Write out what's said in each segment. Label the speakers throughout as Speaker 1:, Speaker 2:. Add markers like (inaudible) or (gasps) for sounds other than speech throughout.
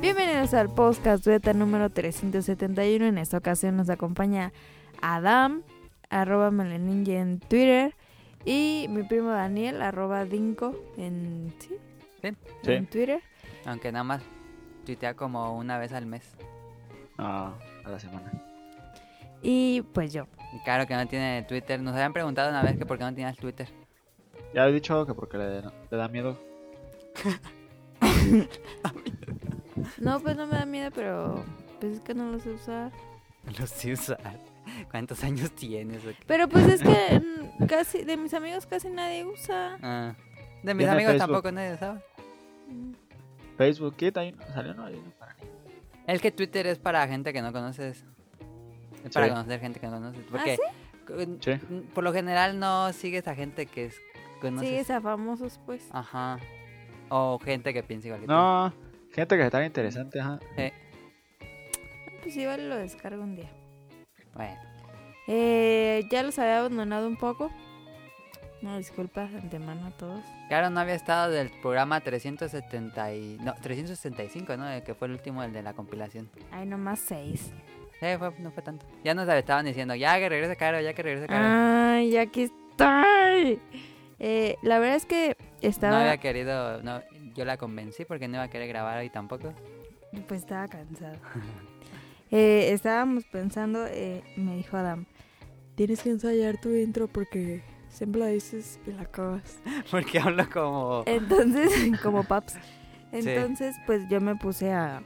Speaker 1: bienvenidos al podcast beta número 371. En esta ocasión nos acompaña Adam, arroba Meleninja en Twitter, y mi primo Daniel, arroba Dinko en, ¿sí?
Speaker 2: Sí.
Speaker 3: Sí.
Speaker 1: en Twitter.
Speaker 2: Aunque nada más tuitea como una vez al mes.
Speaker 3: Ah, a la semana.
Speaker 1: Y pues yo.
Speaker 2: Y claro que no tiene Twitter. Nos habían preguntado una vez que por qué no tenías
Speaker 3: (laughs)
Speaker 2: Twitter.
Speaker 3: Ya he dicho que porque le, le da miedo.
Speaker 1: No, pues no me da miedo, pero pues es que no lo sé usar.
Speaker 2: Lo sé usar. ¿Cuántos años tienes? o qué?
Speaker 1: Pero pues es que mm, casi, de mis amigos casi nadie usa.
Speaker 2: Ah. De mis
Speaker 3: Tiene
Speaker 2: amigos
Speaker 3: Facebook.
Speaker 2: tampoco nadie sabe.
Speaker 3: Facebook Kit, ahí no salió, no, ahí no para ni.
Speaker 2: Es que Twitter es para gente que no conoces. Es para
Speaker 3: Sí.
Speaker 2: conocer gente que no conoces. Porque con-
Speaker 3: Sí.
Speaker 2: por lo general no sigues a gente que es- conoces.
Speaker 1: Sigues a famosos, pues.
Speaker 2: Ajá. O gente que piensa igual que
Speaker 3: No, gente que está interesante, ajá.
Speaker 1: Pues igual lo descargo un día.
Speaker 2: tú. Bueno.
Speaker 1: Eh, ya los había abandonado un poco. No, disculpas de antemano a todos.
Speaker 2: Claro, no había estado del programa 370 y... No, 365, ¿no? El que fue el último, el de la compilación.
Speaker 1: Hay nomás seis.
Speaker 2: Eh, fue- no fue tanto. Ya nos estaban diciendo, ya que regrese Caro, ya que regrese Caro.
Speaker 1: Ah, ¡Ay, aquí estoy! Eh, la verdad es que
Speaker 2: No
Speaker 1: estaba,
Speaker 2: había querido... No, yo la convencí porque no iba a querer grabar hoy tampoco.
Speaker 1: pues estaba cansado. Eh, estábamos pensando, eh, me dijo Adam, tienes que ensayar tu intro
Speaker 2: (laughs)
Speaker 1: porque siempre la dices y la acabas.
Speaker 2: (laughs) Porque hablo como...
Speaker 1: Entonces, como paps. Entonces, pues yo me puse a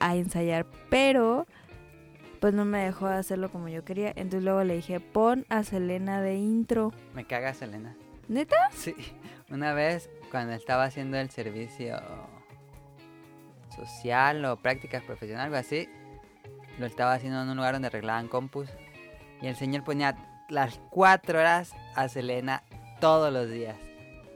Speaker 1: a ensayar, pero pues no me dejó hacerlo como yo quería. Entonces luego le dije, pon a Selena de
Speaker 2: (laughs)
Speaker 1: intro.
Speaker 2: Me cagas, Elena.
Speaker 1: ¿Neta?
Speaker 2: Sí. Una vez, cuando estaba haciendo el servicio social o prácticas profesional, algo así, lo estaba haciendo en un lugar donde arreglaban compus. Y el señor ponía las cuatro horas a Selena todos los días.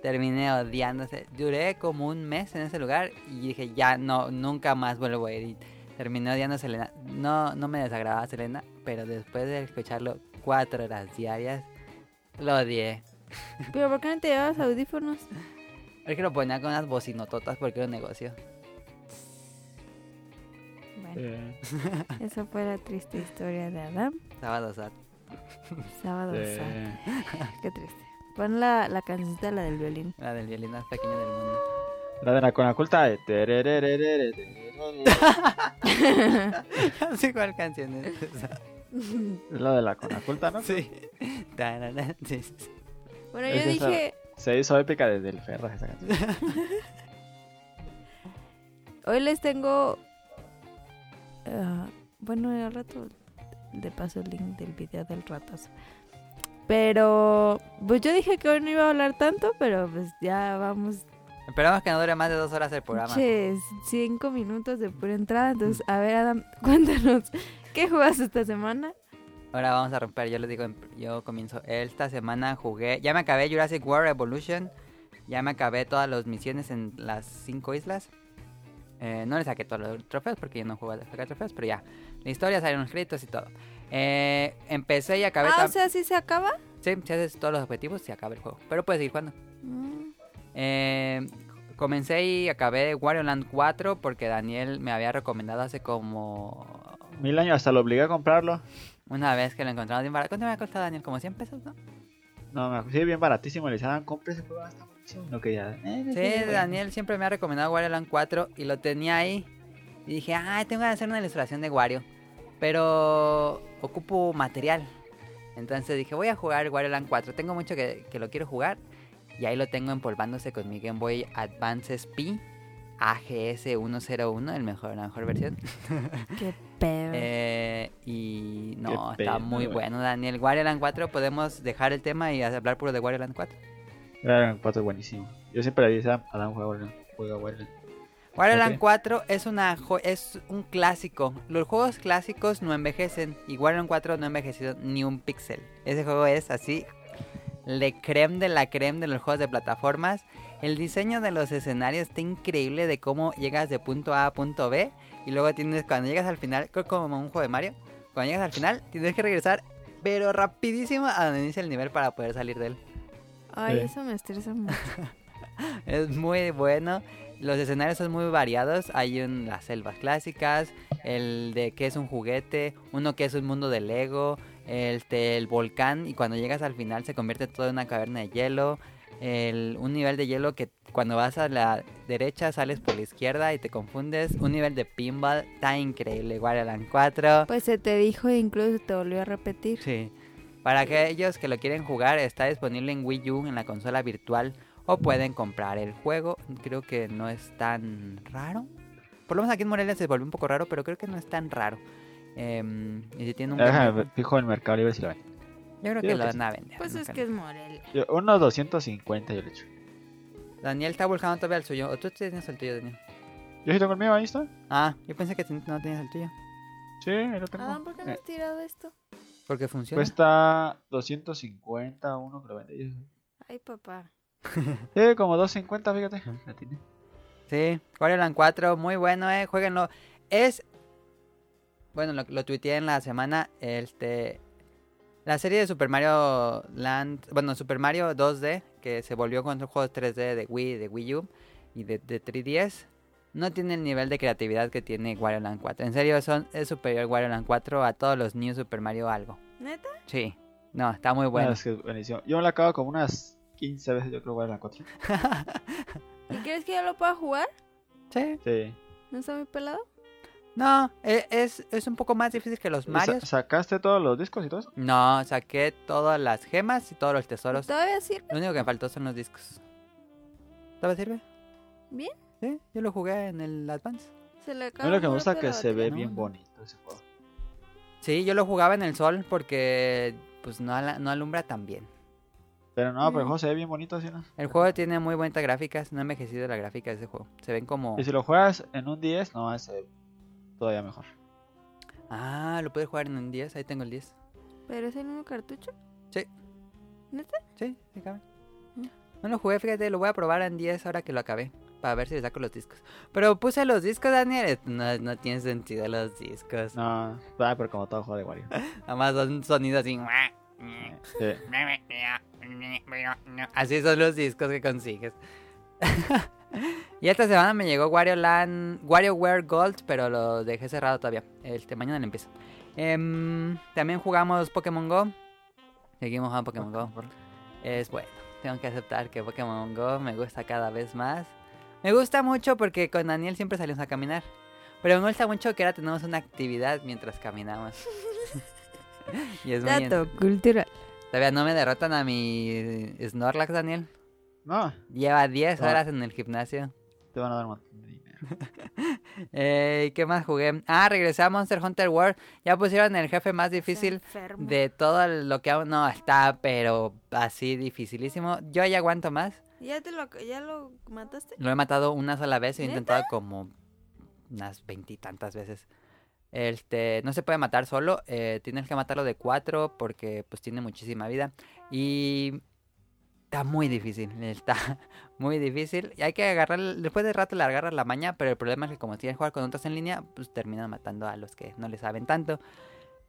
Speaker 2: Terminé odiándose. Duré como un mes en ese lugar y dije, ya no, nunca más vuelvo a ir. Y terminé odiando a Selena. No, no me desagradaba Selena, pero después de escucharlo cuatro horas diarias, lo odié.
Speaker 1: Pero ¿por qué no te llevas audífonos?
Speaker 2: Es que lo ponía con unas bocinototas porque era un negocio.
Speaker 1: Bueno,
Speaker 3: Eh,
Speaker 1: esa fue la triste historia de Adam.
Speaker 2: Sábado sad.
Speaker 1: Sábado sad.
Speaker 3: eh,
Speaker 1: Qué triste. Pon la, la cancioncita, la del violín.
Speaker 2: La del violín más pequeño del mundo. (laughs)
Speaker 3: la de la conaculta de tererererere, tererere.
Speaker 2: No sé cuál canción es esa.
Speaker 3: Es la de la conaculta, ¿no?
Speaker 2: Sí. Tarara, sí, sí, sí.
Speaker 1: Bueno,
Speaker 3: Es
Speaker 1: yo
Speaker 3: esa.
Speaker 1: dije,
Speaker 3: Se hizo épica desde el Ferras esa canción.
Speaker 1: hoy les tengo... ah, bueno, al rato le paso el link del video del ratazo. Pero, pues yo dije que hoy no iba a hablar tanto, pero pues ya vamos
Speaker 2: Esperamos que no dure más de dos horas el programa.
Speaker 1: Pinches cinco minutos de pura
Speaker 3: Mm.
Speaker 1: entrada. Entonces, a ver, Adam, (laughs) cuéntanos, ¿qué jugaste esta semana?
Speaker 2: Ahora vamos a romper, yo les digo, en- yo comienzo. Esta semana jugué, ya me acabé Jurassic World Evolution, ya me acabé todas las misiones en las cinco islas. Eh, no le saqué todos los trofeos porque yo no jugué a sacar trofeos, pero ya. La historia salieron los créditos y todo. Eh, empecé y acabé...
Speaker 1: Ah, o
Speaker 2: tam-
Speaker 1: sea, ¿sí se acaba?
Speaker 2: Sí, si haces todos los objetivos, se acaba el juego. Pero puedes seguir jugando.
Speaker 1: Mm,
Speaker 2: Eh, comencé y acabé Wario Land 4 porque Daniel me había recomendado hace como
Speaker 3: Mil años, hasta lo obligué a comprarlo.
Speaker 2: una vez que lo encontramos bien barato. ¿Cuánto me ha costado Daniel? ¿Como 100 pesos, no?
Speaker 3: No, me sí, bien baratísimo. Le "Ah, decían, compre ese juego, está buenísimo. No quería. (laughs)
Speaker 2: Sí, Daniel siempre me ha recomendado Wario Land 4 y lo tenía ahí. Y dije, ah, tengo que hacer una ilustración de Wario. Pero ocupo material. Entonces dije, voy a jugar Wario Land 4. Tengo mucho que, que lo quiero jugar. Y ahí lo tengo empolvándose con mi Game Boy Advance SP AGS 101, el mejor, la mejor
Speaker 3: (laughs)
Speaker 2: versión.
Speaker 1: qué pedo.
Speaker 2: Eh, y no,
Speaker 3: Qué
Speaker 2: está
Speaker 3: pena,
Speaker 2: muy
Speaker 3: güey.
Speaker 2: bueno, Daniel. Wario Land 4, podemos dejar el tema y hablar puro de Wario Land 4.
Speaker 3: Era un cuatro buenísimo. Yo siempre le decía a Dan, juega Warland. Juega Warland.
Speaker 2: Wario
Speaker 3: Ok.
Speaker 2: Land 4 es, una jo- es un clásico. Los juegos clásicos no envejecen. Y Wario Land 4 no ha envejecido ni un píxel. Ese juego es así. Le creme de la creme de los juegos de plataformas. El diseño de los escenarios está increíble de cómo llegas de punto A a punto B. Y luego tienes, cuando llegas al final, creo como un juego de Mario. Cuando llegas al final, tienes que regresar, pero rapidísimo a donde inicia el nivel para poder salir de él.
Speaker 1: Ay,
Speaker 3: eh.
Speaker 2: (laughs)
Speaker 1: eso me estresa mucho.
Speaker 2: Es muy bueno. Los escenarios son muy variados. Hay un, las selvas clásicas, el de que es un juguete, uno que es un mundo de Lego, el, te- el volcán y cuando llegas al final se convierte todo en una caverna de hielo. El, un nivel de hielo que cuando vas a la derecha sales por la izquierda y te confundes. Un nivel de pinball está increíble, Waterland 4.
Speaker 1: Pues se te dijo e incluso te volvió a repetir.
Speaker 2: Sí. Para aquellos que lo quieren jugar, está disponible en Wii U, en la consola virtual, o pueden comprar el juego. Creo que no es tan raro. Por lo menos aquí en Morelia se volvió un poco raro, pero creo que no es tan raro. Em, y si tiene un...
Speaker 3: Déjame,
Speaker 2: buen-
Speaker 3: ver, fijo en Mercado Libre si lo ven.
Speaker 2: Yo creo
Speaker 3: yo
Speaker 2: que lo
Speaker 3: creo que
Speaker 2: van a vender.
Speaker 4: Pues
Speaker 2: no
Speaker 4: es
Speaker 2: creo.
Speaker 4: que es Morelia.
Speaker 3: Yo, unos 250 yo le echo.
Speaker 2: Daniel está volcando todavía el suyo. ¿O tú tienes el tuyo, Daniel?
Speaker 3: Yo sí tengo el mío, ahí está.
Speaker 2: Ah, yo pensé que ten- no tenías el tuyo.
Speaker 3: Sí, ahí lo tengo.
Speaker 1: Adam, ¿por qué no
Speaker 3: Eh,
Speaker 1: has tirado esto?
Speaker 2: Porque
Speaker 3: Pues
Speaker 2: funciona.
Speaker 3: cuesta 250 uno que lo vende.
Speaker 1: Ay, papá.
Speaker 3: Sí, como 250, fíjate. Ah, La tiene.
Speaker 2: Sí, Coreland 4, muy bueno, eh, jueguenlo. Es. Bueno, lo, lo tuiteé en la semana. Este. La serie de Super Mario Land. Bueno, Super Mario 2D, que se volvió con los juegos 3D de Wii, de Wii U y de, de 3DS. No tiene el nivel de creatividad que tiene Wario Land 4. En serio, son, es superior Wario Land 4 a todos los New Super Mario algo.
Speaker 1: ¿Neta?
Speaker 2: Sí. No, está muy
Speaker 3: Bueno,
Speaker 2: bueno.
Speaker 3: es que es buenísimo. Yo me la acabo como unas 15 veces, yo creo, igual en la 4.
Speaker 1: ¿Y crees que yo lo pueda jugar?
Speaker 2: (laughs) Sí.
Speaker 3: Sí.
Speaker 1: ¿No está muy pelado?
Speaker 2: No, e- es, es un poco más difícil que los
Speaker 3: Sa-
Speaker 2: Marios.
Speaker 3: ¿Sacaste todos los discos y todo eso?
Speaker 2: No, saqué todas las gemas y todos los tesoros.
Speaker 1: ¿Todavía sirve?
Speaker 2: Lo único que me faltó son los discos. ¿Todavía sirve?
Speaker 1: Bien.
Speaker 2: Sí, yo lo jugué en el Advance.
Speaker 1: Se le
Speaker 3: A
Speaker 1: acaba
Speaker 3: mí lo que
Speaker 1: muy
Speaker 3: me gusta es
Speaker 1: rápido
Speaker 3: que
Speaker 1: la
Speaker 3: se ve
Speaker 1: batería.
Speaker 2: ¿no?
Speaker 3: bien bonito ese juego.
Speaker 2: Sí, yo lo jugaba en el sol porque pues no, ala- no alumbra tan bien.
Speaker 3: Pero no, pero el
Speaker 1: Mm.
Speaker 3: juego se ve bien bonito así, ¿no?
Speaker 2: El juego tiene muy buenas gráficas, no ha envejecido la gráfica de ese juego. Se ven como...
Speaker 3: Y si lo juegas en un 10, no, se ve todavía mejor.
Speaker 2: Ah, lo puedes jugar en un 10, ahí tengo el 10.
Speaker 1: ¿Pero es el mismo cartucho?
Speaker 2: Sí, sí cabe. No lo jugué, fíjate, lo voy a probar en 10 ahora que lo acabé. Para ver si le saco los discos. Pero puse los discos, Daniel. Eh, No, no tiene sentido los discos.
Speaker 3: No, ah, pero como todo juego de Wario.
Speaker 2: Nada más son sonidos así.
Speaker 3: Sí.
Speaker 2: Así son los discos que consigues. (laughs) y esta semana me llegó Wario Land, WarioWare Gold, pero lo dejé cerrado todavía. Este mañana lo empiezo. Em, también jugamos Pokémon Go. Seguimos jugando Pokémon Go. Es bueno, tengo que aceptar que Pokémon Go me gusta cada vez más. Me gusta mucho porque con Daniel siempre salimos a caminar. Pero me gusta mucho que ahora tenemos una actividad mientras caminamos. y es muy
Speaker 1: Dato cultural.
Speaker 2: Todavía no me derrotan a mi Snorlax, Daniel.
Speaker 3: No,
Speaker 2: Lleva 10
Speaker 3: Ah.
Speaker 2: horas en el gimnasio.
Speaker 3: te van a dar un montón de dinero.
Speaker 2: Eh, ¿Qué más jugué? Ah, regresé a Monster Hunter World. Ya pusieron el jefe más
Speaker 4: Está
Speaker 2: difícil
Speaker 4: enfermo.
Speaker 2: de todo lo que aún no está, pero así dificilísimo. Yo ya aguanto más.
Speaker 1: ¿Ya, te lo, ¿Ya lo mataste?
Speaker 2: Lo he matado una sola vez y he
Speaker 1: ¿Neta?
Speaker 2: intentado como unas veintitantas veces. Este, no se puede matar solo, eh, tienes que matarlo de cuatro porque pues tiene muchísima vida. Y está muy difícil, (laughs) está muy difícil. Y hay que agarrar, después de rato le agarras la maña, pero el problema es que como quieres jugar con otras en línea, pues terminan matando a los que no le saben tanto.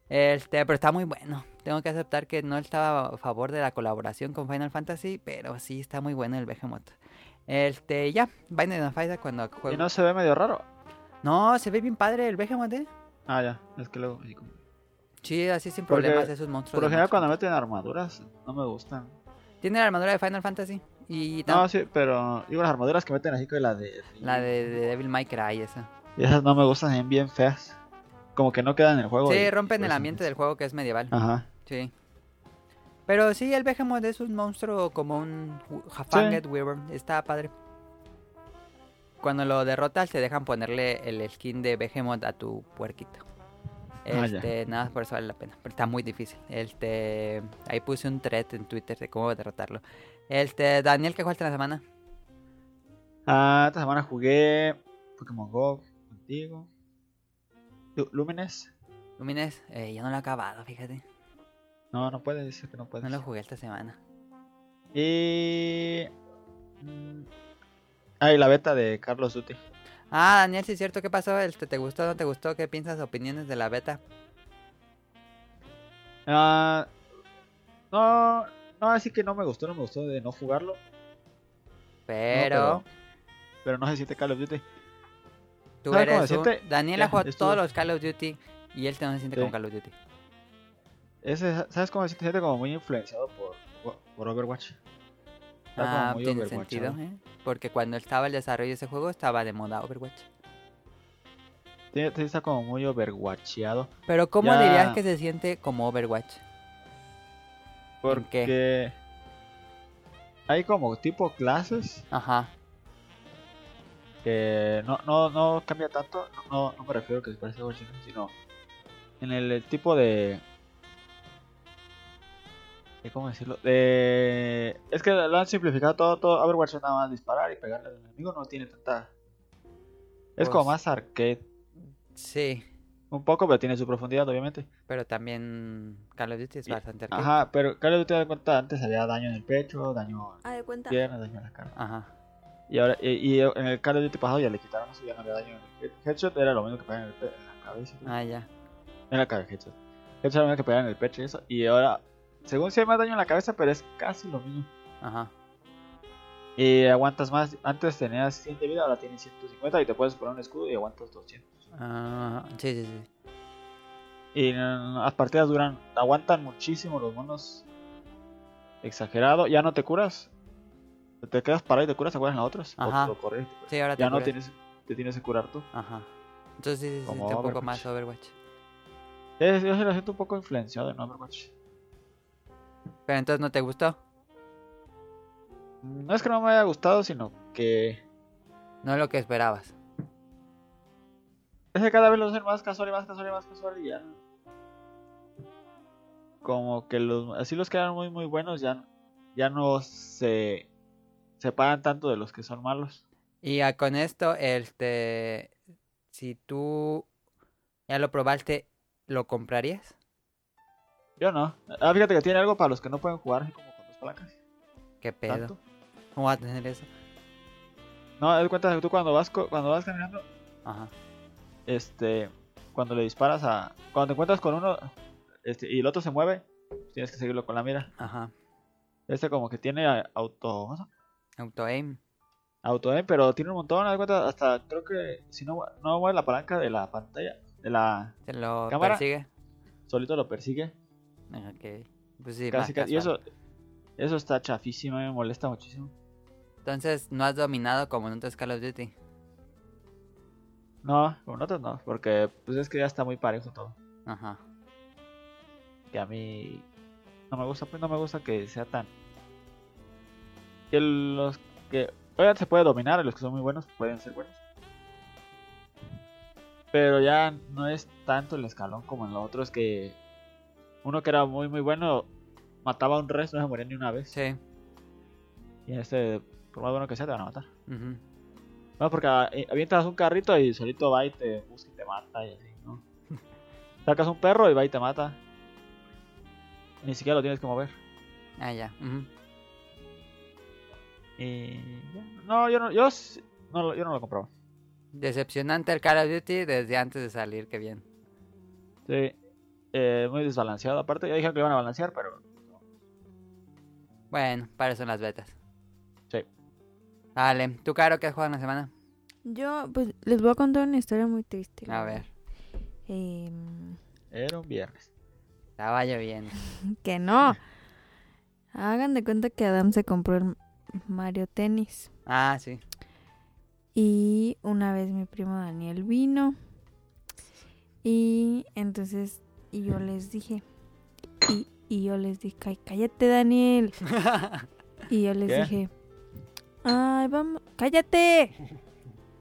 Speaker 2: Este, pero está muy bueno. Tengo que aceptar que no estaba a favor de la colaboración con Final Fantasy, pero sí está muy bueno el Behemoth. Este, ya, Binding of Isaac cuando
Speaker 3: ¿Y
Speaker 2: juego. No...
Speaker 3: no se ve medio raro?
Speaker 2: se ve bien padre el Behemoth, ¿eh?
Speaker 3: Ah, ya, es que luego... así como-
Speaker 2: Sí, así sin
Speaker 3: Porque,
Speaker 2: problemas, esos monstruos.
Speaker 3: Por lo
Speaker 2: de
Speaker 3: general
Speaker 2: Monster
Speaker 3: cuando meten armaduras, no me gustan.
Speaker 2: Hunter. Tiene la armadura de Final Fantasy y tam-
Speaker 3: No, sí, pero digo las armaduras que meten así que la de...
Speaker 2: la de, de Devil May Cry, esa.
Speaker 3: Y esas no me gustan, se ven bien feas. Como que no quedan en el juego.
Speaker 2: Sí,
Speaker 3: y-
Speaker 2: rompen
Speaker 3: y
Speaker 2: el
Speaker 3: pues,
Speaker 2: ambiente del juego que es medieval.
Speaker 3: Ajá.
Speaker 2: Sí. Pero sí, el Behemoth es un monstruo como un Fanged Weaver. Está padre. Cuando lo derrotas, te dejan ponerle el skin de Behemoth a tu puerquito.
Speaker 3: Ah, ya.
Speaker 2: Este, nada más por eso vale la pena. Pero está muy difícil. Este, ahí puse un thread en Twitter de cómo derrotarlo. Este, Daniel, ¿qué jugaste la semana?
Speaker 3: Ah, esta semana jugué Pokémon Go contigo. Lu- Lúmenes.
Speaker 2: Lumines, eh, yo no lo he acabado, fíjate.
Speaker 3: No, no puedes, dice que no puedes.
Speaker 2: No lo jugué esta semana.
Speaker 3: Y. mm, Ah, y la beta de Carlos Duty.
Speaker 2: Ah, Daniel, sí es cierto, ¿qué pasó? Este, ¿Te gustó o no te gustó? ¿Qué piensas? ¿Opiniones de la beta?
Speaker 3: Ah, no, no, así que no me gustó, no me gustó de no jugarlo. No,
Speaker 2: Pero...
Speaker 3: pero, pero no se siente Call of Duty.
Speaker 2: Tú
Speaker 3: ¿Sabes cómo
Speaker 2: eres
Speaker 3: se
Speaker 2: un-
Speaker 3: siente?
Speaker 2: Daniela
Speaker 3: Ya,
Speaker 2: jugó
Speaker 3: es tu-
Speaker 2: todos los Call of Duty y él no se siente
Speaker 3: Sí.
Speaker 2: como Call of Duty.
Speaker 3: Ese, ¿Sabes cómo se siente? Se siente como muy influenciado por, por Overwatch. Está como
Speaker 2: Ah,
Speaker 3: muy
Speaker 2: tiene
Speaker 3: Overwatch,
Speaker 2: sentido,
Speaker 3: ¿no?
Speaker 2: ¿eh? Porque cuando estaba el desarrollo de ese juego estaba de moda Overwatch.
Speaker 3: Tiene- tiene- está como muy Overwatcheado.
Speaker 2: Pero ¿cómo
Speaker 3: Ya.
Speaker 2: dirías que se siente como Overwatch? ¿En
Speaker 3: Porque hay como tipo clases
Speaker 2: Ajá.
Speaker 3: que no, no, no cambia tanto. No, no me refiero que se parece a Overwatch, sino en el, el tipo de. de ¿Cómo decirlo? De, es que lo han simplificado todo. todo Overwatch es nada más disparar y pegarle al enemigo. No tiene tanta. Es como
Speaker 2: Pues-
Speaker 3: más arcade.
Speaker 2: Sí.
Speaker 3: Un poco, pero tiene su profundidad, obviamente.
Speaker 2: Pero también Call of Duty es
Speaker 3: Y-
Speaker 2: bastante arcade.
Speaker 3: Ajá, pero claro, te das cuenta, antes había daño en el pecho, daño en
Speaker 1: Ah, de cuenta.
Speaker 3: las piernas, daño en la cara.
Speaker 2: Ajá.
Speaker 3: Y ahora y, y en el Call of Duty pasado ya le quitaron eso, ya no había daño. en el he- Headshot era lo mismo que pegar en, el pe- en la cabeza. creo.
Speaker 2: Ah, ya.
Speaker 3: No era cabeza, headshot. Headshot era lo mismo que pegar en el pecho y eso. Y ahora, según si hay más daño en la cabeza, pero es casi lo mismo.
Speaker 2: Ajá.
Speaker 3: Y aguantas más. Antes tenías 100 de vida, ahora tienes 150 y te puedes poner un escudo y aguantas 200.
Speaker 2: Ah, sí, sí, sí.
Speaker 3: Y mm, las partidas duran, aguantan muchísimo los monos. Exagerado, ya no te curas. Te quedas parado y te curas, te curas en las otras. O-
Speaker 2: Ajá.
Speaker 3: O, corres y te curas.
Speaker 2: Sí, ahora te
Speaker 3: Ya no
Speaker 2: curas.
Speaker 3: tienes, te tienes que curar tú.
Speaker 2: Ajá. Entonces sí, se siente
Speaker 3: Como
Speaker 2: un poco
Speaker 3: Overwatch.
Speaker 2: más Overwatch.
Speaker 3: Es- yo se lo siento un poco influenciado pues, en Overwatch.
Speaker 2: Pero entonces no te gustó.
Speaker 3: mm, No es que no me haya gustado, sino que
Speaker 2: No es lo que esperabas.
Speaker 3: es que cada vez lo hacen más casual y más casual y más casual y ya. Como que los así los que eran muy muy buenos ya, ya no se separan tanto de los que son malos.
Speaker 2: Y ah, con esto, este. Si tú ya lo probaste, ¿lo comprarías?
Speaker 3: Yo no. Ah, fíjate que tiene algo para los que no pueden jugar así como con dos placas.
Speaker 2: ¿Qué pedo?
Speaker 3: Tanto.
Speaker 2: ¿Cómo va a tener eso?
Speaker 3: No, haz de cuenta que tú cuando vas co- cuando vas caminando,
Speaker 2: Ajá.
Speaker 3: este, cuando le disparas a cuando te encuentras con uno este, y el otro se mueve, tienes que seguirlo con la mira.
Speaker 2: Ajá.
Speaker 3: Este como que tiene eh, auto, ¿cómo se llama?
Speaker 2: Auto-aim.
Speaker 3: Auto aim, pero tiene un montón, haz de cuenta, hasta creo que si no, no mueve la palanca de la pantalla, de la
Speaker 2: ¿Se lo
Speaker 3: Cámara.
Speaker 2: persigue?
Speaker 3: solito lo persigue.
Speaker 2: Ah, Ok. Pues sí, más
Speaker 3: casi, casi- y
Speaker 2: casual.
Speaker 3: eso, eso está chafísimo, me molesta muchísimo.
Speaker 2: Entonces, no has dominado como en otros Call of Duty.
Speaker 3: No, con otros no, porque pues es que ya está muy parejo todo.
Speaker 2: Ajá.
Speaker 3: Que a mí no me gusta, pues no me gusta que sea tan. Que los que obviamente se puede dominar, los que son muy buenos pueden ser buenos. Pero ya no es tanto el escalón como en los otros que uno que era muy muy bueno mataba a un res, no se moría ni una vez.
Speaker 2: Sí.
Speaker 3: Y en este, por más bueno que sea, te van a matar.
Speaker 2: ujú.
Speaker 3: No, porque eh, avientas un carrito y solito va y te busca y te mata y así, ¿no? Sacas un perro y va y te mata. Ni siquiera lo tienes que mover.
Speaker 2: Ah, ya. ujú.
Speaker 3: Y... ya. No, yo no, yo, s- no, lo- yo no lo compraba.
Speaker 2: Decepcionante el Call of Duty desde antes de salir, qué bien.
Speaker 3: Sí. Eh, muy desbalanceado aparte. Ya dijeron que lo iban a balancear, pero...
Speaker 2: Bueno, para eso son las betas.
Speaker 3: Sí.
Speaker 2: Dale, ¿tú, Caro, qué has jugado en la semana?
Speaker 1: Yo, pues, les voy a contar una historia muy triste. la
Speaker 2: A
Speaker 1: verdad.
Speaker 2: ver,
Speaker 1: Em,
Speaker 3: Era un viernes.
Speaker 2: estaba lloviendo.
Speaker 1: que no. Hagan de cuenta que Adam se compró el Mario Tennis.
Speaker 2: Ah, sí.
Speaker 1: Y una vez mi primo Daniel vino. Y entonces, y yo les dije. Y, y yo les dije, "Ay, cállate Daniel. Y yo les
Speaker 3: ¿Qué?
Speaker 1: dije, ay, vamos, cállate.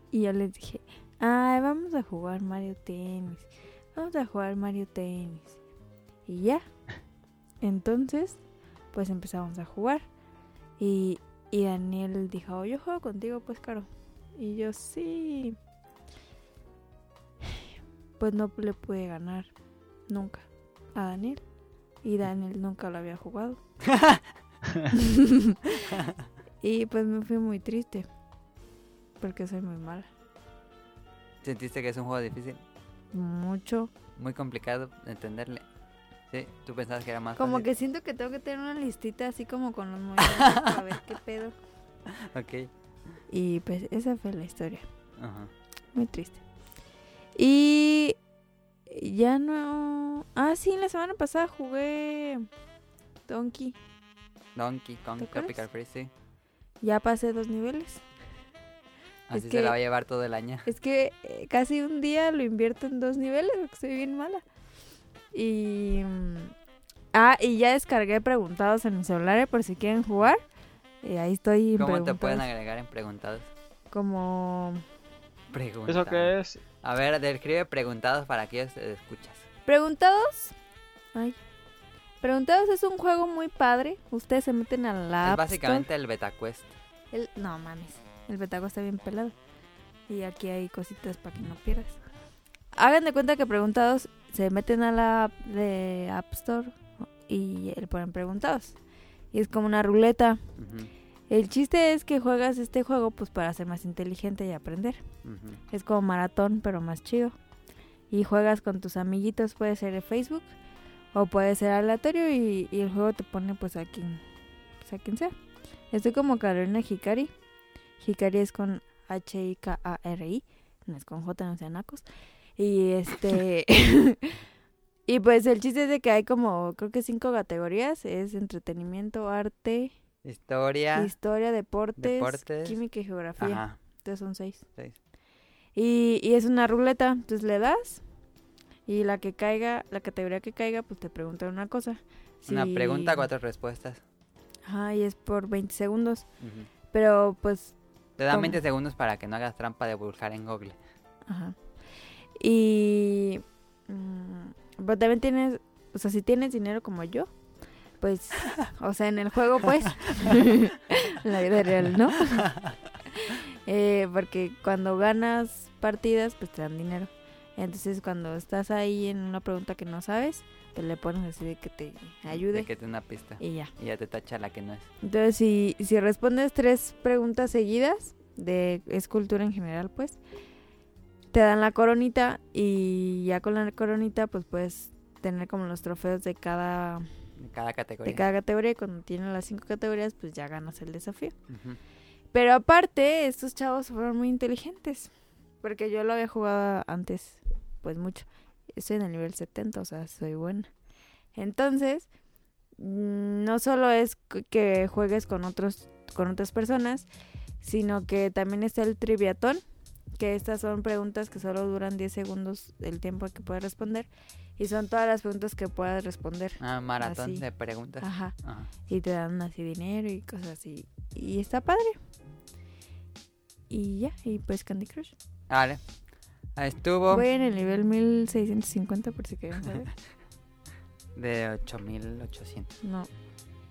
Speaker 1: Y yo les dije, ay, vamos a jugar Mario Tennis. Vamos a jugar Mario Tennis. Y ya. Entonces, pues empezamos a jugar. Y, y Daniel dijo, yo juego contigo, pues caro. Y yo sí. Pues no le pude ganar nunca a Daniel. Y Daniel nunca lo había jugado. y pues me fui muy triste. Porque soy muy mala.
Speaker 2: ¿Sentiste que es un juego difícil?
Speaker 1: Mucho.
Speaker 2: Muy complicado de entenderle. Sí, tú pensabas que era más
Speaker 1: Como
Speaker 2: fácil.
Speaker 1: que siento que tengo que tener una listita así como con los movimientos para ver qué pedo.
Speaker 2: Ok.
Speaker 1: Y pues esa fue la historia.
Speaker 2: Ajá.
Speaker 1: Muy triste. Y ya no... Ah, sí, la semana pasada jugué Donkey.
Speaker 2: Donkey Kong
Speaker 1: ¿Te acuerdas?
Speaker 2: Tropical Freeze, sí.
Speaker 1: Ya pasé dos niveles.
Speaker 2: Así se
Speaker 1: que-
Speaker 2: la va a llevar todo el año.
Speaker 1: Es que eh, casi un día lo invierto en dos niveles porque soy bien mala. Y... mm, Ah, y ya descargué preguntados en mi celular eh, por si quieren jugar. Y ahí estoy. en
Speaker 2: ¿Cómo te pueden
Speaker 1: Preguntados.
Speaker 2: agregar en preguntados?
Speaker 1: Como...
Speaker 2: Preguntados.
Speaker 3: ¿Eso qué es?
Speaker 2: A ver, describe preguntados para aquellos que escuchas.
Speaker 1: Preguntados. Ay. Preguntados es un juego muy padre. Ustedes se meten a la.
Speaker 2: es
Speaker 1: App
Speaker 2: básicamente el Beta Quest.
Speaker 1: Store. El- No mames. El betaco está bien pelado. Y aquí hay cositas para que no pierdas. Hagan de cuenta que preguntados se meten a la app de App Store y le ponen preguntados. Y es como una ruleta.
Speaker 2: Ujú,
Speaker 1: El chiste es que juegas este juego pues para ser más inteligente y aprender.
Speaker 2: ujú.
Speaker 1: Es como maratón, pero más chido. Y juegas con tus amiguitos, puede ser de Facebook o puede ser aleatorio y, y el juego te pone pues a quien, pues, a quien sea. Estoy como Carolina Hikari. Hikari es con H-I-K-A-R-I, no es con J, no sean nacos. Y este... (laughs) y pues el chiste es de que hay como, creo que cinco categorías. Es entretenimiento, arte,
Speaker 2: Historia.
Speaker 1: historia, deportes,
Speaker 2: Deportes.
Speaker 1: química y geografía.
Speaker 2: Ajá.
Speaker 1: Entonces son seis.
Speaker 2: Seis.
Speaker 1: Y, y es una ruleta, entonces le das y la que caiga, la categoría que caiga, pues te pregunta una cosa.
Speaker 2: Una
Speaker 1: Si-
Speaker 2: pregunta, cuatro respuestas.
Speaker 1: Ajá, y es por 20 segundos.
Speaker 2: Ujú.
Speaker 1: Pero pues,
Speaker 2: Te dan
Speaker 1: ¿Cómo?
Speaker 2: 20 segundos para que no hagas trampa de buscar en Google.
Speaker 1: ajá. Y... mm, pero también tienes, o sea, si tienes dinero como yo, pues, o sea, en el juego pues, (laughs) la vida real, ¿no? (laughs) Eh, porque cuando ganas partidas, pues te dan dinero. Entonces, cuando estás ahí en una pregunta que no sabes, te le pones así de que te ayude
Speaker 2: De que te den una pista.
Speaker 1: y ya.
Speaker 2: Y ya te tacha la que no es.
Speaker 1: Entonces, si, si respondes tres preguntas seguidas de escultura en general, pues te dan la coronita y ya con la coronita, pues puedes tener como los trofeos de cada,
Speaker 2: De cada categoría.
Speaker 1: de cada categoría. Y cuando tienes las cinco categorías, pues ya ganas el desafío.
Speaker 2: Ujú.
Speaker 1: Pero aparte, estos chavos fueron muy inteligentes. Porque yo lo había jugado antes, pues mucho. Estoy en el nivel 70, o sea, soy buena. Entonces, mm, no solo es c- que juegues con, otros, con otras personas, sino que también está el triviatón, que estas son preguntas que solo duran 10 segundos el tiempo que puedes responder. Y son todas las preguntas que puedas responder.
Speaker 2: Ah, maratón
Speaker 1: Así.
Speaker 2: de preguntas.
Speaker 1: Ajá
Speaker 2: Ajá.
Speaker 1: y te dan así dinero y cosas así. Y está padre. Y ya, y pues Candy Crush.
Speaker 2: Vale. Ahí Estuvo
Speaker 1: Voy en el nivel 1650 por si quieren
Speaker 2: (laughs)
Speaker 1: saber.
Speaker 2: de 8800.
Speaker 1: No.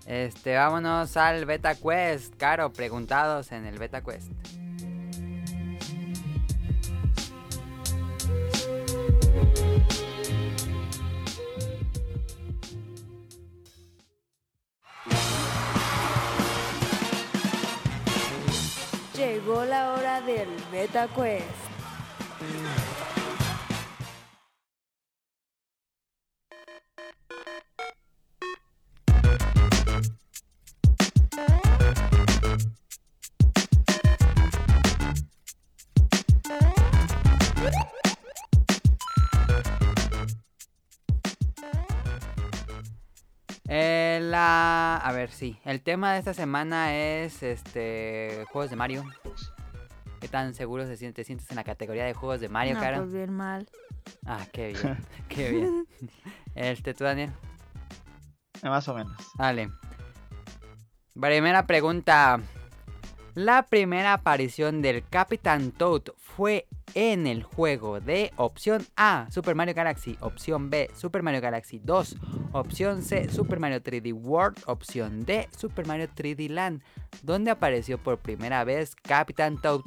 Speaker 2: Este, vámonos al Beta Quest. Caro, preguntados en el Beta Quest.
Speaker 1: Llegó la hora del Beta Quest.
Speaker 2: Eh, la... A ver, sí. El tema de esta semana es este juegos de Mario. ¿Qué tan seguro se siente- te sientes en la categoría de juegos de Mario,
Speaker 1: no,
Speaker 2: Caro?
Speaker 1: pues bien mal.
Speaker 2: Ah, qué bien.
Speaker 1: (laughs)
Speaker 2: qué bien. Este, tú, Daniel.
Speaker 3: Eh, Más o menos.
Speaker 2: Dale. Primera pregunta. La primera aparición del Capitán Toad fue en el juego de opción A, Super Mario Galaxy, opción B, Super Mario Galaxy 2, opción C, Super Mario 3D World, opción D, Super Mario 3D Land, donde apareció por primera vez Capitán Toad.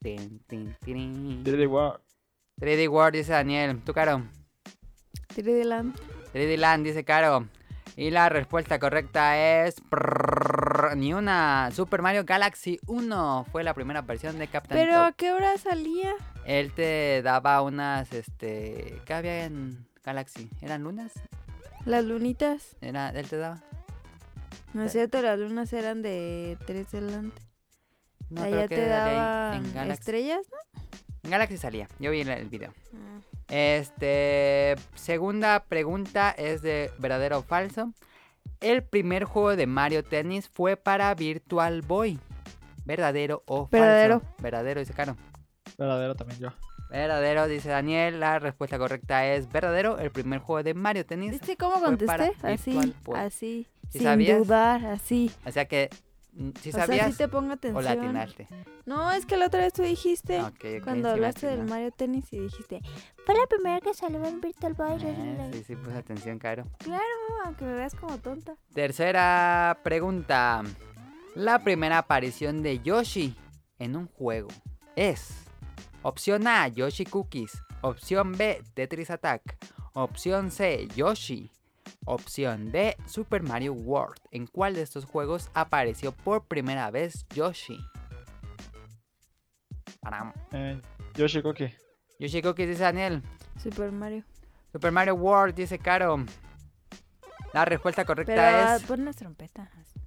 Speaker 2: Tin, tin, tirin.
Speaker 3: Dirty War.
Speaker 2: 3D World dice Daniel, tú caro.
Speaker 1: Tire de Land.
Speaker 2: 3D Land, dice Caro. Y la respuesta correcta es. prrrr, ni una. Super Mario Galaxy 1 fue la primera versión de Captain
Speaker 1: Pero ¿a
Speaker 2: Toad.
Speaker 1: qué hora salía?
Speaker 2: Él te daba unas. Este, ¿Qué había en Galaxy? ¿Eran lunas?
Speaker 1: Las lunitas.
Speaker 2: Era, él te daba.
Speaker 1: No es cierto, las lunas eran de tres delante.
Speaker 2: No,
Speaker 1: Allá
Speaker 2: creo que
Speaker 1: te
Speaker 2: daban
Speaker 1: daban
Speaker 2: en Galaxy.
Speaker 1: estrellas,
Speaker 2: En Galaxy salía. Yo vi el- el video.
Speaker 1: ¿no?
Speaker 2: Este. Segunda pregunta es de verdadero o falso. El primer juego de Mario Tennis fue para Virtual Boy. ¿Verdadero o falso?
Speaker 1: Verdadero.
Speaker 2: Verdadero, dice Caro.
Speaker 3: Verdadero también yo.
Speaker 2: Verdadero, dice Daniel. La respuesta correcta es verdadero. El primer juego de Mario Tennis.
Speaker 1: ¿Viste cómo
Speaker 2: Fue para
Speaker 1: contesté? Así,
Speaker 2: Virtual Boy.
Speaker 1: así,
Speaker 2: ¿Sí
Speaker 1: sin
Speaker 2: sabías?
Speaker 1: dudar, así.
Speaker 2: O sea que, mm, si
Speaker 1: o sea,
Speaker 2: sabías
Speaker 1: sí te pongo
Speaker 2: o
Speaker 1: atención.
Speaker 2: la atinaste.
Speaker 1: No, es que la otra vez tú dijiste,
Speaker 2: Ah, ok, ok, sí
Speaker 1: cuando
Speaker 2: me
Speaker 1: hablaste del
Speaker 2: atiné.
Speaker 1: Mario Tennis y dijiste,
Speaker 4: Fue la primera que salió en Virtual Boy.
Speaker 2: Ah, Sí, sí, puse atención, Caro.
Speaker 1: "No, aunque me veas como tonta.
Speaker 2: Tercera pregunta. La primera aparición de Yoshi en un juego es opción A, Yoshi Cookies, opción B, Tetris Attack, opción C, Yoshi, opción D, Super Mario World. ¿En cuál de estos juegos apareció por primera vez Yoshi? Param.
Speaker 3: Eh, Yoshi Koki.
Speaker 2: Yoshi Cookies dice Daniel.
Speaker 1: Super Mario.
Speaker 2: Super Mario World dice Caro. La respuesta correcta
Speaker 1: Pero ah,
Speaker 2: es.
Speaker 1: pon las trompetas. así,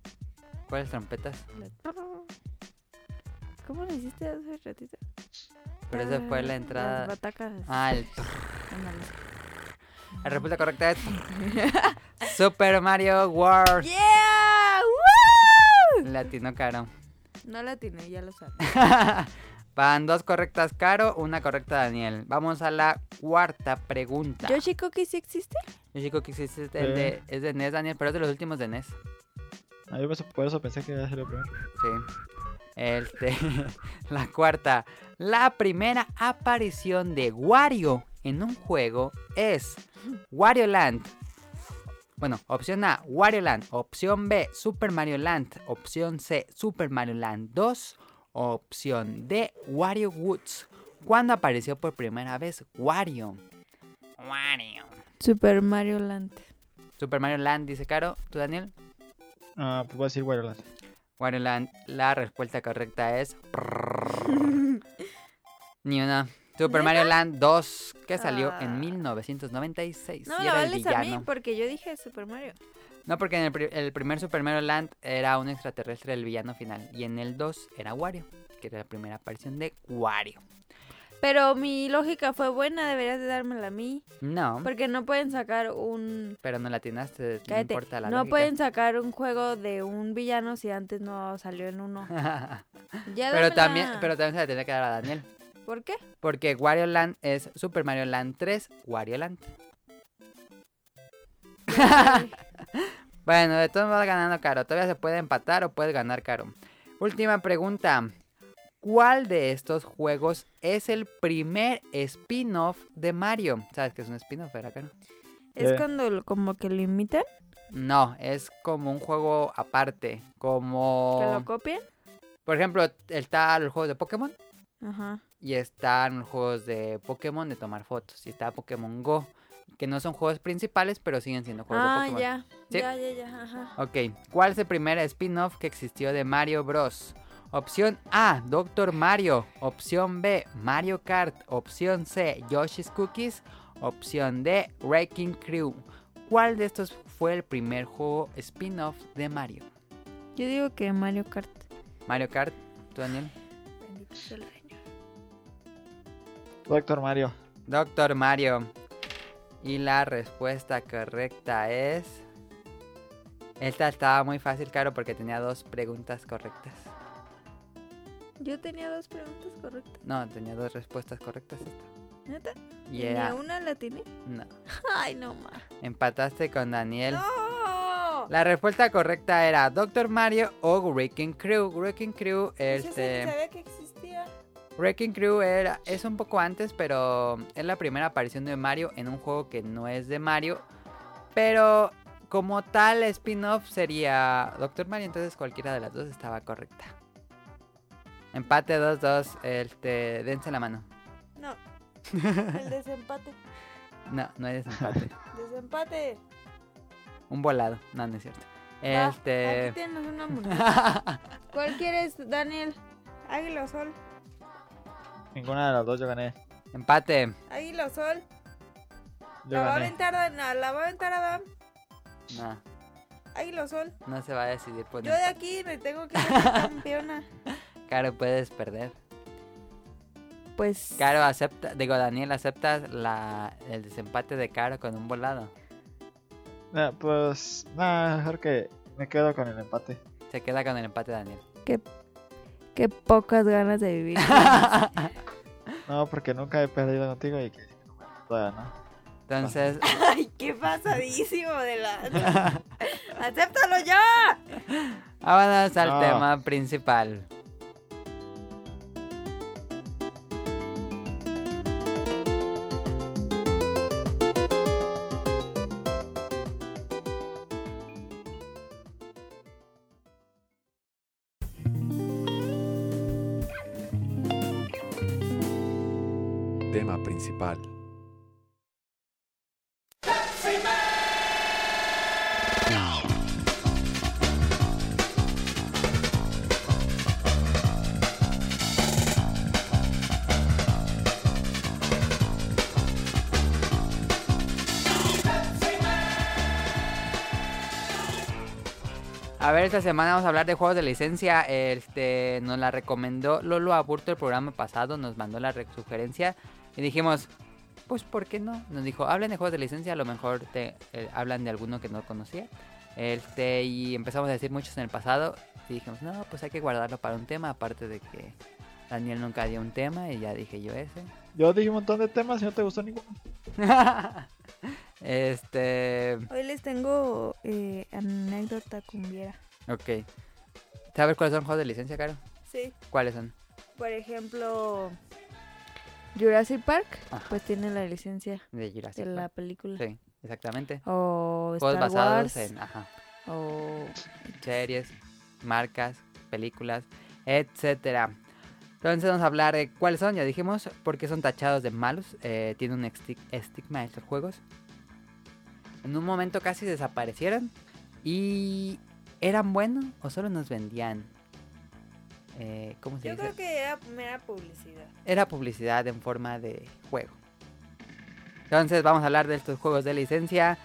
Speaker 2: ¿Cuáles trompetas?
Speaker 1: la- ¿Cómo lo hiciste hace ratito?
Speaker 2: Pero esa fue la entrada.
Speaker 1: Las batacas.
Speaker 2: Ah, el-
Speaker 1: Ándale.
Speaker 2: (laughs) la respuesta correcta es. Super Mario World.
Speaker 1: ¡Yeah! ¡Woo!
Speaker 2: Latino Caro. (laughs)
Speaker 1: No la atiné, ya lo sabes.
Speaker 2: Van dos correctas Caro, una correcta Daniel. Vamos a la cuarta pregunta.
Speaker 1: ¿Yoshi Cookie sí existe?
Speaker 2: Yo digo que existe el de, es de NES, Daniel, pero es de los últimos de NES.
Speaker 3: Ah, yo pensé- por eso pensé que iba a ser el primero.
Speaker 2: Sí. Este, (laughs) la cuarta. La primera aparición de Wario en un juego es Wario Land. Bueno, opción A, Wario Land. Opción B, Super Mario Land. Opción C, Super Mario Land 2. Opción D, Wario Woods. ¿Cuándo apareció por primera vez Wario? Wario.
Speaker 1: Super Mario Land.
Speaker 2: Super Mario Land, dice Caro. ¿Tú, Daniel?
Speaker 3: Ah, pues voy a decir Wario Land.
Speaker 2: Wario Land, la respuesta
Speaker 1: (laughs)
Speaker 2: correcta es. Ni una. Super Mario Land 2, que salió
Speaker 1: Ah.
Speaker 2: en 1996.
Speaker 1: No
Speaker 2: y
Speaker 1: me la
Speaker 2: era el
Speaker 1: vales a mí
Speaker 2: villano.
Speaker 1: porque yo dije Super Mario.
Speaker 2: No, porque en el, pri- el primer Super Mario Land era un extraterrestre el villano final. Y en el 2 era Wario, que era la primera aparición de Wario.
Speaker 1: Pero mi lógica fue buena, deberías de dármela a mí.
Speaker 2: No,
Speaker 1: Porque no pueden sacar un...
Speaker 2: pero no la atinaste, no
Speaker 1: Cállate,
Speaker 2: importa la
Speaker 1: no
Speaker 2: lógica. (laughs)
Speaker 1: pueden sacar un juego de un villano si antes no salió en
Speaker 2: (laughs)
Speaker 1: uno. Ya
Speaker 2: pero,
Speaker 1: dámela.
Speaker 2: también, pero también se la tenía que dar a Daniel.
Speaker 1: ¿Por qué?
Speaker 2: Porque Wario Land es Super Mario Land 3, Wario Land. (laughs) Bueno, de todos modos ganando caro. Todavía se puede empatar o puedes ganar caro. Última pregunta. ¿Cuál de estos juegos es el primer spin-off de Mario? ¿Sabes que es un spin-off, verdad, Caro?
Speaker 1: Es
Speaker 3: Eh.
Speaker 1: cuando lo- como que lo imitan,
Speaker 2: No, es como un juego
Speaker 1: que
Speaker 2: aparte.
Speaker 1: lo
Speaker 2: Como.
Speaker 1: copian.
Speaker 2: Por ejemplo, está los juegos de Pokémon
Speaker 1: Ajá.
Speaker 2: y están los juegos de Pokémon de tomar fotos. Y está Pokémon Go. Que no son juegos principales, pero siguen siendo juegos de
Speaker 1: Ah,
Speaker 2: Pokémon.
Speaker 1: ya.
Speaker 2: Sí.
Speaker 1: Ya, ya, ya. Ajá.
Speaker 2: Ok, ¿cuál es el primer spin-off que existió de Mario Bros? Opción A, Doctor Mario. Opción B, Mario Kart. Opción C, Yoshi's Cookies. Opción D, Wrecking Crew. ¿Cuál de estos fue el primer juego spin-off de Mario?
Speaker 1: Yo digo que Mario Kart.
Speaker 2: Mario Kart, ¿tú, Daniel?
Speaker 1: Bendito sea el Señor.
Speaker 3: Doctor Mario.
Speaker 2: Doctor Mario. Y la respuesta correcta es... Esta estaba muy fácil, Caro, porque tenía dos preguntas correctas.
Speaker 1: Yo tenía dos preguntas correctas.
Speaker 2: No, tenía dos respuestas correctas. esta.
Speaker 1: ¿Neta?
Speaker 2: Y
Speaker 1: Ni
Speaker 2: era-
Speaker 1: a una la tiene.
Speaker 2: No.
Speaker 1: Ay, no más.
Speaker 2: Empataste con Daniel.
Speaker 1: ¡No!
Speaker 2: La respuesta correcta era Doctor Mario o Wrecking Crew. Wrecking Crew, este,
Speaker 1: sabía que existía.
Speaker 2: Wrecking Crew era es un poco antes, pero es la primera aparición de Mario en un juego que no es de Mario. Pero como tal spin-off sería Doctor Mario, entonces cualquiera de las dos estaba correcta. Empate 2-2, este, dense la mano. (laughs)
Speaker 1: No. El desempate.
Speaker 2: No, no hay desempate.
Speaker 1: Desempate.
Speaker 2: un volado, no, no es cierto.
Speaker 1: Va,
Speaker 2: Este,
Speaker 1: Aquí tienes
Speaker 2: (laughs)
Speaker 1: una moneda. ¿Cuál quieres, Daniel? Águila o sol.
Speaker 3: Ninguna de las dos yo gané.
Speaker 2: empate.
Speaker 1: Águila o sol.
Speaker 3: Yo
Speaker 1: la va a
Speaker 3: gané.
Speaker 1: aventar, Dan- no, la va a aventar Adam.
Speaker 2: No.
Speaker 1: Águila Sol.
Speaker 2: Pues No se va a decidir por
Speaker 1: Yo de aquí me tengo que
Speaker 2: (laughs)
Speaker 1: ser campeona.
Speaker 2: Caro, puedes perder.
Speaker 1: Pues
Speaker 2: Caro, acepta, digo, Daniel, aceptas la, el desempate de Caro con un volado.
Speaker 3: Nah, pues, nada, mejor que me quedo con el empate.
Speaker 2: Se queda con el empate Daniel.
Speaker 1: qué pocas ganas de vivir.
Speaker 3: No, porque nunca he perdido contigo y que todavía no.
Speaker 2: Entonces,
Speaker 1: (laughs) Ay, qué pasadísimo de
Speaker 2: (laughs)
Speaker 1: la. ¡Acéptalo ya!
Speaker 2: vámonos al
Speaker 3: No.
Speaker 2: tema principal.
Speaker 5: Tema principal.
Speaker 2: A ver, esta semana vamos a hablar de juegos de licencia. Este, nos la recomendó Lolo Aburto el programa pasado, nos mandó la re- sugerencia y dijimos, pues ¿por qué no? Nos dijo, hablen de juegos de licencia, a lo mejor te, eh, hablan de alguno que no conocía. Este, y empezamos a decir muchos en el pasado y dijimos, no, pues hay que guardarlo para un tema, aparte de que Daniel nunca dio un tema y ya dije yo ese. (laughs)
Speaker 3: Yo dije un montón de temas y no te gustó ninguno.
Speaker 2: este,
Speaker 1: Hoy les tengo eh, anécdota cumbiera.
Speaker 2: ok. ¿Sabes cuáles son juegos de licencia, Caro?
Speaker 1: Sí.
Speaker 2: ¿Cuáles son?
Speaker 1: Por ejemplo, Jurassic Park,
Speaker 2: Ajá.
Speaker 1: pues tiene la licencia
Speaker 2: De Jurassic
Speaker 1: de la
Speaker 2: Park.
Speaker 1: película.
Speaker 2: Sí, exactamente.
Speaker 1: O
Speaker 2: Juegos
Speaker 1: Star
Speaker 2: basados
Speaker 1: Wars.
Speaker 2: en ajá,
Speaker 1: O
Speaker 2: series, marcas, películas, etcétera. Entonces vamos a hablar de cuáles son, ya dijimos, por qué son tachados de malos. eh, tiene un esti- estigma estos juegos. En un momento casi desaparecieron y eran buenos o solo nos vendían. Eh, ¿Cómo se
Speaker 1: Yo
Speaker 2: dice?
Speaker 1: creo que era mera publicidad.
Speaker 2: era publicidad en forma de juego. Entonces vamos a hablar de estos juegos de licencia.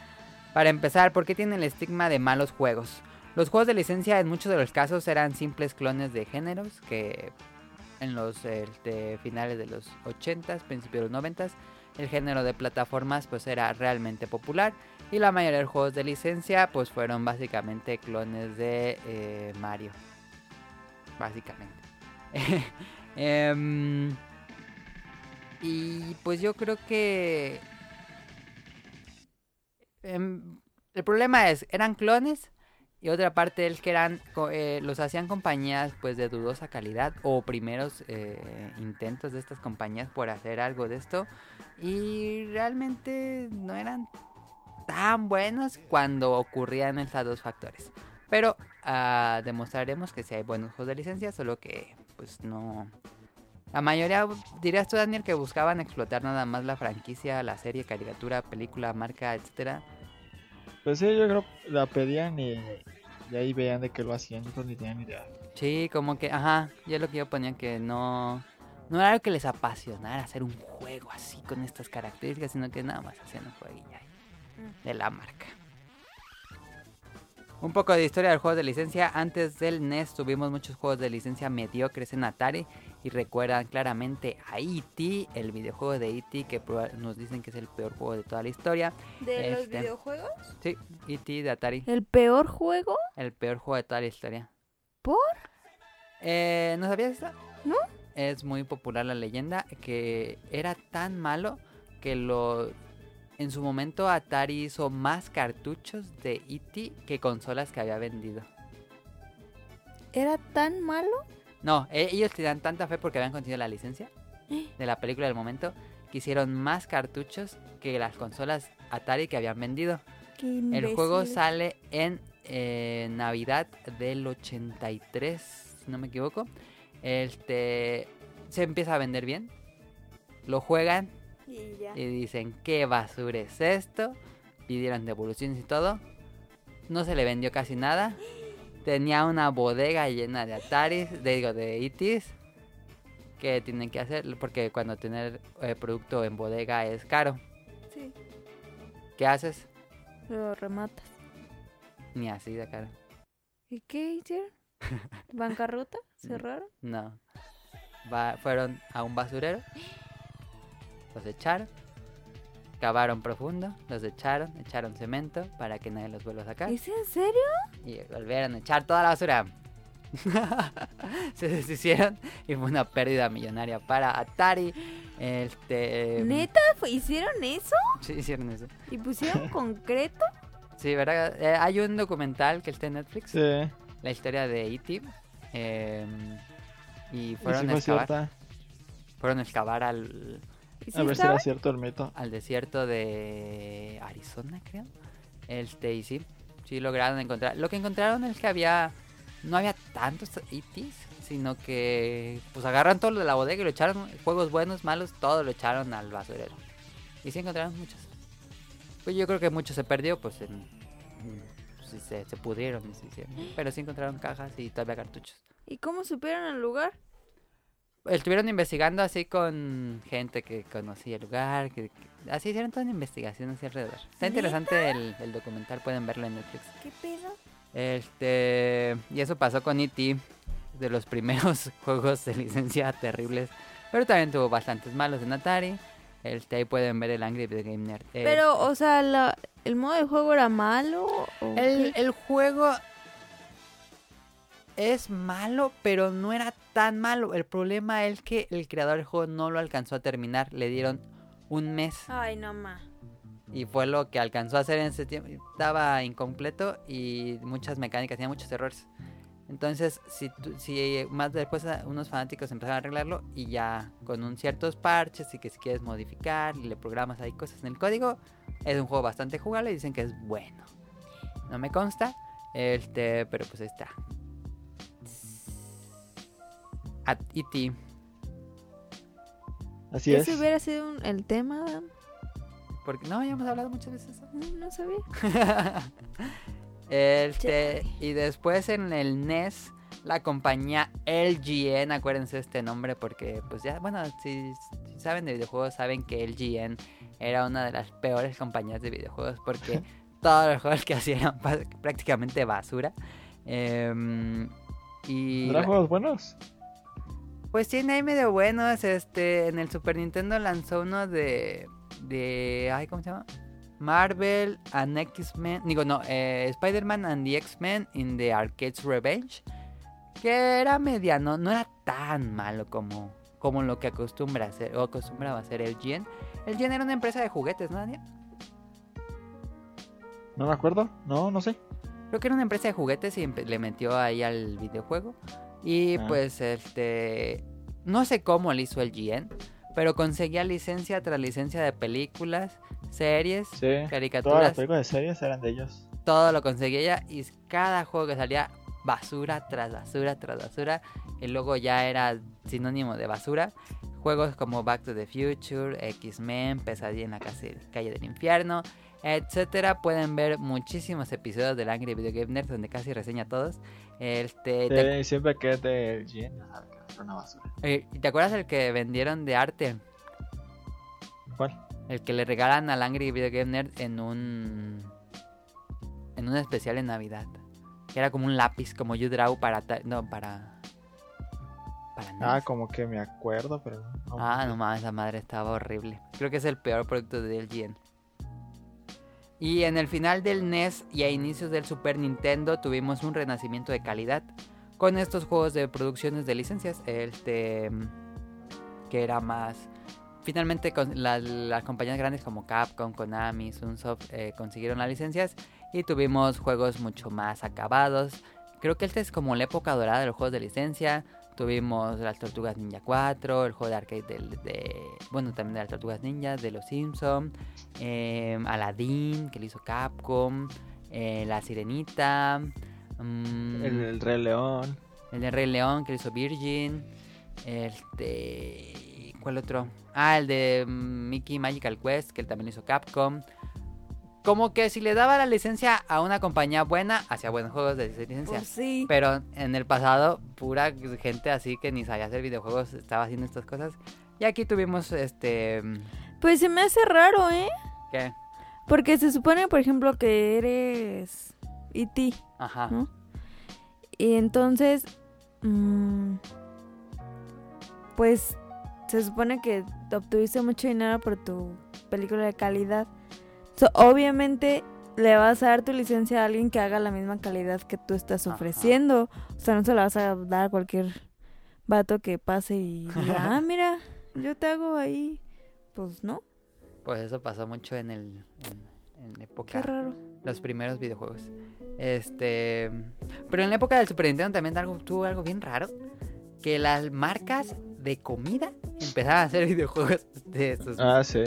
Speaker 2: Para empezar, ¿por qué tienen el estigma de malos juegos? Los juegos de licencia en muchos de los casos eran simples clones de géneros que en los este, finales de los 80s, principios de los 90s, el género de plataformas pues era realmente popular y la mayoría de los juegos de licencia pues fueron básicamente clones de eh, Mario. Básicamente. (laughs) Em, y pues yo creo que... em, el problema es, eran clones y otra parte es que eran, co- eh, los hacían compañías pues de dudosa calidad o primeros eh, intentos de estas compañías por hacer algo de esto y realmente no eran tan buenos cuando ocurrían estos dos factores. Pero ah, demostraremos que si hay buenos juegos de licencia, solo que pues no... La mayoría, dirías tú Daniel, que buscaban explotar nada más la franquicia, la serie, caricatura, película, marca, etcétera,
Speaker 3: Pues sí, yo creo que la pedían y, y ahí veían de qué lo hacían, yo creo que ni tenían idea.
Speaker 2: Sí, como que, ajá, ya lo que yo ponía que no, no era algo que les apasionara hacer un juego así con estas características, sino que nada más hacían un jueguillo ahí de la marca. Un poco de historia del juego de licencia. Antes del NES tuvimos muchos juegos de licencia mediocres en Atari y recuerdan claramente a E.T., el videojuego de E.T. que proba- nos dicen que es el peor juego de toda la historia.
Speaker 1: ¿De los
Speaker 2: Este.
Speaker 1: videojuegos?
Speaker 2: Sí, E.T. de Atari.
Speaker 1: ¿El peor juego?
Speaker 2: El peor juego de toda la historia.
Speaker 1: ¿Por?
Speaker 2: Eh, ¿No sabías esta?
Speaker 1: No.
Speaker 2: Es muy popular la leyenda que era tan malo que lo... En su momento Atari hizo más cartuchos de E.T. que consolas que había vendido.
Speaker 1: ¿Era tan malo?
Speaker 2: No, e- ellos te dan tanta fe porque habían conseguido la licencia
Speaker 1: ¿Eh?
Speaker 2: de la película del momento que hicieron más cartuchos que las consolas Atari que habían vendido.
Speaker 1: Qué
Speaker 2: El juego
Speaker 1: imbéciles.
Speaker 2: sale en eh, Navidad del 83, si no me equivoco. Este se empieza a vender bien. Lo juegan
Speaker 1: Y ya.
Speaker 2: y dicen, ¿qué basura es esto? Pidieron devoluciones y todo. No se le vendió casi nada. Tenía una bodega llena de Ataris, de, digo, de ITs. Que tienen que hacer, porque cuando tener eh, producto en bodega es caro.
Speaker 1: Sí,
Speaker 2: ¿Qué haces?
Speaker 1: lo rematas.
Speaker 2: Ni así de cara.
Speaker 1: ¿Y qué
Speaker 2: (laughs)
Speaker 1: hicieron? ¿Bancarrota?
Speaker 2: Mm.
Speaker 1: ¿Cerraron?
Speaker 2: No. Va- fueron a un basurero. Los echaron. Cavaron profundo. Los echaron. Echaron cemento para que nadie los vuelva a sacar.
Speaker 1: ¿Es en serio?
Speaker 2: Y volvieron a echar toda la basura. (laughs) Se deshicieron y fue una pérdida millonaria para Atari. Este,
Speaker 1: ¿Neta? ¿Fue- ¿Hicieron eso?
Speaker 2: Sí, hicieron eso.
Speaker 1: ¿Y
Speaker 2: (laughs)
Speaker 1: pusieron concreto?
Speaker 2: Sí, ¿verdad? Eh, hay un documental que está en Netflix.
Speaker 3: Sí,
Speaker 2: La historia de E E.T. em, y
Speaker 3: y sí
Speaker 2: fueron a
Speaker 3: fue
Speaker 2: excavar.
Speaker 3: cierta.
Speaker 2: Fueron a excavar al,
Speaker 1: ¿Y sí
Speaker 3: A ver si
Speaker 1: estaba?
Speaker 3: era cierto el mito.
Speaker 2: al desierto de Arizona, creo. Este, y sí, sí lograron encontrar. Lo que encontraron es que había. No había tantos ETs, sino que. Pues agarran todo lo de la bodega y lo echaron. Juegos buenos, malos, todo lo echaron al basurero. Y sí encontraron muchos. Pues yo creo que muchos se perdió, pues en. en- pues, sí se, se pudieron, y se hicieron. Pero sí encontraron cajas y todavía cartuchos.
Speaker 1: ¿Y cómo supieron el lugar?
Speaker 2: Estuvieron investigando así con gente que conocía el lugar, que, que- así hicieron toda una investigación hacia alrededor. Está interesante el, el documental, pueden verlo en Netflix.
Speaker 4: ¿Qué pedo?
Speaker 2: Este, y eso pasó con E.T., de los primeros (laughs) juegos de licencia terribles, pero también tuvo bastantes malos en Atari. Este, ahí pueden ver el Angry Video Game Nerd. Eh,
Speaker 1: Pero, o sea, la- ¿el modo de juego era malo? o
Speaker 2: el,
Speaker 1: qué?
Speaker 2: el juego es malo, pero no era tan malo. El problema es que el creador del juego no lo alcanzó a terminar. Le dieron un mes
Speaker 1: Ay, no más.
Speaker 2: y fue lo que alcanzó a hacer en ese tiempo. Estaba incompleto y muchas mecánicas, tenía muchos errores. Entonces, si, tú- si más después a- unos fanáticos empezaron a arreglarlo y ya con un ciertos parches y que si quieres modificar y le programas ahí cosas en el código, es un juego bastante jugable y dicen que es bueno. No me consta, este, pero pues ahí está. At E.T.
Speaker 3: Así es.
Speaker 1: ¿Ese hubiera sido un- el tema, Adam?
Speaker 2: Porque no, ya hemos hablado muchas veces de eso.
Speaker 1: No, no sabía.
Speaker 2: (laughs) Este, y después en el NES, la compañía LGN, acuérdense este nombre porque, pues ya, bueno, si, si saben de videojuegos, saben que LGN era una de las peores compañías de videojuegos porque todos los juegos que hacían (laughs) eran pa- prácticamente basura. Em, y
Speaker 3: ¿Tendrá
Speaker 2: la-
Speaker 3: juegos buenos?
Speaker 2: pues tiene ahí medio buenos. Este, en el Super Nintendo lanzó uno de. de. Ay, ¿cómo se llama? Marvel and X-Men. Digo, no, eh, Spider-Man and the X-Men in the Arcade's Revenge. Que era mediano, no era tan malo como, como lo que acostumbra a hacer, o acostumbraba a hacer el Gen. El Gen era una empresa de juguetes, ¿no, Daniel?
Speaker 3: No me acuerdo. No, no sé.
Speaker 2: Creo que era una empresa de juguetes y empe- le metió ahí al videojuego. Y
Speaker 3: Ah.
Speaker 2: pues este. No sé cómo le hizo el GN, pero conseguía licencia tras licencia de películas, series,
Speaker 3: Sí. Todas las
Speaker 2: caricaturas.
Speaker 3: películas de series eran de ellos.
Speaker 2: Todo lo conseguía ella y cada juego que salía basura tras basura tras basura. Y luego ya era sinónimo de basura. Juegos como Back to the Future, X-Men, Pesadilla en la case- calle del infierno, etcétera. Pueden ver muchísimos episodios del Angry Video Game Nerd donde casi reseña todos. Este,
Speaker 3: Sí,
Speaker 2: ¿te,
Speaker 3: y siempre que es de Jin, ya sabe que era una basura.
Speaker 2: eh, ¿Te acuerdas el que vendieron de arte?
Speaker 3: ¿Cuál?
Speaker 2: El que le regalan al Angry Video Game Nerd en un. En un especial en Navidad. Que era como un lápiz, como You Draw para. ta- No, para. Para
Speaker 3: Ah,
Speaker 2: nerds.
Speaker 3: como que me acuerdo, pero. no.
Speaker 2: Ah, no mames, esa madre estaba horrible. Creo que es el peor producto de LGN. Y en el final del NES y a inicios del Super Nintendo tuvimos un renacimiento de calidad con estos juegos de producciones de licencias. Este. que era más. Finalmente, con la- las compañías grandes como Capcom, Konami, Sunsoft eh, consiguieron las licencias y tuvimos juegos mucho más acabados. Creo que esta es como la época dorada de los juegos de licencia. Tuvimos las Tortugas Ninja 4, el juego de arcade del- de... Bueno, también de las Tortugas Ninja, de los Simpsons, Aladdin, que le hizo Capcom, eh, La Sirenita, mm,
Speaker 3: El, el Rey León.
Speaker 2: el de Rey León que lo hizo Virgin. Este. ¿Cuál otro? Ah, el de mm, Mickey Magical Quest que también lo hizo Capcom. Como que si le daba la licencia a una compañía buena, hacía buenos juegos de licencia.
Speaker 1: Pues sí.
Speaker 2: Pero en el pasado, pura gente así que ni sabía hacer videojuegos estaba haciendo estas cosas. Y aquí tuvimos este. mm,
Speaker 1: Pues se me hace raro, ¿eh?
Speaker 2: ¿Qué?
Speaker 1: Porque se supone, por ejemplo, que eres E y ti.
Speaker 2: Ajá.
Speaker 1: ¿no? Y entonces, mm, pues se supone que obtuviste mucho dinero por tu película de calidad. So, obviamente le vas a dar tu licencia a alguien que haga la misma calidad que tú estás
Speaker 2: Ajá.
Speaker 1: ofreciendo. O sea, no se la vas a dar a cualquier vato que pase y diga, ah, mira, yo te hago ahí. Pues no,
Speaker 2: Pues eso pasó mucho en el en, en época
Speaker 1: qué raro.
Speaker 2: los primeros videojuegos. Este, pero en la época del Super Nintendo también algo, tuvo algo bien raro, que las marcas de comida empezaron a hacer (laughs) videojuegos de estos.
Speaker 3: Ah, sí.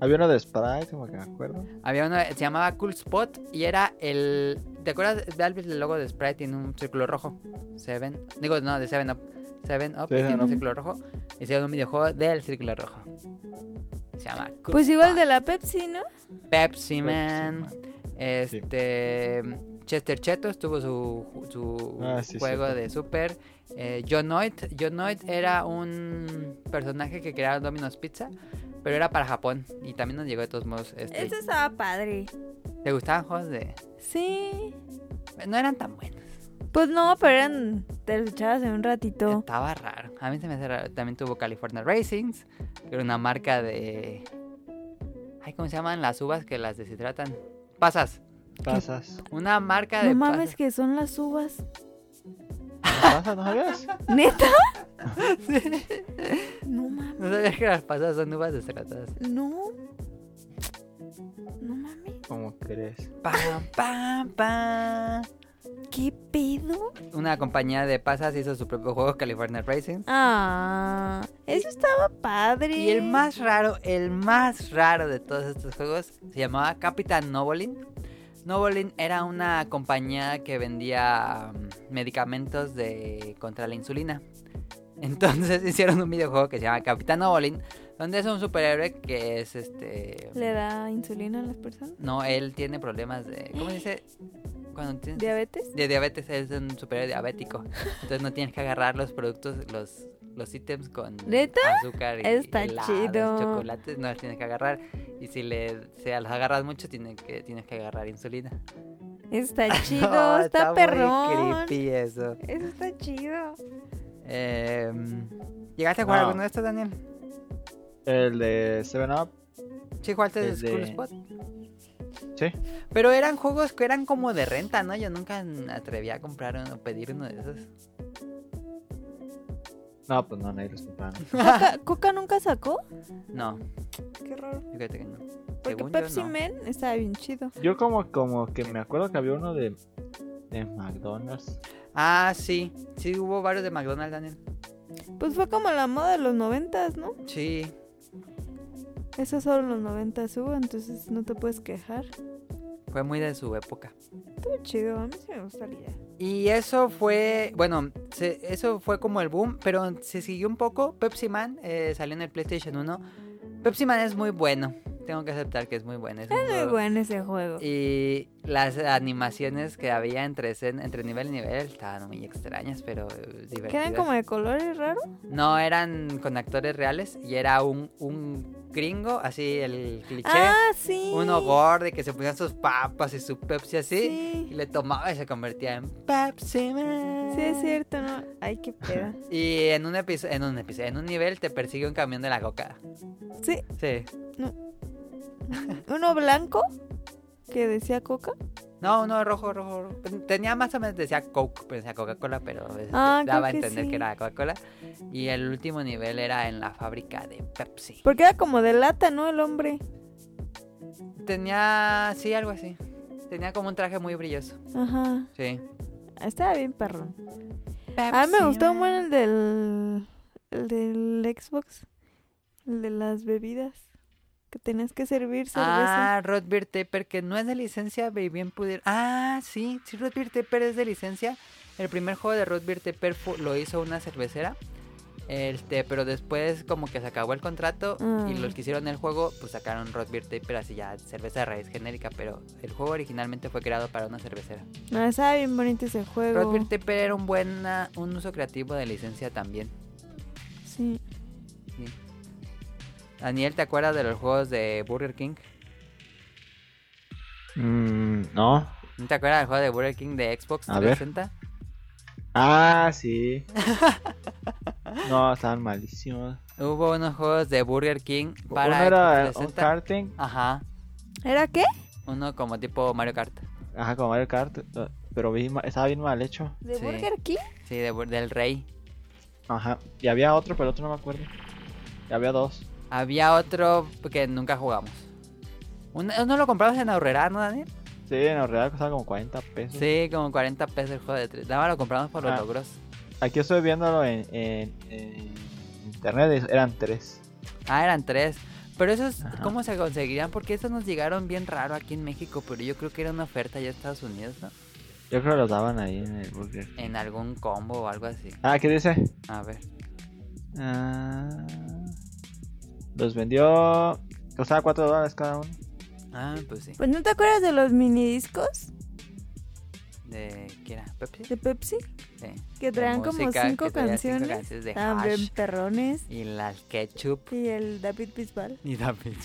Speaker 3: Había uno de Sprite, como que me acuerdo.
Speaker 2: Había uno, se llamaba Cool Spot y era el... ¿Te acuerdas de Alvis el logo de Sprite tiene un círculo rojo? Seven, digo, no, de Seven Up. Seven Up
Speaker 3: Sí,
Speaker 2: tiene
Speaker 3: Seven
Speaker 2: un
Speaker 3: Up.
Speaker 2: círculo rojo. Hicieron un videojuego del círculo rojo. Se llama Cool
Speaker 1: Pues igual
Speaker 2: Spot.
Speaker 1: de la Pepsi, ¿no?
Speaker 2: Pepsi Man.
Speaker 3: Pepsi
Speaker 2: Este. Chester Chetos tuvo su, su
Speaker 3: Ah, sí,
Speaker 2: juego
Speaker 3: cierto.
Speaker 2: de Super. Eh, John Noit. John Noit era un personaje que crearon Domino's Pizza, pero era para Japón y también nos llegó de todos modos. Este,
Speaker 1: Este estaba padre.
Speaker 2: ¿Te gustaban juegos de.?
Speaker 1: Sí.
Speaker 2: No eran tan buenos.
Speaker 1: Pues no, pero eran. Te lo echabas en un ratito.
Speaker 2: Estaba raro. A mí se me hace raro. También tuvo California Racings, que era una marca de. Ay, ¿cómo se llaman las uvas que las deshidratan? Pasas. (laughs)
Speaker 3: Pasas.
Speaker 2: Una marca de.
Speaker 1: No mames,
Speaker 2: pasas.
Speaker 1: que son las uvas.
Speaker 3: ¿Pasas? ¿No sabías?
Speaker 2: (laughs)
Speaker 1: ¿Neta? No mames.
Speaker 2: No sabía que las pasas (laughs) son uvas deshidratadas.
Speaker 1: No. No mames.
Speaker 3: ¿Cómo crees?
Speaker 2: Pam, pam, pam.
Speaker 1: ¿Qué pedo?
Speaker 2: Una compañía de pasas hizo su propio juego, California Racing.
Speaker 1: Ah. Eso estaba padre.
Speaker 2: Y el más raro, el más raro de todos estos juegos se llamaba Capitán Novolin. Novolin era una compañía que vendía mm, medicamentos de contra la insulina. Entonces (laughs) hicieron un videojuego que se llama Capitán Novolin, donde es un superhéroe que es este.
Speaker 1: ¿Le da insulina a las personas?
Speaker 2: No, él tiene problemas de. ¿Cómo dice? Cuando tiene
Speaker 1: ¿Diabetes?
Speaker 2: de diabetes es un superhéroe diabético. Entonces no tienes que agarrar los productos, los, los ítems con
Speaker 1: ¿Neta?
Speaker 2: azúcar y
Speaker 1: Está
Speaker 2: helados,
Speaker 1: chido.
Speaker 2: chocolates, no los tienes que agarrar. Y si le si los agarras mucho, tienes que, tienes que agarrar insulina.
Speaker 1: Está chido.
Speaker 2: (laughs) No,
Speaker 1: está,
Speaker 2: muy
Speaker 1: perrón.
Speaker 2: creepy eso.
Speaker 1: Eso está
Speaker 2: (laughs)
Speaker 1: chido.
Speaker 2: Eh, ¿Llegaste a jugar
Speaker 3: No.
Speaker 2: alguno de estos, Daniel?
Speaker 3: El de Seven Up.
Speaker 2: Sí, jugaste
Speaker 3: El de-
Speaker 2: School Spot.
Speaker 3: Sí.
Speaker 2: Pero eran juegos que eran como de renta, ¿no? Yo nunca me atreví a comprar uno, o pedir uno de esos.
Speaker 3: No, pues no, nadie los compraba.
Speaker 1: ¿Coca, Coca nunca sacó?
Speaker 2: No,
Speaker 1: Qué raro.
Speaker 2: fíjate que no.
Speaker 1: Porque
Speaker 2: Según yo,
Speaker 1: Pepsi
Speaker 2: no.
Speaker 1: Man estaba bien chido.
Speaker 3: Yo como, como que me acuerdo que había uno de, de McDonald's.
Speaker 2: Ah, sí. Sí, hubo varios de McDonald's, Daniel.
Speaker 1: Pues fue como la moda de los noventas, ¿no?
Speaker 2: Sí.
Speaker 1: Eso solo en los noventas hubo, entonces no te puedes quejar.
Speaker 2: Fue muy de su época.
Speaker 1: Estuvo chido, a mí sí me gusta la idea.
Speaker 2: Y eso fue, bueno, se- eso fue como el boom, pero se siguió un poco. Pepsi Man eh, salió en el PlayStation 1. Pepsi Man es muy bueno. Tengo que aceptar que es muy bueno. Es, un
Speaker 1: Muy
Speaker 2: juego.
Speaker 1: bueno ese juego.
Speaker 2: Y las animaciones que había entre, escena- entre nivel y nivel estaban muy extrañas, pero eh, divertidas.
Speaker 1: ¿Quedan como de colores raros?
Speaker 2: No, eran con actores reales y era un, un gringo, así el cliché.
Speaker 1: Ah, sí.
Speaker 2: uno gordo y que se ponían sus papas y su Pepsi así. Y
Speaker 1: Sí.
Speaker 2: le tomaba y se convertía en Pepsi Man.
Speaker 1: Sí, es cierto, ¿no? Ay, qué
Speaker 2: (laughs)
Speaker 1: pedo.
Speaker 2: Y en un episodio, en un episodio, en un nivel te persigue un camión de la coca.
Speaker 1: Sí,
Speaker 2: Sí.
Speaker 1: uno blanco que decía Coca.
Speaker 2: No, no, rojo, rojo, rojo. Tenía más o menos, decía Coke, pero decía Coca-Cola, pero este,
Speaker 1: Ah, creo
Speaker 2: daba a
Speaker 1: que
Speaker 2: entender
Speaker 1: sí.
Speaker 2: que era Coca-Cola. Y el último nivel era en la fábrica de Pepsi.
Speaker 1: Porque era como de lata, ¿no? El hombre.
Speaker 2: Tenía, sí, algo así. Tenía como un traje muy brilloso.
Speaker 1: Ajá.
Speaker 2: Sí.
Speaker 1: Estaba bien perrón. A mí me gustó
Speaker 2: Man.
Speaker 1: muy el del, el del Xbox. El de las bebidas. Que tenías que servir cerveza.
Speaker 2: Ah, Rod Beer Taper, que no es de licencia, pero bien pudiera. Ah, sí, sí, Rod Beer Taper es de licencia. El primer juego de Rod Beer Taper fu- lo hizo una cervecera. Este, pero después como que se acabó el contrato y
Speaker 1: Mm.
Speaker 2: los que hicieron el juego pues sacaron Rod Beer Taper así ya cerveza de raíz genérica, pero el juego originalmente fue creado para una cervecera.
Speaker 1: No, Ah, estaba bien bonito ese
Speaker 2: Rod
Speaker 1: juego.
Speaker 2: Beer Taper era un buen ah, un uso creativo de licencia también.
Speaker 1: Sí.
Speaker 2: Daniel, ¿te acuerdas de los juegos de Burger King?
Speaker 3: Mm, no.
Speaker 2: ¿No te acuerdas del juego de Burger King de Xbox
Speaker 3: A ver.
Speaker 2: 360?
Speaker 3: Ah, sí. no, estaban malísimos.
Speaker 2: Hubo unos juegos de Burger King
Speaker 3: Uno
Speaker 2: para
Speaker 3: era
Speaker 2: Xbox
Speaker 3: un
Speaker 2: 360.
Speaker 3: karting,
Speaker 2: Ajá.
Speaker 1: ¿Era qué?
Speaker 2: Uno como tipo Mario Kart.
Speaker 3: ajá, como Mario Kart, eh, pero bien ma- estaba bien mal hecho.
Speaker 1: ¿De
Speaker 2: Sí.
Speaker 1: Burger King?
Speaker 2: Sí, de Bur- del rey.
Speaker 3: Ajá. Y había otro, pero el otro no me acuerdo. Y había dos.
Speaker 2: Había otro que nunca jugamos. Un- ¿No lo compramos en Aurrera, no, Daniel?
Speaker 3: Sí, en realidad costaba como 40 pesos.
Speaker 2: Sí, como 40 pesos el juego de tres. Nada más lo compramos por los
Speaker 3: Ah.
Speaker 2: logros.
Speaker 3: Aquí estoy viéndolo en, en- en internet, y eran tres.
Speaker 2: Ah, eran tres. Pero esos,
Speaker 3: Ajá.
Speaker 2: ¿cómo se conseguirían? Porque esos nos llegaron bien raro aquí en México, pero yo creo que era una oferta ya en Estados Unidos, ¿no?
Speaker 3: Yo creo que los daban ahí en el burger.
Speaker 2: En algún combo o algo así.
Speaker 3: Ah, ¿qué dice?
Speaker 2: A ver.
Speaker 3: Ah, los vendió. Costaba 4 dólares cada uno.
Speaker 2: Ah, pues sí.
Speaker 1: Pues no te acuerdas de los minidiscos
Speaker 2: ¿De qué era? ¿Pepsi?
Speaker 1: de Pepsi
Speaker 2: Sí.
Speaker 1: que traían como
Speaker 2: música,
Speaker 1: cinco
Speaker 2: que traía cinco
Speaker 1: canciones.
Speaker 2: canciones de
Speaker 1: También
Speaker 2: Hash.
Speaker 1: perrones.
Speaker 2: Y las ketchup.
Speaker 1: Y el David Bisbal.
Speaker 2: Y también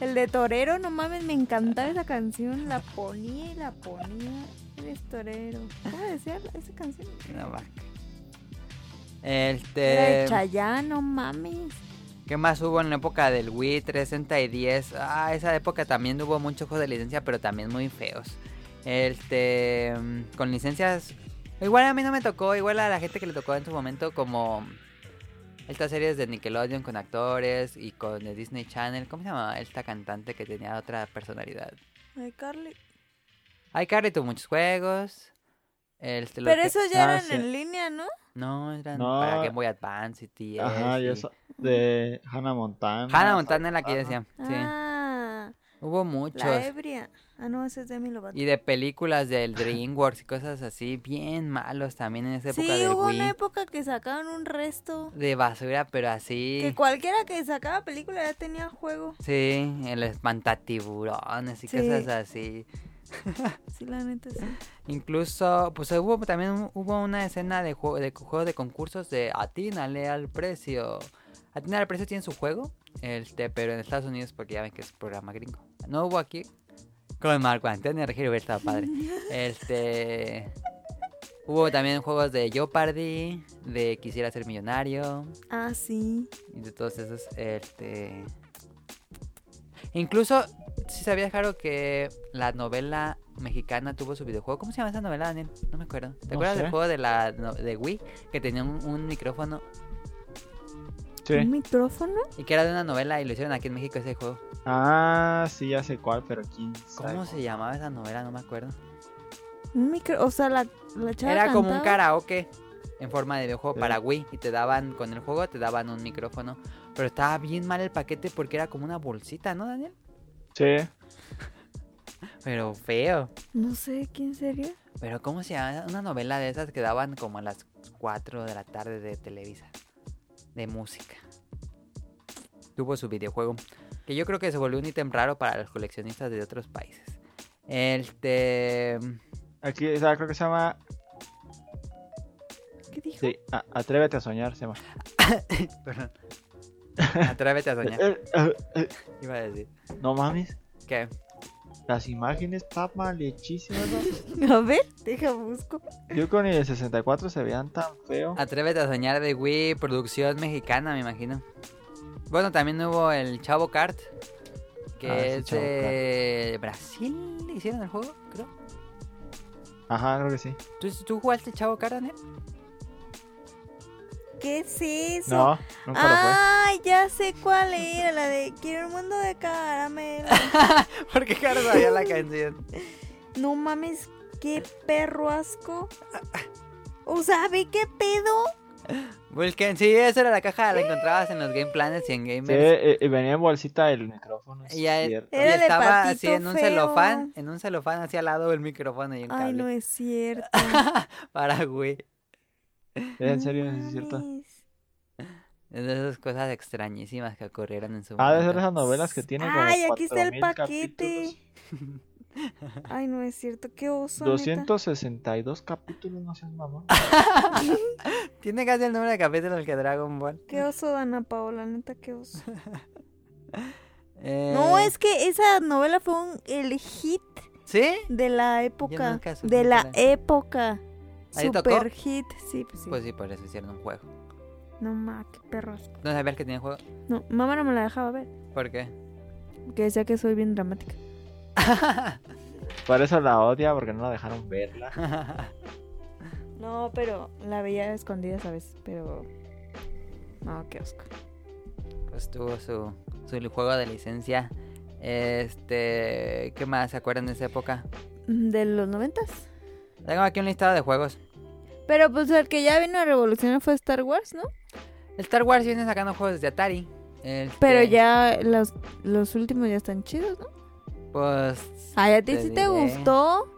Speaker 1: El de Torero, no mames, me encantaba esa canción. La ponía y la ponía. Eres torero. ¿Cómo decía la- esa canción?
Speaker 2: Una (laughs) vaca.
Speaker 1: Era de
Speaker 2: Este.
Speaker 1: Chayanne, no mames.
Speaker 2: ¿Qué más hubo en la época del Wii 360 y 10? Ah, esa época también hubo muchos juegos de licencia, pero también muy feos. Este. mm, Con licencias. Igual a mí no me tocó, igual a la gente que le tocó en su momento, como. Estas series de Nickelodeon con actores y con el Disney Channel. ¿Cómo se llamaba esta cantante que tenía otra personalidad?
Speaker 1: Ay, Carly.
Speaker 2: iCarly tuvo muchos juegos. Este, lo
Speaker 1: Pero
Speaker 2: que-
Speaker 1: esos ya
Speaker 3: Ah,
Speaker 1: eran
Speaker 3: sí.
Speaker 1: en línea, ¿no?
Speaker 2: No, eran
Speaker 3: No.
Speaker 2: para Game Boy Advance y TS.
Speaker 3: Ajá,
Speaker 2: y-
Speaker 3: yo so- de Hannah Montana.
Speaker 2: Hannah Montana es la que yo decía. Sí.
Speaker 1: Ah,
Speaker 2: Hubo
Speaker 1: la
Speaker 2: muchos.
Speaker 1: ebria. Ah, no, ese es de mi Lovato.
Speaker 2: Y de películas del DreamWorks y cosas así, bien malos también en esa época
Speaker 1: Sí,
Speaker 2: del
Speaker 1: hubo
Speaker 2: Wii.
Speaker 1: una época que sacaban un resto.
Speaker 2: De basura, pero así.
Speaker 1: Que cualquiera que sacaba película ya tenía juego.
Speaker 2: Sí, el espantatiburones y
Speaker 1: Sí.
Speaker 2: cosas así.
Speaker 1: Sí, la neta, sí.
Speaker 2: Ah, Incluso, pues hubo también un- hubo una escena de juego de, juego de concursos de atínale al precio. Atínale al precio tiene su juego, este, pero en Estados Unidos, porque ya ven que es programa gringo. No hubo aquí. Con Marco Antonio Regiro hubiera estado padre. Este. Hubo también juegos de Jeopardy, de Quisiera ser millonario,
Speaker 1: (laughs) Ah, sí.
Speaker 2: y de todos esos, este... Incluso, si sabías, Jaro, que la novela mexicana tuvo su videojuego. ¿Cómo se llama esa novela, Daniel? No me acuerdo. ¿Te
Speaker 3: No
Speaker 2: acuerdas
Speaker 3: sé.
Speaker 2: del juego de la no- de Wii? Que tenía un, un micrófono
Speaker 1: ¿Un
Speaker 3: Sí.
Speaker 1: micrófono?
Speaker 2: y que era de una novela y lo hicieron aquí en México ese juego.
Speaker 3: Ah, sí, ya sé cuál, pero quién sabe.
Speaker 2: ¿Cómo se llamaba esa novela? No me acuerdo.
Speaker 1: Un micro... O sea, la, la chava
Speaker 2: Era como un
Speaker 1: cantaba.
Speaker 2: karaoke en forma de videojuego
Speaker 3: Sí.
Speaker 2: para Wii y te daban, con el juego te daban un micrófono. Pero estaba bien mal el paquete porque era como una bolsita, ¿no, Daniel?
Speaker 3: Sí.
Speaker 2: Pero feo.
Speaker 1: No sé, ¿quién sería?
Speaker 2: Pero ¿cómo se llama? Una novela de esas que daban como a las 4 de la tarde de Televisa. De música. Tuvo su videojuego. Que yo creo que se volvió un ítem raro para los coleccionistas de otros países. Este...
Speaker 3: Aquí o sea, creo que se llama.
Speaker 1: ¿Qué dijo?
Speaker 3: Sí, a- Atrévete a soñar, se llama. (laughs)
Speaker 2: Perdón. Atrévete a soñar,
Speaker 3: Eh, eh, eh,
Speaker 2: iba a decir.
Speaker 3: no mames,
Speaker 2: ¿Qué?
Speaker 3: las imágenes están mal hechísimas.
Speaker 1: (laughs)
Speaker 3: ¿no?
Speaker 1: A ver, deja, busco.
Speaker 3: Yo con el 64 se veían tan feo.
Speaker 2: Atrévete a soñar de Wii, producción mexicana, me imagino. Bueno, también hubo el Chavo Kart. Que
Speaker 3: Ah, ese
Speaker 2: es
Speaker 3: Chavo
Speaker 2: de Brasil. ¿Hicieron el juego? Creo.
Speaker 3: Ajá, creo que sí.
Speaker 2: ¿Tú, tú jugaste Chavo Kart, Daniel?
Speaker 1: ¿Qué es eso?
Speaker 3: No, pues. nunca lo
Speaker 2: Ah.
Speaker 3: fue.
Speaker 1: Ay, ya sé cuál era, la de Quiero un mundo de
Speaker 3: (laughs)
Speaker 1: caramelo.
Speaker 2: Porque Carlos sabía la canción.
Speaker 1: No mames, qué perro asco. O sea, ve qué pedo.
Speaker 2: Vulcan, Pues sí, esa era la caja, la encontrabas en los Game Planes y en
Speaker 3: Sí,
Speaker 2: Gamers.
Speaker 3: eh, eh, venía en bolsita el micrófono. es
Speaker 2: Y, ya-
Speaker 3: cierto.
Speaker 2: y
Speaker 1: Era de
Speaker 2: estaba
Speaker 1: patito
Speaker 2: así en un
Speaker 1: feo.
Speaker 2: celofán, en un celofán así al lado del micrófono y un
Speaker 1: Ay,
Speaker 2: cable.
Speaker 1: no es cierto.
Speaker 2: Para güey.
Speaker 3: Era (laughs) en serio, sí es cierto.
Speaker 1: mames.
Speaker 2: Es de esas cosas extrañísimas que ocurrieron en su
Speaker 3: Ah, de ser
Speaker 2: momento.
Speaker 3: esas novelas que tienen como
Speaker 1: Ay, aquí está el
Speaker 3: 4000
Speaker 1: paquete.
Speaker 3: capítulos.
Speaker 1: Ay, no es cierto, qué oso. neta. (laughs)
Speaker 3: 262 capítulos, no seas mamón.
Speaker 2: Tiene casi el número de capítulos que Dragon Ball.
Speaker 1: Qué oso, Dana Paola, neta, qué oso.
Speaker 2: Eh,
Speaker 1: No, es que esa novela fue un, el hit
Speaker 2: ¿Sí?
Speaker 1: De la época.
Speaker 2: nunca supe
Speaker 1: De la
Speaker 2: cuál era.
Speaker 1: época.
Speaker 2: ¿Ahí
Speaker 1: Super
Speaker 2: tocó?
Speaker 1: hit. Sí, pues sí.
Speaker 2: Pues sí, por eso hicieron un juego.
Speaker 1: No ma, qué perros.
Speaker 2: ¿No sabías que tenía juego?
Speaker 1: No, mamá no me la dejaba ver.
Speaker 2: ¿Por qué?
Speaker 1: Porque decía que soy bien dramática.
Speaker 3: Por eso la odia, porque no la dejaron verla.
Speaker 2: (laughs)
Speaker 1: No, pero la veía escondida, ¿sabes? Pero. No, qué asco.
Speaker 2: pues tuvo su, su juego de licencia. Este, ¿qué más se acuerdan de esa época?
Speaker 1: De los noventas.
Speaker 2: Tengo aquí un listado de juegos.
Speaker 1: Pero pues el que ya vino a revolucionar fue Star Wars, ¿no?
Speaker 2: Star Wars viene sacando juegos de Atari. Este,
Speaker 1: Pero ya los, los últimos ya están chidos, ¿no?
Speaker 2: Pues.
Speaker 1: Ay, a ti
Speaker 2: Te
Speaker 1: sí te
Speaker 2: diré.
Speaker 1: gustó.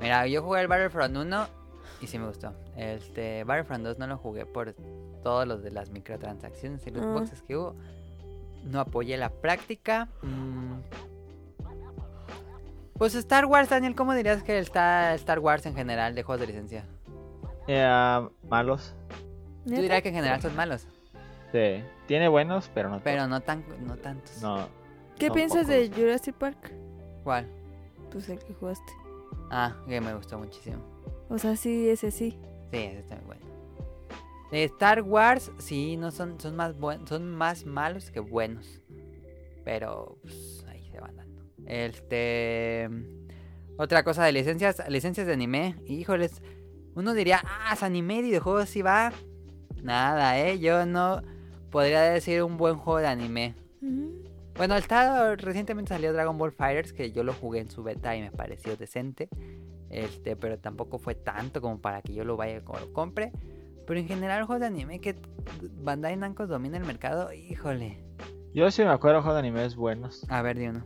Speaker 2: Mira, yo jugué el Battlefront 1 y sí me gustó. Este, Battlefront 2 no lo jugué por todos los de las microtransacciones y los
Speaker 1: Ah.
Speaker 2: boxes que hubo. No apoyé la práctica. Mm. Pues Star Wars, Daniel, ¿cómo dirías que está Star Wars en general de juegos de licencia?
Speaker 3: Eh, malos.
Speaker 2: Yo
Speaker 1: ¿Neta?
Speaker 2: diría que en general son malos,
Speaker 3: Sí. Tiene buenos, pero no.
Speaker 2: pero no tan no tantos.
Speaker 3: No.
Speaker 1: ¿Qué
Speaker 3: no,
Speaker 1: piensas
Speaker 3: pocos.
Speaker 1: de Jurassic Park?
Speaker 2: ¿Cuál?
Speaker 1: Pues el que jugaste.
Speaker 2: Ah, que me gustó muchísimo.
Speaker 1: O sea, sí, ese sí.
Speaker 2: Sí, ese está muy bueno. De Star Wars, sí, no son, son más buen- son más malos que buenos. Pero pues, ahí se van dando. Este otra cosa de licencias, licencias de anime. Híjoles, uno diría, ah, es anime y videojuegos sí va. Nada, eh. Yo no podría decir un buen juego de anime.
Speaker 1: Mm.
Speaker 2: Bueno, está recientemente salió Dragon Ball Fighters que yo lo jugué en su beta y me pareció decente. Este, pero tampoco fue tanto como para que yo lo vaya o lo compre. Pero en general, juegos de anime que Bandai Namco domina el mercado, híjole.
Speaker 3: Yo sí me acuerdo de juegos de animes buenos.
Speaker 2: A ver, di uno.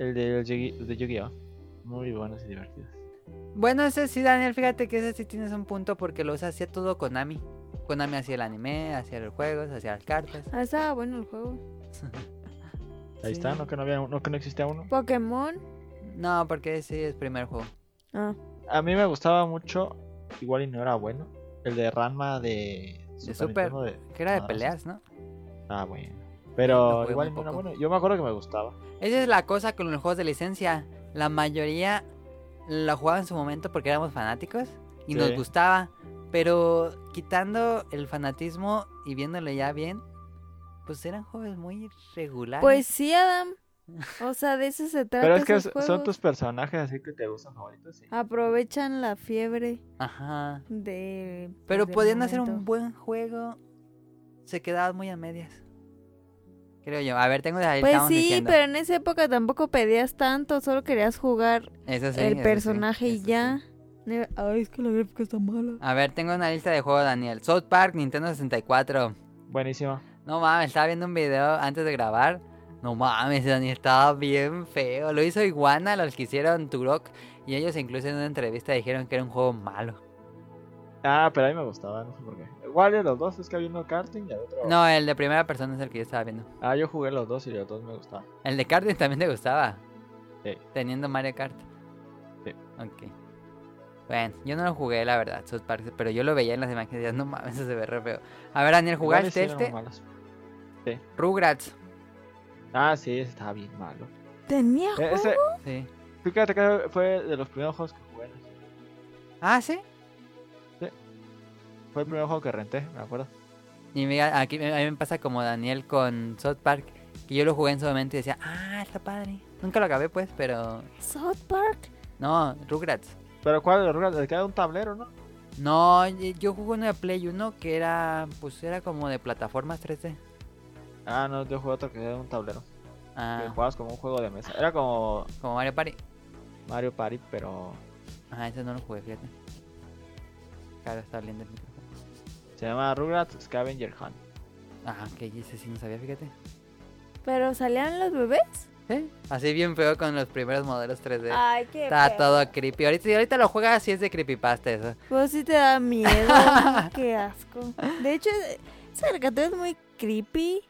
Speaker 3: El de, el Yugi- el de Yu-Gi-Oh! Muy buenos y divertidos.
Speaker 2: Bueno, ese sí, Daniel, fíjate que ese sí tienes un punto porque lo hacía todo Konami. Konami hacía el anime, hacía los juegos, hacía las cartas.
Speaker 1: Ah, estaba bueno el juego.
Speaker 3: Ahí está, no que no, había, no que no existía uno.
Speaker 1: Pokémon.
Speaker 2: No, porque ese es primer juego.
Speaker 1: Ah,
Speaker 3: A mí me gustaba mucho, igual y no era bueno, el de Ranma de
Speaker 2: Super.
Speaker 3: Nintendo de-
Speaker 2: Que era de
Speaker 3: Ah, sí.
Speaker 2: peleas, ¿no?
Speaker 3: Ah, bueno.
Speaker 2: Lo
Speaker 3: Pero
Speaker 2: jugué
Speaker 3: igual y
Speaker 2: muy
Speaker 3: no era
Speaker 2: poco.
Speaker 3: bueno. Yo me acuerdo que me gustaba.
Speaker 2: Esa es la cosa con los juegos de licencia. La mayoría lo jugaba en su momento porque éramos fanáticos y nos
Speaker 3: Sí.
Speaker 2: gustaba. Pero quitando el fanatismo y viéndolo ya bien, pues eran juegos muy regulares.
Speaker 1: pues sí,
Speaker 2: (laughs)
Speaker 1: Adam. O sea, de eso se trata.
Speaker 3: Pero es que
Speaker 1: esos
Speaker 3: s- son
Speaker 1: juegos.
Speaker 3: tus personajes así que te gustan favoritos.
Speaker 2: Ah.
Speaker 3: sí.
Speaker 1: Aprovechan la fiebre
Speaker 2: Ajá.
Speaker 1: pues, de. pues,
Speaker 2: Pero
Speaker 1: del
Speaker 2: podían hacer un
Speaker 1: momento.
Speaker 2: buen juego. Se quedaban muy a medias. Creo yo. A ver, tengo de ahí.
Speaker 1: Pues
Speaker 2: estábamos
Speaker 1: sí,
Speaker 2: diciendo.
Speaker 1: pero en esa época tampoco pedías tanto, solo querías jugar
Speaker 2: Eso sí, eso
Speaker 1: el
Speaker 2: sí,
Speaker 1: personaje y
Speaker 2: eso sí.
Speaker 1: ya. Ne- Ay, es que la gráfica está mala.
Speaker 2: A ver, tengo una lista de juegos, Daniel. South Park, Nintendo 64.
Speaker 3: Buenísimo.
Speaker 2: No mames, estaba viendo un video antes de grabar. No mames, Dani, estaba bien feo. Lo hizo Iguana, los que hicieron Turok. Y ellos incluso en una entrevista dijeron que era un juego malo.
Speaker 3: Ah, pero a mí me gustaba, no sé por qué. Igual de los dos, es que había uno karting y el otro.
Speaker 2: No, el de primera persona es el que yo estaba viendo.
Speaker 3: Ah, yo jugué los dos y los dos me gustaban.
Speaker 2: El de karting también te gustaba.
Speaker 3: Sí.
Speaker 2: Teniendo Mario Kart.
Speaker 3: Sí.
Speaker 2: Ok. Bueno, yo no lo jugué, la verdad, South Park, pero yo lo veía en las imágenes y decía, no mames, eso se ve re feo. A ver, Daniel,
Speaker 3: Igual y sí
Speaker 2: ¿jugaste
Speaker 3: eran
Speaker 2: este?
Speaker 3: malos.
Speaker 2: Rugrats.
Speaker 3: Ah, sí, ese estaba bien malo.
Speaker 1: Tenía
Speaker 3: E-
Speaker 1: juego.
Speaker 3: Ese,
Speaker 2: Sí.
Speaker 3: fíjate que fue de los primeros juegos que jugué.
Speaker 2: Ah, sí.
Speaker 3: Fue el primer juego que renté, me acuerdo.
Speaker 2: Y mira, aquí a mí me pasa como Daniel con South Park, que yo lo jugué en su momento y decía, ah, está padre. Nunca lo acabé pues, pero...
Speaker 4: South Park.
Speaker 2: No, Rugrats.
Speaker 3: Pero ¿cuál de los Rugrats? El que era un tablero, ¿no?
Speaker 2: No, y- yo jugué uno de Play 1 que era, pues era como de plataformas 3D.
Speaker 3: Ah, no, yo jugué otro que era un tablero. Que
Speaker 2: Ah,
Speaker 3: jugabas como un juego de mesa. Era como
Speaker 2: como Mario Party.
Speaker 3: Mario Party, pero
Speaker 2: Ah, ese no lo jugué, fíjate. Claro, está oliendo el micrófono.
Speaker 3: se llama Rugrats Scavenger Hunt.
Speaker 2: Ah, que ese sí no sabía, fíjate.
Speaker 1: Pero salían los bebés.
Speaker 2: Sí, así bien feo con los primeros modelos 3D.
Speaker 1: Ay, qué.
Speaker 2: está todo creepy. Ahorita, si ahorita lo juegas así es de creepypasta eso.
Speaker 1: Pues sí te da miedo.
Speaker 2: (laughs)
Speaker 1: qué asco. De hecho, esa caricatura es muy creepy.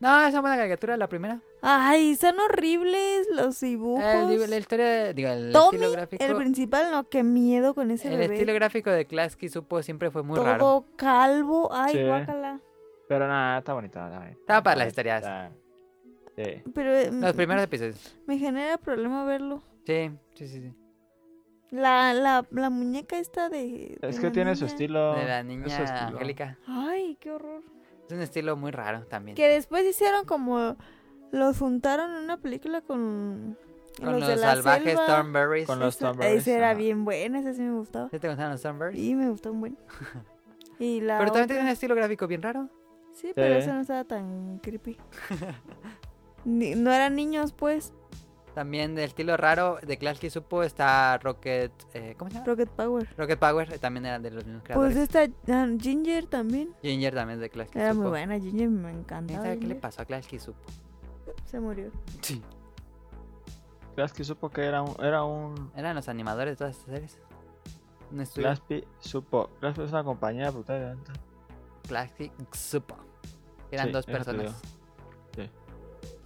Speaker 2: No, es una buena caricatura, la primera.
Speaker 1: Ay, son horribles los dibujos.
Speaker 2: Ah, El, di- la historia, digo, el
Speaker 1: Tommy,
Speaker 2: estilo gráfico.
Speaker 1: El principal, no, qué miedo con ese
Speaker 2: El
Speaker 1: bebé.
Speaker 2: estilo gráfico de Klasky supo siempre fue muy
Speaker 1: todo
Speaker 2: raro.
Speaker 1: calvo. Ay,
Speaker 3: Sí.
Speaker 1: guácala.
Speaker 3: Pero nada, está bonito. Está, bonito.
Speaker 2: Estaba para las historias.
Speaker 3: Está- Sí.
Speaker 1: Pero eh,
Speaker 2: Los primeros episodios.
Speaker 1: me genera problema verlo.
Speaker 2: Sí, sí, sí. sí.
Speaker 1: La, la, la muñeca esta de.
Speaker 3: Es
Speaker 1: de
Speaker 3: que
Speaker 1: la
Speaker 3: tiene su
Speaker 1: niña.
Speaker 3: estilo.
Speaker 2: Mm, De la
Speaker 3: es su estilo.
Speaker 2: niña Angélica.
Speaker 1: Ay, qué horror.
Speaker 2: Es un estilo muy raro también.
Speaker 1: Que después hicieron como. Los juntaron en una película con.
Speaker 2: Con los, salvajes
Speaker 1: selva.
Speaker 2: Thornberries.
Speaker 3: Con los
Speaker 1: Esa-
Speaker 3: Thornberries,
Speaker 1: Esa era
Speaker 3: ajá.
Speaker 1: bien buena, esa sí me gustaba.
Speaker 2: ¿Sí te gustaban los Thornberries?
Speaker 1: Y me gustó un
Speaker 2: (laughs)
Speaker 1: buen. Y la
Speaker 2: Pero también
Speaker 1: otra-
Speaker 2: tiene un estilo gráfico bien raro.
Speaker 1: Sí, pero
Speaker 3: Sí.
Speaker 1: eso no estaba tan creepy. Ni- no eran niños, pues.
Speaker 2: También de estilo raro de Clash que supo está Rocket. eh, ¿Cómo se llama?
Speaker 1: Rocket Power.
Speaker 2: Rocket Power. eh, También eran de los mismos
Speaker 1: Pues
Speaker 2: creadores.
Speaker 1: esta ah, Ginger también.
Speaker 2: Ginger también es de Clash que
Speaker 1: Era
Speaker 2: supo.
Speaker 1: muy buena, Ginger me
Speaker 2: ¿Quién
Speaker 1: encantaba.
Speaker 2: sabe qué le
Speaker 1: Ginger.
Speaker 2: pasó a Clash que supo?
Speaker 1: Se murió.
Speaker 2: Sí.
Speaker 3: Klasky supo que era un. Era un...
Speaker 2: Eran los animadores de todas estas series. Un estudio.
Speaker 3: Glaspi supo. Glaspi es una compañía brutal. la neta.
Speaker 2: Clash que supo. Eran
Speaker 3: Sí,
Speaker 2: dos
Speaker 3: eso te
Speaker 2: personas.
Speaker 3: digo.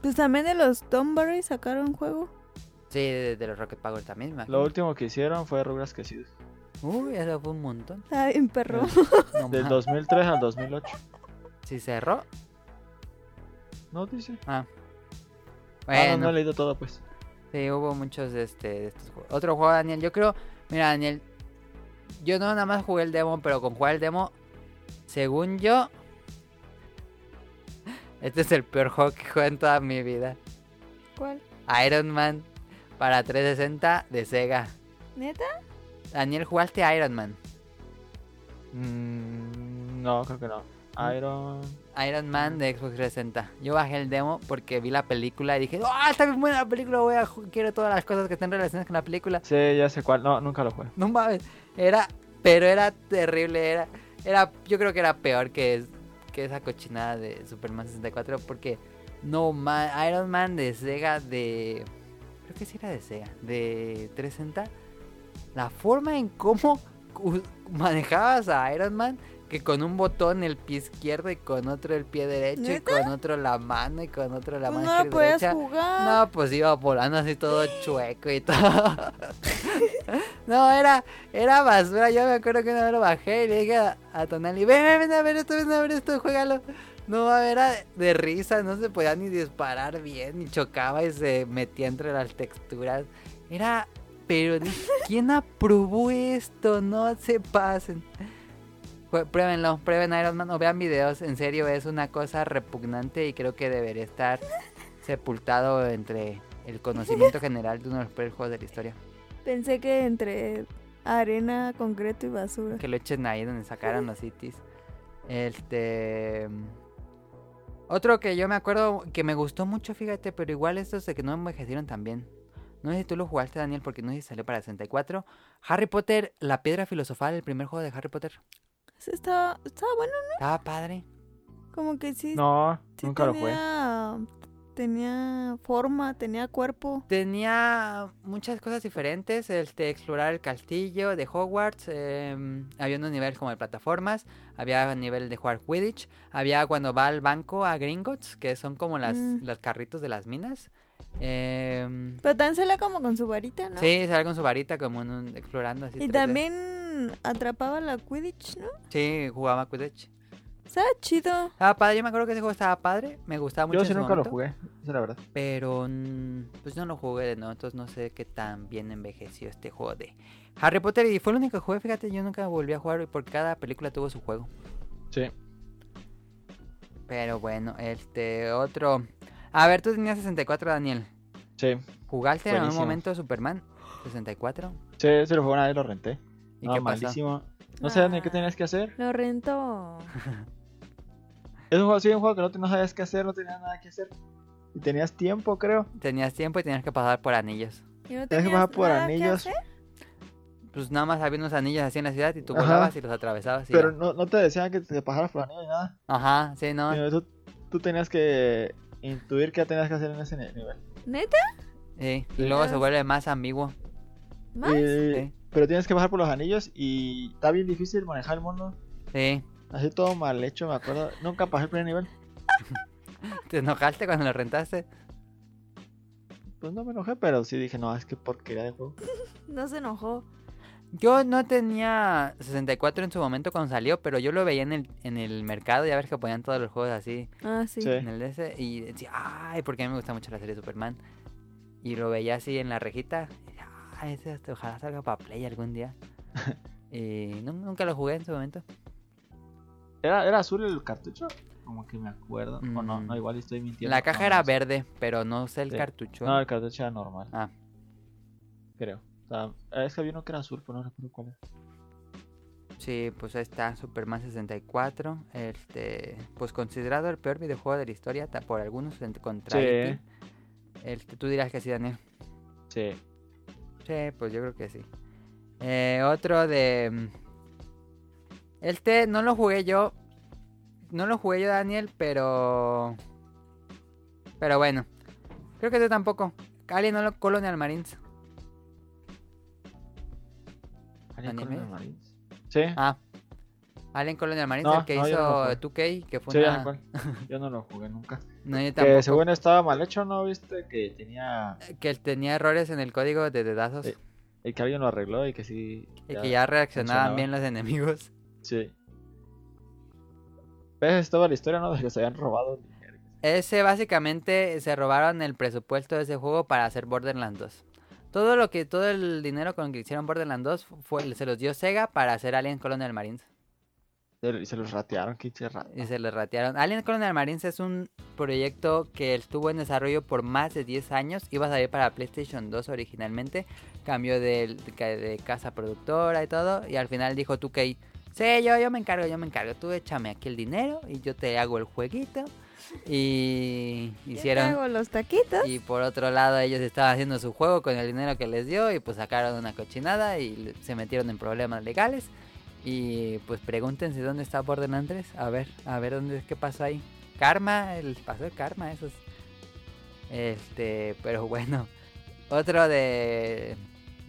Speaker 1: Pues también de los Tomberry sacaron juego.
Speaker 2: Sí, de, de los Rocket Power también. me
Speaker 3: Lo
Speaker 2: imagino.
Speaker 3: último que hicieron fue Rugrats que sí.
Speaker 2: Uy, eso fue un
Speaker 3: (laughs)
Speaker 2: montón.
Speaker 1: Está bien perro.
Speaker 2: No (laughs)
Speaker 3: Del
Speaker 2: ma-
Speaker 3: 2003 al 2008.
Speaker 2: Si cerró.
Speaker 3: No dice. Ah, no,
Speaker 2: Bueno,
Speaker 3: no he leído todo, pues.
Speaker 2: Sí, hubo muchos de, este, de estos juegos. Otro juego, Daniel, yo creo, mira, Daniel, yo no nada más jugué el demo, pero con jugar el demo, según yo, (laughs) este es el peor juego que jugué en toda mi vida.
Speaker 1: ¿Cuál?
Speaker 2: Iron Man para 360 de Sega.
Speaker 1: ¿Neta?
Speaker 2: Daniel, ¿jugaste a Iron Man?
Speaker 3: Mm, no, creo que no. Iron.
Speaker 2: Iron Man de Xbox 360. Yo bajé el demo porque vi la película y dije, ¡ah, está bien buena la película! Voy a ju- quiero todas las cosas que estén relacionadas con la película.
Speaker 3: Sí, ya sé cuál. No, nunca lo jugué.
Speaker 2: (laughs) No mames. Era. Pero era terrible. Era. Era. Yo creo que era peor que, es- que esa cochinada de Superman 64. Porque. No man, Iron Man de Sega de. Creo que sí era de Sega. De 360. La forma en cómo u- manejabas a Iron Man. Que con un botón el pie izquierdo y con otro el pie derecho y con otro la mano y con otro la
Speaker 1: Pues no lo
Speaker 2: mano izquierda y
Speaker 1: podías
Speaker 2: derecha.
Speaker 1: jugar.
Speaker 2: No, pues iba volando así todo chueco y todo. (laughs) no, era, era basura. Yo me acuerdo que una vez lo bajé y le dije a, a Tonali, ven, ven, ven a ver esto, ven a ver esto, juégalo. No, era de risa, no se podía ni disparar bien, ni chocaba y se metía entre las texturas. Era, pero dije, (laughs) ¿quién aprobó esto? No se pasen. Jue- Pruébenlo, prueben Iron Man o vean videos. En serio, es una cosa repugnante y creo que debería estar sepultado entre el conocimiento general de uno de los peores juegos de la historia.
Speaker 1: Pensé que entre arena, concreto y basura.
Speaker 2: Que lo echen ahí donde sacaron los cities. Este. Otro que yo me acuerdo que me gustó mucho, fíjate, pero igual estos de que no envejecieron tan bien. No sé si tú lo jugaste, Daniel, porque no sé si salió para 64. Harry Potter, la piedra filosofal, el primer juego de Harry Potter.
Speaker 1: Sí, Estaba, estaba bueno,
Speaker 2: Estaba padre.
Speaker 1: como que sí.
Speaker 3: No,
Speaker 1: sí
Speaker 3: nunca lo jugué.
Speaker 1: tenía, tenía forma, tenía cuerpo.
Speaker 2: Tenía muchas cosas diferentes, este, explorar el castillo de Hogwarts, em, había unos niveles como de plataformas, había nivel de jugar Quidditch, había cuando va al banco a Gringotts, que son como las,
Speaker 1: Mm.
Speaker 2: los carritos de las minas. em,
Speaker 1: Pero también salía como con su varita, ¿no?
Speaker 2: Sí, sale con su varita como en un- explorando así.
Speaker 1: Y
Speaker 2: 3D.
Speaker 1: también atrapaba la Quidditch, ¿no?
Speaker 2: Sí, jugaba Quidditch.
Speaker 1: Estaba chido.
Speaker 2: Estaba padre, yo me acuerdo que ese juego estaba padre, me gustaba mucho.
Speaker 3: Yo
Speaker 2: en
Speaker 3: sí
Speaker 2: su
Speaker 3: nunca lo
Speaker 2: momento.
Speaker 3: jugué. Esa es la verdad.
Speaker 2: Pero mm, pues no lo jugué de nuevo, entonces no sé qué tan bien envejeció este juego de Harry Potter. Y fue el único que jugué, fíjate, yo nunca volví a jugar porque cada película tuvo su juego.
Speaker 3: Sí.
Speaker 2: Pero bueno, este otro. A ver, tú tenías 64, Daniel.
Speaker 3: Sí.
Speaker 2: ¿Jugaste en algún
Speaker 3: Buenísimo.
Speaker 2: momento Superman 64?
Speaker 3: Sí, se lo jugué una vez, lo renté.
Speaker 2: ¿Y
Speaker 3: no,
Speaker 2: qué pasó?
Speaker 3: malísimo. No sabías ni qué tenías que hacer.
Speaker 1: Lo rentó.
Speaker 3: Es un juego, sí, un juego que no, te- no sabías qué hacer, no tenías nada que hacer. Y tenías tiempo, creo.
Speaker 2: Tenías tiempo y tenías que pasar por
Speaker 1: Y
Speaker 2: anillos.
Speaker 1: no
Speaker 3: Tenías que
Speaker 1: tenías
Speaker 3: bajar por
Speaker 1: nada que
Speaker 3: anillos.
Speaker 1: hacer.
Speaker 2: Pues nada más había unos anillos así en la ciudad y tú
Speaker 3: Ajá.
Speaker 2: volabas y los atravesabas. Y
Speaker 3: Pero
Speaker 2: ya.
Speaker 3: no, no te decían que te pasaras por anillo ni nada.
Speaker 2: Ajá, sí, no.
Speaker 3: Sino tú, tú tenías que intuir qué tenías que hacer en ese ni- nivel.
Speaker 1: ¿Neta?
Speaker 2: Sí. Y luego se
Speaker 1: Dios.
Speaker 2: vuelve más ambiguo.
Speaker 1: ¿Más?
Speaker 3: Y-
Speaker 2: Ah, Sí.
Speaker 3: Pero tienes que bajar por los anillos y está bien difícil manejar el mundo.
Speaker 2: Sí.
Speaker 3: Así todo mal hecho, me acuerdo. Nunca pasé el primer nivel.
Speaker 2: ¿Te enojaste cuando lo rentaste?
Speaker 3: Pues no me enojé, pero sí dije, no, es que porquería de juego.
Speaker 1: No se enojó.
Speaker 2: Yo no tenía 64 en su momento cuando salió, pero yo lo veía en el, en el mercado, ya ves que ponían todos los juegos así
Speaker 1: Ah, sí.
Speaker 3: Sí.
Speaker 2: en el DS y decía, ay, porque a mí me gusta mucho la serie de Superman. Y lo veía así en la rejita. y decía, "Ah, ese hasta- ojalá salga para Play algún
Speaker 3: (laughs)
Speaker 2: día. y nu- nunca lo jugué en su momento.
Speaker 3: ¿Era, ¿Era azul el cartucho? Como que me acuerdo. O no,
Speaker 2: Mm.
Speaker 3: no, igual estoy mintiendo.
Speaker 2: La caja
Speaker 3: No,
Speaker 2: era
Speaker 3: no sé.
Speaker 2: verde, pero no sé el
Speaker 3: Sí.
Speaker 2: cartucho.
Speaker 3: No, el cartucho era normal.
Speaker 2: Ah.
Speaker 3: Creo. O sea, eh, es que había uno que era azul, pero no recuerdo cuál era.
Speaker 2: Sí, pues ahí está Superman 64. Este, pues considerado el peor videojuego de la historia ta- por algunos en contra
Speaker 3: Sí.
Speaker 2: IT. Este, tú dirás que sí, Daniel.
Speaker 3: Sí.
Speaker 2: Sí, pues yo creo que sí. Eh, otro de. mm, Este no lo jugué yo. No lo jugué yo, Daniel, pero. Pero bueno. Creo que tú tampoco. Alien no lo Colonial Marines.
Speaker 3: ¿Alien
Speaker 2: ¿Anime?
Speaker 3: Colonial Marines? Sí.
Speaker 2: Ah. Alien Colonial Marines,
Speaker 3: No,
Speaker 2: el que
Speaker 3: no, yo no lo
Speaker 2: hizo
Speaker 3: jugué.
Speaker 2: 2K, que fue
Speaker 3: Sí, ya
Speaker 2: una.
Speaker 3: sé cuál. Yo no lo
Speaker 2: (laughs)
Speaker 3: jugué nunca.
Speaker 2: No, yo pues tampoco. Eh.
Speaker 3: Que según estaba mal hecho, ¿no? Viste que tenía.
Speaker 2: Que tenía errores en el código de dedazos.
Speaker 3: Sí. Y que alguien lo arregló y que sí.
Speaker 2: y que ya reaccionaban
Speaker 3: funcionaba.
Speaker 2: bien los enemigos.
Speaker 3: Sí. ¿Ves? Estaba la historia, ¿no? De que se habían robado el dinero.
Speaker 2: Ese básicamente se robaron el presupuesto de ese juego para hacer Borderlands 2. Todo lo que, todo el dinero con que hicieron Borderlands 2 fue, se los dio Sega para hacer Alien Colonial Marines.
Speaker 3: Se- Y se los ratearon, qué chirra.
Speaker 2: Y se les ratearon. Alien Colonial Marines es un proyecto que estuvo en desarrollo por más de 10 años. Iba a salir para PlayStation 2 originalmente. Cambió de, de, casa productora y todo. Y al final dijo 2K. Sí, yo, yo me encargo, yo me encargo. Tú échame aquí el dinero y yo te hago el jueguito. Y hicieron...
Speaker 1: Yo te hago los taquitos.
Speaker 2: Y por otro lado, ellos estaban haciendo su juego con el dinero que les dio y pues sacaron una cochinada y le- se metieron en problemas legales. Y pues pregúntense dónde está Borderlands 3. A ver, a ver dónde qué pasó ahí. Karma, el pasó el karma, esos. Este, pero bueno. Otro de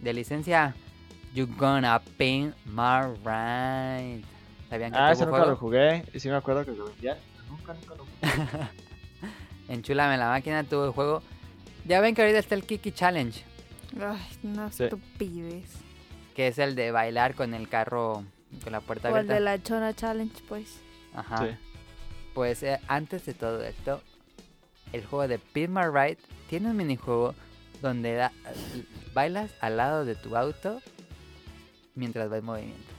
Speaker 2: de licencia You Gonna Paint My Ride. ¿Sabían que
Speaker 3: Ah, ese
Speaker 2: tuvo
Speaker 3: nunca
Speaker 2: juego?
Speaker 3: lo jugué. Y sí me acuerdo que lo vendían. Nunca, nunca lo jugué.
Speaker 2: Enchúlame la máquina tuvo el juego. Ya ven que ahorita está el Kiki Challenge.
Speaker 1: Ay, no
Speaker 3: Sí.
Speaker 1: estupidez.
Speaker 2: Que es el de bailar con el carro, con la puerta
Speaker 1: O el
Speaker 2: abierta.
Speaker 1: de la Chona Challenge, pues.
Speaker 2: Ajá.
Speaker 3: Sí.
Speaker 2: Pues eh, antes de todo esto, el juego de Pit My Ride tiene un minijuego donde da- bailas al lado de tu auto mientras va en movimiento.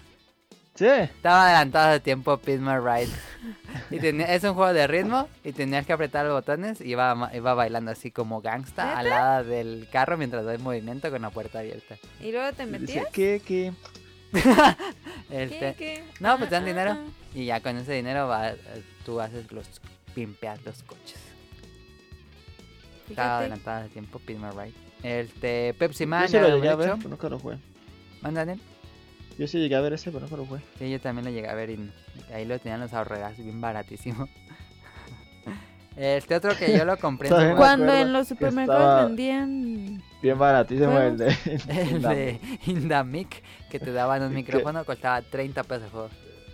Speaker 3: Sí.
Speaker 2: Estaba adelantado de tiempo Pit My
Speaker 1: (laughs)
Speaker 2: Ride. y tenía- es un juego de ritmo y tenías que apretar los botones y iba, ma- iba bailando así como gangsta al lado del carro mientras va en movimiento con la
Speaker 1: (laughs)
Speaker 2: puerta abierta. (laughs)
Speaker 1: ¿Y luego te metías?
Speaker 3: Dice, ¿qué, qué?
Speaker 2: Este,
Speaker 1: ¿Qué, qué?
Speaker 2: No, pues te dan
Speaker 1: Ah,
Speaker 2: dinero.
Speaker 1: ah,
Speaker 2: Y ya con ese dinero va- eh, tú haces los pimpeas los coches.
Speaker 1: ah.
Speaker 2: Estaba
Speaker 1: Fíjate.
Speaker 2: adelantada de tiempo, Pimma Right. Este Pepsi Man,
Speaker 3: Yo sí
Speaker 2: ya
Speaker 3: lo
Speaker 2: lo
Speaker 3: llegué a
Speaker 2: hemos
Speaker 3: ver,
Speaker 2: dicho.
Speaker 3: pero nunca lo jugué.
Speaker 2: ¿Manda, Daniel?
Speaker 3: Yo sí llegué a ver ese, pero nunca lo jugué.
Speaker 2: Sí, yo también lo llegué a ver y ahí lo tenían los ahorregas bien baratísimo. (laughs) Este otro que yo lo compré en
Speaker 3: Está
Speaker 2: su
Speaker 3: bien.
Speaker 2: web,
Speaker 1: Cuando
Speaker 3: acuerdo
Speaker 1: en los
Speaker 3: que
Speaker 1: supermercados
Speaker 3: estaba-
Speaker 1: vendían...
Speaker 3: Bien baratísimo
Speaker 1: Bueno.
Speaker 3: el de.
Speaker 2: (laughs) el de Indamic, que te daban un
Speaker 3: (laughs) ¿Qué?
Speaker 2: micrófono, costaba 30 pesos el juego.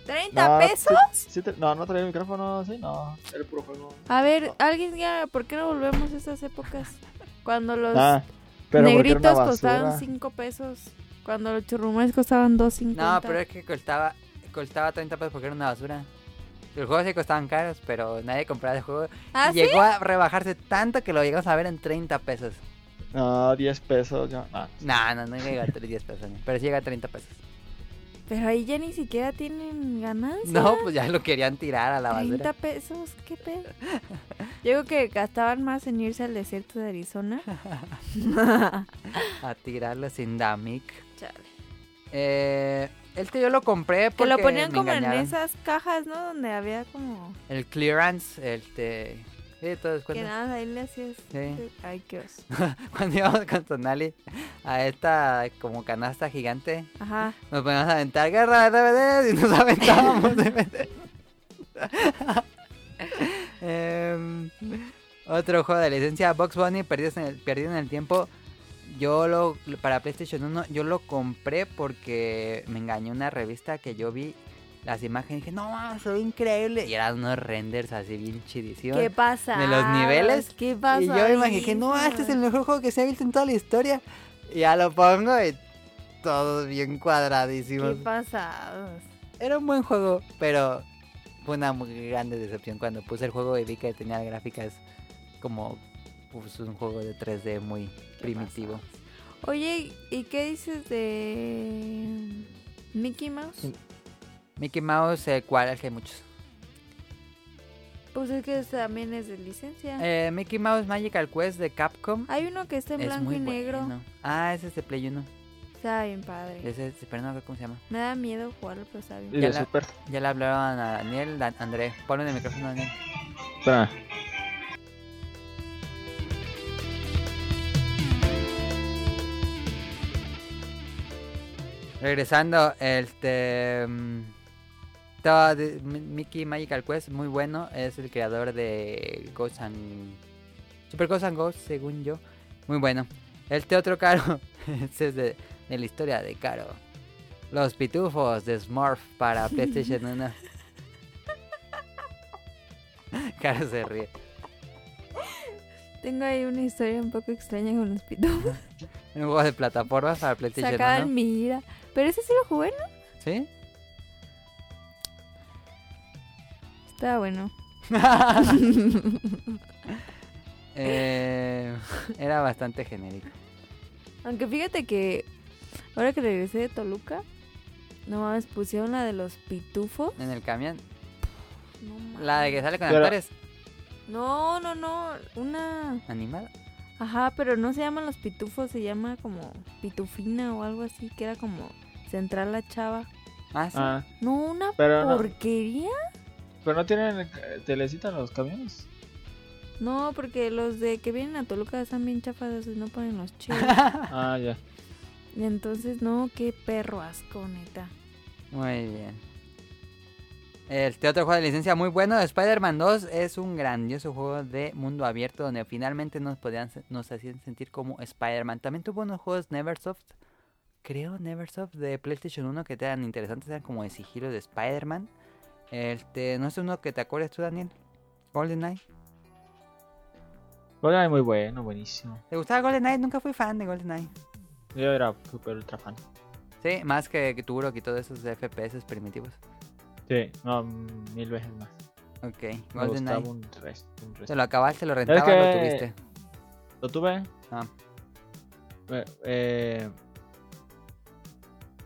Speaker 1: ¿30
Speaker 3: sí-
Speaker 1: pesos?
Speaker 3: sí tra- no, no traía micrófono, sí, no. Era puro juego.
Speaker 1: A ver, alguien ya, ¿por qué no volvemos a esas épocas? Cuando los
Speaker 3: Ah, pero porque era
Speaker 1: negritos
Speaker 3: una
Speaker 1: costaban
Speaker 3: basura.
Speaker 1: 5 pesos. Cuando los churrumes costaban 2.50.
Speaker 2: No, pero es que costaba, costaba 30 pesos porque era una basura. Los juegos sí costaban caros, pero nadie compraba el juego.
Speaker 1: ¿Ah,
Speaker 2: Y
Speaker 1: sí?
Speaker 2: llegó a rebajarse tanto que lo llegamos a ver en 30 pesos.
Speaker 3: No, 10 pesos. Yo, no.
Speaker 2: No, no, no llega a 10 pesos, no, pero sí llega a 30 pesos.
Speaker 1: Pero ahí ya ni siquiera tienen ganancia.
Speaker 2: No, pues ya lo querían tirar a la
Speaker 1: 30
Speaker 2: basura.
Speaker 1: pesos, qué pedo. Yo creo que gastaban más en irse al desierto de
Speaker 2: (laughs)
Speaker 1: Arizona.
Speaker 2: A tirarlo sin Damic.
Speaker 1: Chale.
Speaker 2: Eh, este yo lo compré
Speaker 1: Que
Speaker 2: porque
Speaker 1: lo ponían
Speaker 2: me
Speaker 1: como
Speaker 2: engañaron.
Speaker 1: en esas cajas, ¿no? Donde había como.
Speaker 2: El clearance, este... Sí, todo
Speaker 1: Que
Speaker 2: descuento.
Speaker 1: nada, ahí le hacías.
Speaker 2: Sí. (laughs)
Speaker 1: Ay, qué oso.
Speaker 2: Cuando íbamos con Tonali a esta como canasta gigante,
Speaker 1: Ajá.
Speaker 2: nos poníamos a aventar guerra de DVDs y nos
Speaker 1: (laughs)
Speaker 2: aventábamos DVDs. Em, otro juego de licencia, Box Bunny, perdido en el, perdido en el tiempo. Yo lo, para PlayStation 1, yo lo compré porque me engañó una revista que yo vi las imágenes y dije, no, mames, se ve increíble. Y eran unos renders así bien chidísimos.
Speaker 1: ¿Qué pasa?
Speaker 2: de los niveles,
Speaker 1: ¿Qué pasa?
Speaker 2: Y yo me imaginé, que no, este es el mejor juego que se ha visto en toda la historia. Y ya lo pongo y todos bien
Speaker 1: ¿Qué
Speaker 2: cuadradísimos.
Speaker 1: pasados?
Speaker 2: Era un buen juego, pero pues, fue una muy grande decepción cuando puse el juego y vi que tenía gráficas como pues, un juego de 3D muy primitivo.
Speaker 1: Oye, ¿y qué dices de Mickey Mouse?
Speaker 2: Sí. Mickey Mouse, eh, ¿cuál? Es que hay muchos.
Speaker 1: Pues es que también es de licencia.
Speaker 2: Eh, Mickey Mouse Magical Quest de Capcom.
Speaker 1: Hay uno que está en
Speaker 2: es
Speaker 1: Ah, blanco
Speaker 2: muy
Speaker 1: y negro.
Speaker 2: bueno. Ah, ese es de Play 1.
Speaker 1: Está bien padre.
Speaker 2: Ese es- pero no creo cómo se llama.
Speaker 1: Me da miedo jugarlo, pero está bien.
Speaker 3: Y
Speaker 2: Ya
Speaker 3: de
Speaker 2: la-
Speaker 3: Super.
Speaker 2: Ya le hablaron a Daniel, Dan- André. Ponle en el micrófono a Daniel.
Speaker 3: Espera.
Speaker 2: Regresando, este. mm, Todd, M- Mickey Magical Quest, muy bueno. Es el creador de Ghosts and. Super Ghosts and Ghosts, según yo. Muy bueno. Este otro (laughs) caro. ese es de, de la historia de Caro. Los pitufos de Smurf para PlayStation 1. (laughs) Caro se ríe.
Speaker 1: Tengo ahí una historia un poco extraña con los pitufos.
Speaker 2: (laughs) Un juego de plataformas para PlayStation
Speaker 1: Sacaban
Speaker 2: 1.
Speaker 1: mi ira. Pero ese sí lo jugué, ¿no?
Speaker 2: ¿Sí? (laughs)
Speaker 1: Está
Speaker 2: (laughs)
Speaker 1: bueno.
Speaker 2: Eh, era bastante genérico.
Speaker 1: Aunque fíjate que ahora que regresé de Toluca, no mames, pusieron la de los pitufos.
Speaker 2: En el camión.
Speaker 1: No,
Speaker 2: La de que
Speaker 1: mames.
Speaker 2: sale con
Speaker 3: Pero-
Speaker 2: actores.
Speaker 1: no, no, no, una...
Speaker 2: Animada.
Speaker 1: Ajá, pero no se llaman los pitufos, se llama como pitufina o algo así, que era como central la chava.
Speaker 2: Ah, sí.
Speaker 3: Ah,
Speaker 1: No, una
Speaker 3: pero no,
Speaker 1: porquería.
Speaker 3: pero no tienen eh, telecita en los camiones.
Speaker 1: No, porque los de que vienen a Toluca están bien chafas, esos no ponen los chidos. (laughs)
Speaker 3: Ah, ya.
Speaker 1: Y Entonces, no, qué perro asco, neta.
Speaker 2: Muy bien. Este otro juego de licencia muy bueno de Spider-Man 2 es un grandioso juego de mundo abierto donde finalmente nos podían se- nos hacían sentir como Spider-Man. También tuvo unos juegos Neversoft, creo Neversoft de PlayStation 1 que eran interesantes, eran como de sigilo de Spider-Man. Este, no es uno que te acuerdas tú, Daniel. GoldenEye.
Speaker 3: Bueno, ay, muy bueno, buenísimo.
Speaker 2: ¿Te gustaba GoldenEye? Nunca fui fan de GoldenEye.
Speaker 3: Yo era super ultra fan.
Speaker 2: Sí, más que Turok y todos esos FPS primitivos.
Speaker 3: Sí, no, mm, mil veces más.
Speaker 2: Ok,
Speaker 3: Me gustaba
Speaker 2: GoldenEye.
Speaker 3: un resto. un resto.
Speaker 2: ¿Te lo acabaste, lo rentabas, lo
Speaker 3: que-
Speaker 2: tuviste?
Speaker 3: Lo tuve.
Speaker 2: Ah.
Speaker 3: Eh, eh,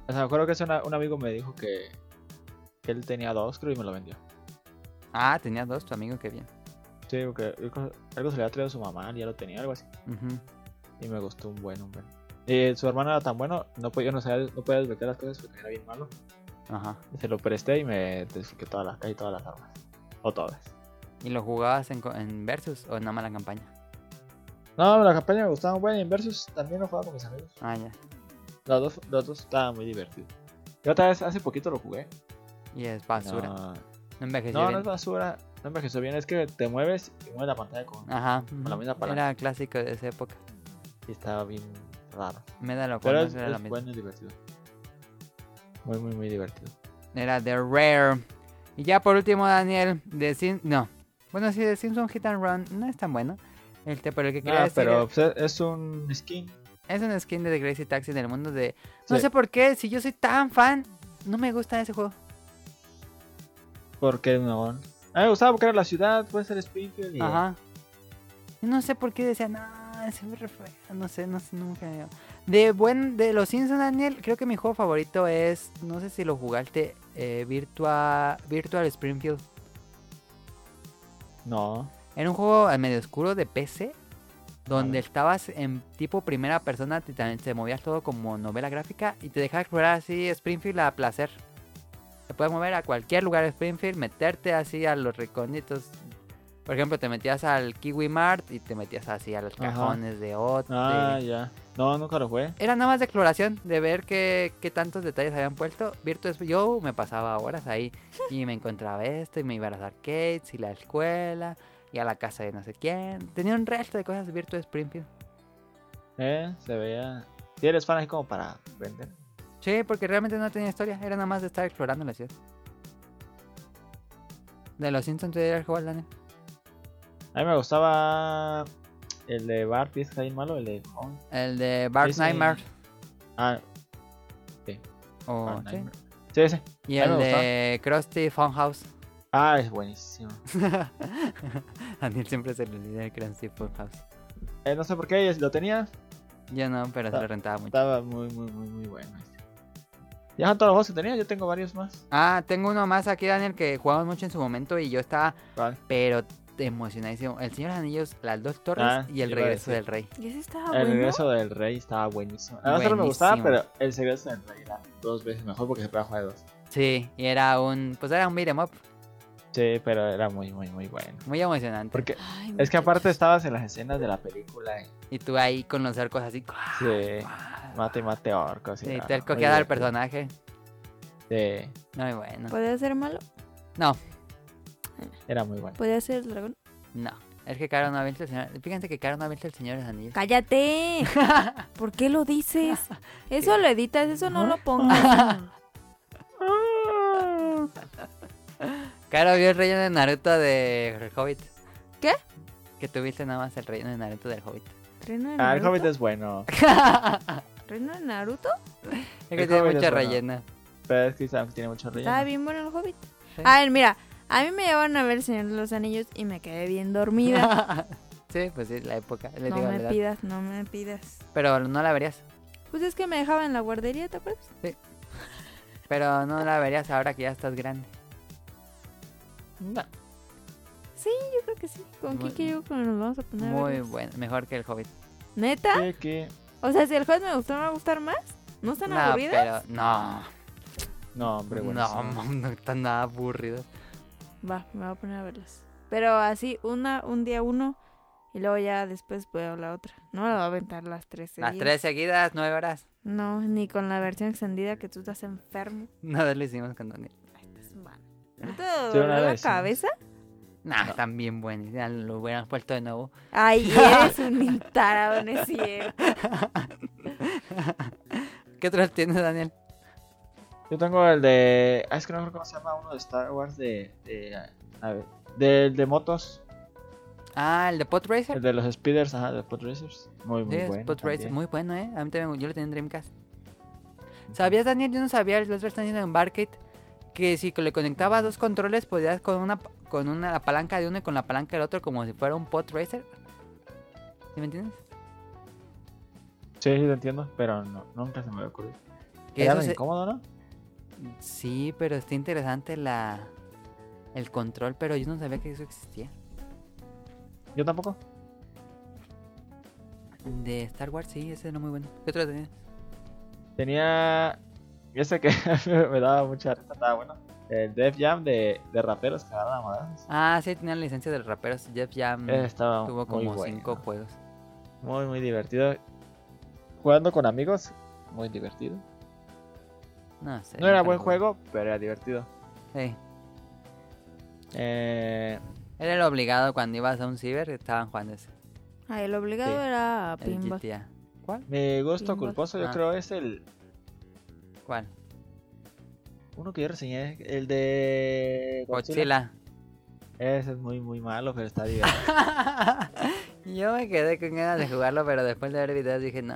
Speaker 3: o sea, me acuerdo que hace una- un amigo me dijo que, que él tenía dos, creo, y me lo vendió.
Speaker 2: Ah, tenías dos, tu amigo, qué bien.
Speaker 3: Sí, porque algo- algo se le había traído a su mamá, ya lo tenía, algo así.
Speaker 2: Ujú.
Speaker 3: Y me gustó un buen, un buen. Eh, su hermano era tan bueno, no podía, no sabía, no podía desbloquear las cosas porque era bien malo.
Speaker 2: Ajá.
Speaker 3: Se lo presté y me desbloqueé todas las casi todas las armas. O todas.
Speaker 2: ¿Y lo jugabas en, co- en Versus o en nada más la campaña?
Speaker 3: No, la campaña me gustaba un buen. Y en Versus también lo jugaba con mis amigos.
Speaker 2: Ah, ya.
Speaker 3: Los dos, los dos estaban muy divertidos. Yo otra vez hace poquito lo jugué.
Speaker 2: Y es basura. No,
Speaker 3: No,
Speaker 2: envejeció
Speaker 3: no, no
Speaker 2: bien.
Speaker 3: es basura. No envejeció bien, es que te mueves y mueves la pantalla con.
Speaker 2: Ajá. ujú.
Speaker 3: la misma palanca.
Speaker 2: Era clásico de esa época.
Speaker 3: Y estaba bien raro.
Speaker 2: Medal of
Speaker 3: Pero
Speaker 2: Honor
Speaker 3: es,
Speaker 2: era la
Speaker 3: es
Speaker 2: misma.
Speaker 3: bueno y divertido. Muy, muy, muy divertido.
Speaker 2: Era The Rare. Y ya por último, Daniel, de Sim... No. Bueno, sí, de Simpson Hit and Run no es tan bueno. Este, pero el que
Speaker 3: No,
Speaker 2: quería decir
Speaker 3: pero pues, es es un skin.
Speaker 2: es un skin de The Crazy Taxi del mundo de... No
Speaker 3: Sí.
Speaker 2: sé por qué, si yo soy tan fan, no me gusta ese juego.
Speaker 3: Porque no. A mí me gustaba porque era la ciudad, puede ser Springfield. Y,
Speaker 2: Ajá. Y No sé por qué decían, no, se me refiero. No sé, no sé, nunca. me- De buen, de los Simpsons, Daniel, creo que mi juego favorito es, no sé si lo jugaste, eh, Virtua, Virtual Springfield.
Speaker 3: No.
Speaker 2: Era un juego eh, medio oscuro de PC, donde estabas en tipo primera persona, te, también te movías todo como novela gráfica y te dejaba explorar así Springfield a placer. Te puedes mover a cualquier lugar de Springfield, meterte así a los recónditos. Por ejemplo, te metías al Kiwi Mart y te metías así a los
Speaker 3: Ajá.
Speaker 2: cajones de Ote.
Speaker 3: Ah, ya. No, nunca lo jugué.
Speaker 2: Era nada más de exploración, de ver qué, qué tantos detalles habían puesto. Virtua Sp- yo me pasaba horas ahí y me encontraba esto y me iba a las arcades y la escuela y a la casa de no sé quién. Tenía un resto de cosas de Virtua Springfield.
Speaker 3: Eh, se veía. Si eres fan así como para vender.
Speaker 2: Sí, porque realmente no tenía historia, era nada más de estar explorando la ciudad. De los Simpsons te diría el juego, Daniel.
Speaker 3: A mí me gustaba. El de Bart, que es ahí malo, el de.
Speaker 2: El de Bark
Speaker 3: Ese-
Speaker 2: Nightmare.
Speaker 3: Ah,
Speaker 2: o-
Speaker 3: Bart
Speaker 2: sí.
Speaker 3: Nightmare. Sí, ese.
Speaker 2: Y
Speaker 3: A mí
Speaker 2: el
Speaker 3: me
Speaker 2: de Krusty Funhouse. (laughs)
Speaker 3: Ah, es buenísimo.
Speaker 2: Daniel siempre se le olvida el Krusty Funhouse.
Speaker 3: Eh, no sé por qué, si lo tenía,
Speaker 2: Yo no, pero se
Speaker 3: Ah,
Speaker 2: lo rentaba mucho.
Speaker 3: estaba muy, muy, muy, muy bueno. este. Ya son todos los juegos que tenía, yo tengo varios más.
Speaker 2: Ah, tengo uno más aquí, Daniel, que jugamos mucho en su momento y yo estaba,
Speaker 3: Vale.
Speaker 2: pero emocionadísimo. El Señor de los Anillos, las dos torres
Speaker 3: Ah,
Speaker 2: y el
Speaker 3: iba a
Speaker 2: regreso
Speaker 3: decir.
Speaker 2: del rey.
Speaker 1: ¿Y ese estaba
Speaker 3: el
Speaker 1: bueno?
Speaker 3: regreso del rey estaba buenísimo. A nosotros me gustaba,
Speaker 2: Ah, Buenísimo.
Speaker 3: pero el regreso del rey era dos veces mejor porque se podía jugar de dos.
Speaker 2: Sí, y era un, pues era un beat'em up,
Speaker 3: Sí, pero era muy, muy, muy bueno.
Speaker 2: muy emocionante.
Speaker 3: Porque
Speaker 1: Ay,
Speaker 3: es que
Speaker 1: muchachos.
Speaker 3: aparte estabas en las escenas de la película. eh, y-
Speaker 2: Y tú ahí con los arcos así.
Speaker 3: Sí. ah, Mate, mate orcos.
Speaker 2: Sí,
Speaker 3: era
Speaker 2: te
Speaker 3: muy
Speaker 2: arcojeada al
Speaker 3: divertido.
Speaker 2: personaje.
Speaker 3: Sí,
Speaker 2: Muy bueno.
Speaker 1: ¿Podía ser malo?
Speaker 3: era muy
Speaker 2: Pues,
Speaker 3: bueno.
Speaker 1: ¿Podía ser el dragón?
Speaker 2: No, es que Caro no ha visto el Señor. Fíjense que Caro no ha visto el Señor de los Anillos.
Speaker 1: ¡Cállate! ¿Por qué lo dices? Eso lo editas, eso no lo pongas.
Speaker 2: Caro vio el relleno de Naruto de El Hobbit.
Speaker 1: ¿Qué?
Speaker 2: Que tuviste nada más el relleno de Naruto del Hobbit.
Speaker 1: ¿Reino de
Speaker 3: Ah, el Hobbit
Speaker 1: Naruto?
Speaker 3: es bueno.
Speaker 1: ¿Reino de Naruto?
Speaker 2: Es
Speaker 3: El
Speaker 2: que tiene
Speaker 3: Hobbit es
Speaker 2: mucho
Speaker 3: bueno.
Speaker 2: relleno.
Speaker 3: Pero es que Sam tiene mucho
Speaker 1: Estaba
Speaker 3: relleno.
Speaker 1: bien bueno el Hobbit.
Speaker 2: Sí.
Speaker 1: A ver, mira, a mí me llevaron a ver El Señor de los Anillos y me quedé bien
Speaker 2: (laughs)
Speaker 1: dormida.
Speaker 2: sí, pues sí, la época. le
Speaker 1: No
Speaker 2: digo la
Speaker 1: me
Speaker 2: edad.
Speaker 1: pidas, no me pidas.
Speaker 2: Pero no la verías.
Speaker 1: Pues es que me dejaba en la guardería, ¿te acuerdas?
Speaker 2: Pero no la verías ahora que ya estás grande.
Speaker 1: Yo creo que sí. ¿Con
Speaker 2: Muy-
Speaker 1: qué quiero que nos vamos a poner? a
Speaker 2: Muy
Speaker 1: verlas?
Speaker 2: bueno, mejor que el Hobbit.
Speaker 1: ¿Neta?
Speaker 3: Sí, que-
Speaker 1: O sea, si el Hobbit me gustó, ¿me va a gustar más? ¿No están
Speaker 2: no,
Speaker 1: aburridas?
Speaker 2: pero no.
Speaker 3: No, hombre, bueno.
Speaker 2: no, (laughs) no están nada aburridos.
Speaker 1: Va, me voy a poner a verlas. Pero así, una, un día uno y luego ya después veo la otra. No me la voy a aventar las tres.
Speaker 2: Las
Speaker 1: seguidas.
Speaker 2: tres seguidas, nueve horas.
Speaker 1: No, ni con la versión extendida que tú estás enfermo.
Speaker 2: No lo hicimos con Daniel.
Speaker 1: Ay, estás mal. ¿No te
Speaker 3: Sí,
Speaker 1: dolió
Speaker 3: una
Speaker 1: la
Speaker 3: vez, sí.
Speaker 1: cabeza?
Speaker 2: Nah, están bien buenos. Ya lo hubieran puesto de nuevo. (laughs)
Speaker 1: Ay, eres un tarado, no es cierto.
Speaker 2: ¿Qué otros tienes, Daniel?
Speaker 3: Yo tengo el de. Ah, es que no me acuerdo cómo se llama uno de Star Wars de. de a ver. Del de motos.
Speaker 2: Ah, el de Pod Racer.
Speaker 3: El de los speeders, ajá, de Pod Racers. Muy, muy
Speaker 2: Sí, es
Speaker 3: bueno.
Speaker 2: Pod Racer,
Speaker 3: también.
Speaker 2: muy bueno, ¿eh? A mí también, me- yo lo tenía en Dreamcast. ¿Sabías, Daniel? Yo no sabía, el otro tenía en Barcade, que si le conectabas dos controles podías con una con una la palanca de uno y con la palanca del otro como si fuera un Pod Racer. ¿Sí me entiendes?
Speaker 3: Sí, sí, te entiendo, pero no, nunca se me había ocurrido.
Speaker 2: Que
Speaker 3: Era
Speaker 2: eso
Speaker 3: medio
Speaker 2: se-
Speaker 3: incómodo, ¿no?
Speaker 2: Sí, pero está interesante la el control, pero yo no sabía que eso existía.
Speaker 3: Yo tampoco.
Speaker 2: De Star Wars, sí, ese era muy bueno. ¿Qué otro tenías?
Speaker 3: Tenía. Yo sé que (laughs) me daba mucha risa, estaba bueno. El Def Jam de, de raperos que daban a madrazos.
Speaker 2: Ah, sí, tenía la licencia de los raperos. Jeff Jam
Speaker 3: Ese Estaba
Speaker 2: tuvo
Speaker 3: muy
Speaker 2: como
Speaker 3: bueno.
Speaker 2: cinco juegos.
Speaker 3: Muy, muy divertido. Jugando con amigos, muy divertido.
Speaker 2: No sé.
Speaker 3: No era
Speaker 2: nunca
Speaker 3: buen
Speaker 2: lo jugué.
Speaker 3: juego, pero era divertido.
Speaker 2: Sí.
Speaker 3: Eh,
Speaker 2: Era el obligado cuando ibas a un ciber, estaban jugando ese.
Speaker 1: Ay, el obligado
Speaker 3: Sí,
Speaker 1: era a
Speaker 2: El
Speaker 1: pinball.
Speaker 2: GTA.
Speaker 3: mi gusto
Speaker 1: Pinball.
Speaker 3: culposo, yo
Speaker 2: Ah.
Speaker 3: creo, es el
Speaker 2: ¿Cuál?
Speaker 3: uno que yo reseñé, el de
Speaker 2: Godzilla.
Speaker 3: Ese es muy, muy malo, pero está divertido.
Speaker 2: (laughs) Yo me quedé con ganas de jugarlo, pero después de ver videos dije, no.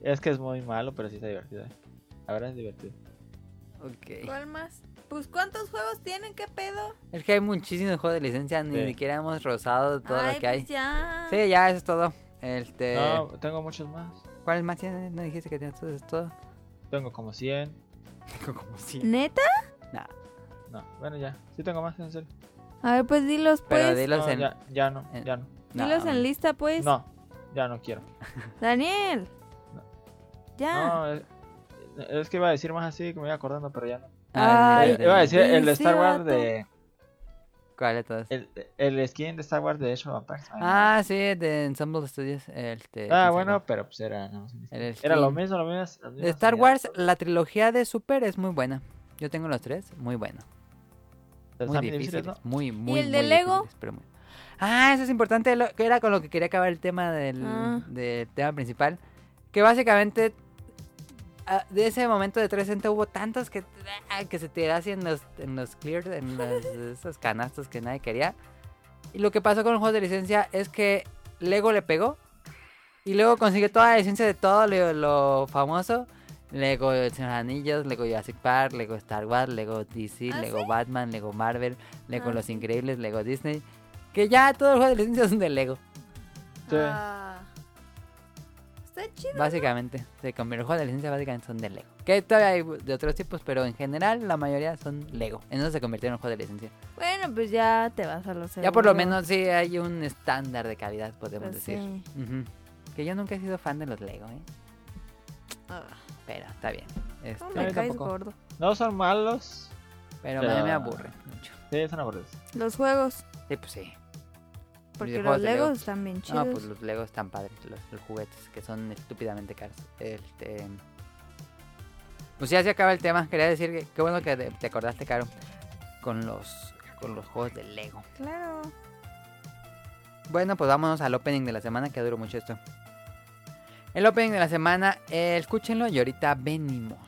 Speaker 3: es que es muy malo, pero sí está divertido. Ahora es divertido.
Speaker 2: Ok.
Speaker 1: ¿Cuál más? Pues ¿cuántos juegos tienen? ¿Qué pedo?
Speaker 2: Es que hay muchísimos juegos de licencia, ni
Speaker 3: Sí.
Speaker 2: siquiera hemos rozado todo
Speaker 1: Ay,
Speaker 2: lo que hay.
Speaker 1: pues ya.
Speaker 2: Sí, ya, eso es todo. Este,
Speaker 3: No, tengo muchos más.
Speaker 2: ¿Cuál más tienes? ¿No dijiste que tienes todo? ¿Es todo?
Speaker 3: Tengo como 100.
Speaker 2: Tengo como 100.
Speaker 1: ¿Neta?
Speaker 3: No, bueno, ya. Sí tengo más, en serio.
Speaker 1: A ver, pues dilos, pues.
Speaker 2: Pero dilos
Speaker 3: No,
Speaker 2: en...
Speaker 3: ya, ya no,
Speaker 2: en-
Speaker 3: ya no.
Speaker 2: no.
Speaker 1: Dilos en lista, pues.
Speaker 3: No, ya no quiero.
Speaker 1: Daniel.
Speaker 3: No.
Speaker 1: Ya.
Speaker 3: No, es, es que iba a decir más así, que me iba acordando, pero ya no.
Speaker 2: Ah,
Speaker 1: Ay,
Speaker 2: el-
Speaker 3: Eh, iba a decir Eh. el de
Speaker 1: ese
Speaker 3: Star Wars
Speaker 1: vato.
Speaker 3: de...
Speaker 2: ¿Cuál de todos?
Speaker 3: El, el skin de Star Wars de Age of Empires. Ay,
Speaker 2: Ah, sí, de Ensemble Studios. Este,
Speaker 3: Ah,
Speaker 2: ¿quién
Speaker 3: bueno,
Speaker 2: sacó?
Speaker 3: pero pues era. nada más un disco.
Speaker 2: El
Speaker 3: era lo
Speaker 2: skin.
Speaker 3: mismo, lo mismo.
Speaker 2: De Star Wars, la trilogía de Super es muy buena. Yo tengo los tres, muy bueno. Muy difíciles, muy, muy,
Speaker 1: el de
Speaker 2: muy
Speaker 1: Lego?
Speaker 2: difíciles, pero muy- Ah, eso es importante, lo- que era con lo que quería acabar el tema del,
Speaker 1: Ah.
Speaker 2: del tema principal. Que básicamente, ah, de ese momento de 360 hubo tantos que, ah, que se tiras en los, en los clears,
Speaker 1: (laughs)
Speaker 2: en los- esos canastos que nadie quería. Y lo que pasó con los juegos de licencia es que Lego le pegó. Y luego consiguió toda la licencia de todo lo, lo famoso. Lego El Señor de los Anillos, Lego Jurassic Park, Lego Star Wars, Lego DC,
Speaker 1: ¿Ah,
Speaker 2: Lego Batman, Lego Marvel, Lego
Speaker 1: Ah,
Speaker 2: Los
Speaker 1: sí.
Speaker 2: Increíbles, Lego Disney. Que ya todos los juegos de licencia son de Lego.
Speaker 3: Sí.
Speaker 1: Ah. Está chido.
Speaker 2: Básicamente, se convierte, los juegos de licencia básicamente son de Lego. Que todavía hay de otros tipos, pero en general la mayoría son Lego. En eso se convirtieron en juegos de licencia.
Speaker 1: Bueno, pues ya te vas a los
Speaker 2: Ya por lo menos sí hay un estándar de calidad, podemos decir.
Speaker 1: Pues Sí.
Speaker 2: Ujú. Que yo nunca he sido fan de los Lego, ¿eh?
Speaker 1: Ah,
Speaker 2: Pero está bien. Este,
Speaker 1: no
Speaker 3: A
Speaker 1: me
Speaker 3: mí
Speaker 1: caes
Speaker 2: tampoco,
Speaker 1: gordo.
Speaker 3: No son malos.
Speaker 2: Pero
Speaker 3: Ya.
Speaker 2: me, me aburre mucho.
Speaker 3: Sí, son aburridos.
Speaker 1: Los juegos.
Speaker 2: Sí, pues sí.
Speaker 1: Porque los
Speaker 2: Videojuegos de Lego.
Speaker 1: Legos están bien
Speaker 2: No,
Speaker 1: chidos.
Speaker 2: pues los Legos están padres, los, los juguetes que son estúpidamente caros. Este, pues ya se acaba el tema. Quería decir que qué bueno que te, te acordaste, Caro, con los con los juegos de Lego.
Speaker 1: Claro.
Speaker 2: Bueno, pues vámonos al opening de la semana que duró mucho esto. El opening de la semana, eh, escúchenlo y ahorita venimos.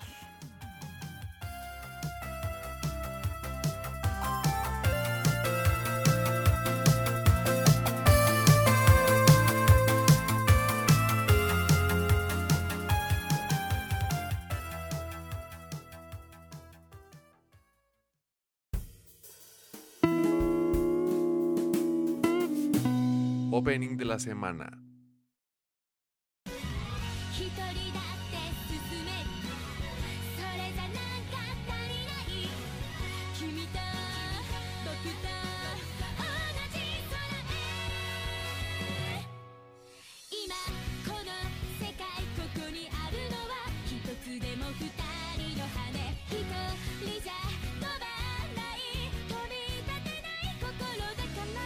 Speaker 5: Opening de la semana.
Speaker 6: 一人だって進めそれじゃなんか足りない君と僕と同じ空へ今この世界ここにあるのは一つでも二人の羽一人じゃ飛ばない飛び立てない心だから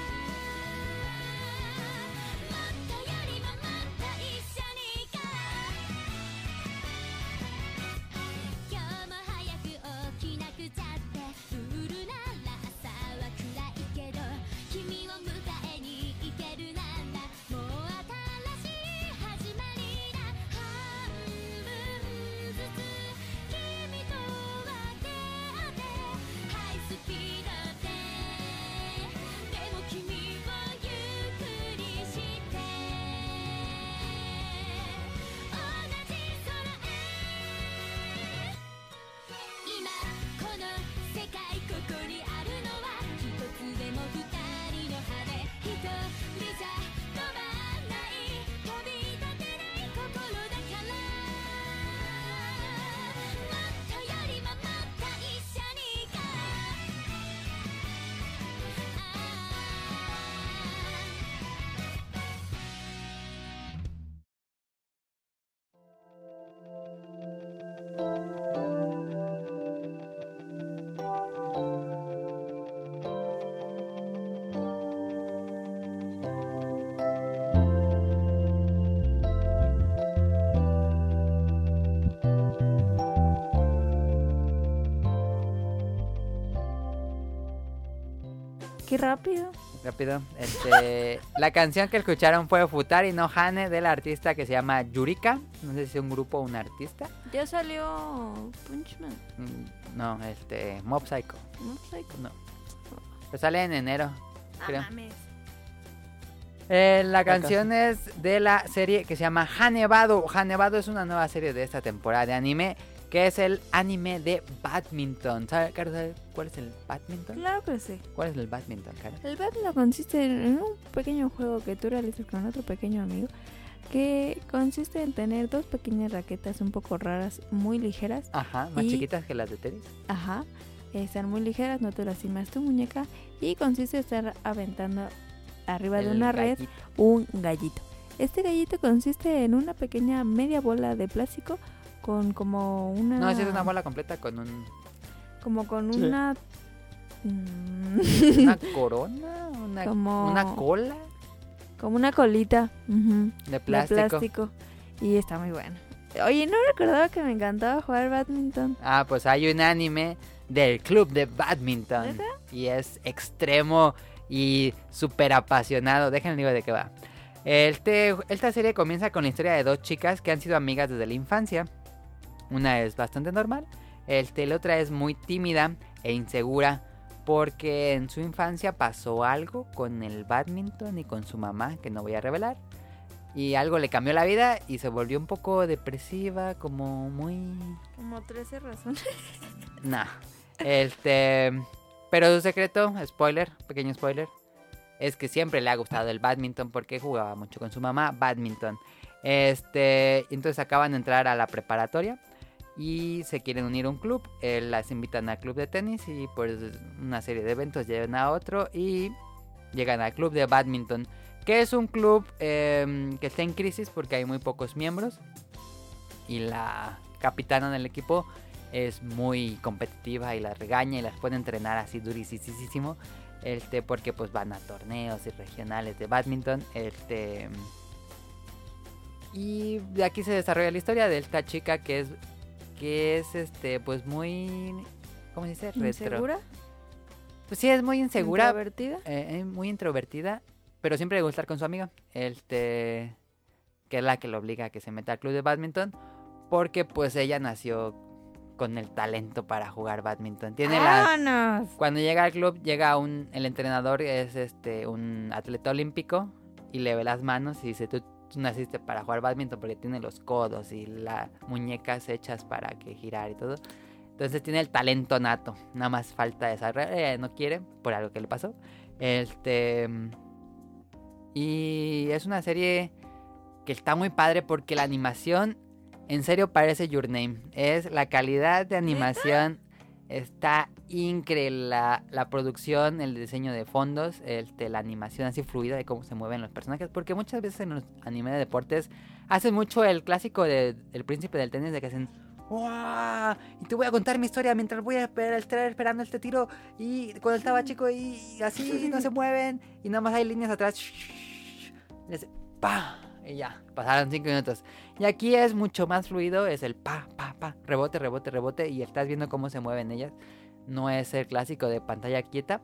Speaker 6: もっとよりももっと一緒に行こう今日も早く起きなくちゃってプールなら朝は暗いけど君を迎えに行けるならもう新しい始まりだ半分ずつ君と分け合ってハイスピードででも君をゆっくりして同じ空へ今この世界ここにあるのは一つでも二人の羽一人じゃ飛ばない飛び立てない心だからもっとよりももっと一緒に行こうああ
Speaker 1: Qué rápido.
Speaker 2: Rápido. Este, (laughs) la canción que escucharon fue Futari no Hane del artista que se llama Yurika. No sé si es un grupo o un artista.
Speaker 1: Ya salió Punchman.
Speaker 2: Mm, No, este, Mob Psycho.
Speaker 1: No sé cómo.
Speaker 2: No. Pero sale en enero. creo.
Speaker 1: Ah, mames.
Speaker 2: Eh, la canción es de la serie que se llama Hanevado. Hanevado es una nueva serie de esta temporada de anime que es el anime de badminton. ¿Sabe, Caro, sabe cuál es el badminton?
Speaker 1: Claro que sí.
Speaker 2: ¿Cuál es el badminton, Caro?
Speaker 1: El Battle consiste en un pequeño juego que tú realizas con otro pequeño amigo que consiste en tener dos pequeñas raquetas un poco raras, muy ligeras.
Speaker 2: Ajá, más
Speaker 1: Y-
Speaker 2: chiquitas que las de tenis.
Speaker 1: Ajá. Están muy ligeras, no te lastimas tu muñeca. Y consiste en estar aventando arriba de
Speaker 2: El
Speaker 1: una red
Speaker 2: gallito.
Speaker 1: un gallito. Este gallito consiste en una pequeña media bola de plástico con como una...
Speaker 2: No, esa es una bola completa con un,
Speaker 1: Como con
Speaker 3: Sí.
Speaker 1: una... mm,
Speaker 2: (laughs) una corona, una,
Speaker 1: como,
Speaker 2: una cola
Speaker 1: (laughs) como una colita ujú,
Speaker 2: de
Speaker 1: de
Speaker 2: plástico.
Speaker 1: plástico. Y está muy buena. Oye, no recordaba que me encantaba jugar badminton.
Speaker 2: Ah, pues hay un anime del club de badminton.
Speaker 1: ¿Neta?
Speaker 2: Y es extremo y súper apasionado. Déjenme digo de qué va. Este- esta serie comienza con la historia de dos chicas que han sido amigas desde la infancia. Una es bastante normal, este, la otra es muy tímida e insegura porque en su infancia pasó algo con el badminton y con su mamá que no voy a revelar. Y algo le cambió la vida y se volvió un poco depresiva, como muy
Speaker 1: Como 13 razones.
Speaker 2: Nah. Este. Pero su secreto, spoiler, pequeño spoiler, es que siempre le ha gustado el badminton porque jugaba mucho con su mamá badminton. Este, entonces acaban de entrar a la preparatoria y se quieren unir a un club. Eh, las invitan al club de tenis y por una serie de eventos llegan a otro y llegan al club de badminton, que es un club eh, que está en crisis porque hay muy pocos miembros y la capitana del equipo es muy competitiva y las regaña y las pone a entrenar así durísimo. Este, porque pues van a torneos y regionales de badminton. Este. Y de aquí se desarrolla la historia de esta chica que es. que es este. pues muy. ¿Cómo se dice? Retro.
Speaker 1: ¿Insegura?
Speaker 2: Pues sí, es muy insegura.
Speaker 1: ¿Introvertida?
Speaker 2: eh, eh, muy introvertida. Pero siempre le gusta estar con su amiga. Este. Que es la que lo obliga a que se meta al club de badminton. Porque pues ella nació con el talento para jugar badminton.
Speaker 1: Ah,
Speaker 2: Tiene la
Speaker 1: ¡Vámonos!
Speaker 2: cuando llega al club, llega un, el entrenador, es este un atleta olímpico, y le ve las manos y dice, tú, tú naciste para jugar badminton porque tiene los codos y las muñecas hechas para que girar y todo. Entonces tiene el talento nato, nada más falta desarrollar, ella no quiere, por algo que le pasó. Este... Y es una serie que está muy padre porque la animación, en serio, parece Your Name. Es la calidad de animación Está increíble la, la producción, el diseño de fondos, este, la animación así fluida de cómo se mueven los personajes. Porque muchas veces en los anime de deportes hacen mucho el clásico de El príncipe del tenis de que hacen... "Uah, Y te voy a contar mi historia mientras voy a esper- estar esperando este tiro. Y cuando estaba chico y y así no se mueven. Y nada más hay líneas atrás. Y hace pa Y ya, pasaron cinco minutos. Y aquí es mucho más fluido, es el pa, pa, pa, rebote, rebote, rebote, y estás viendo cómo se mueven ellas. No es el clásico de pantalla quieta.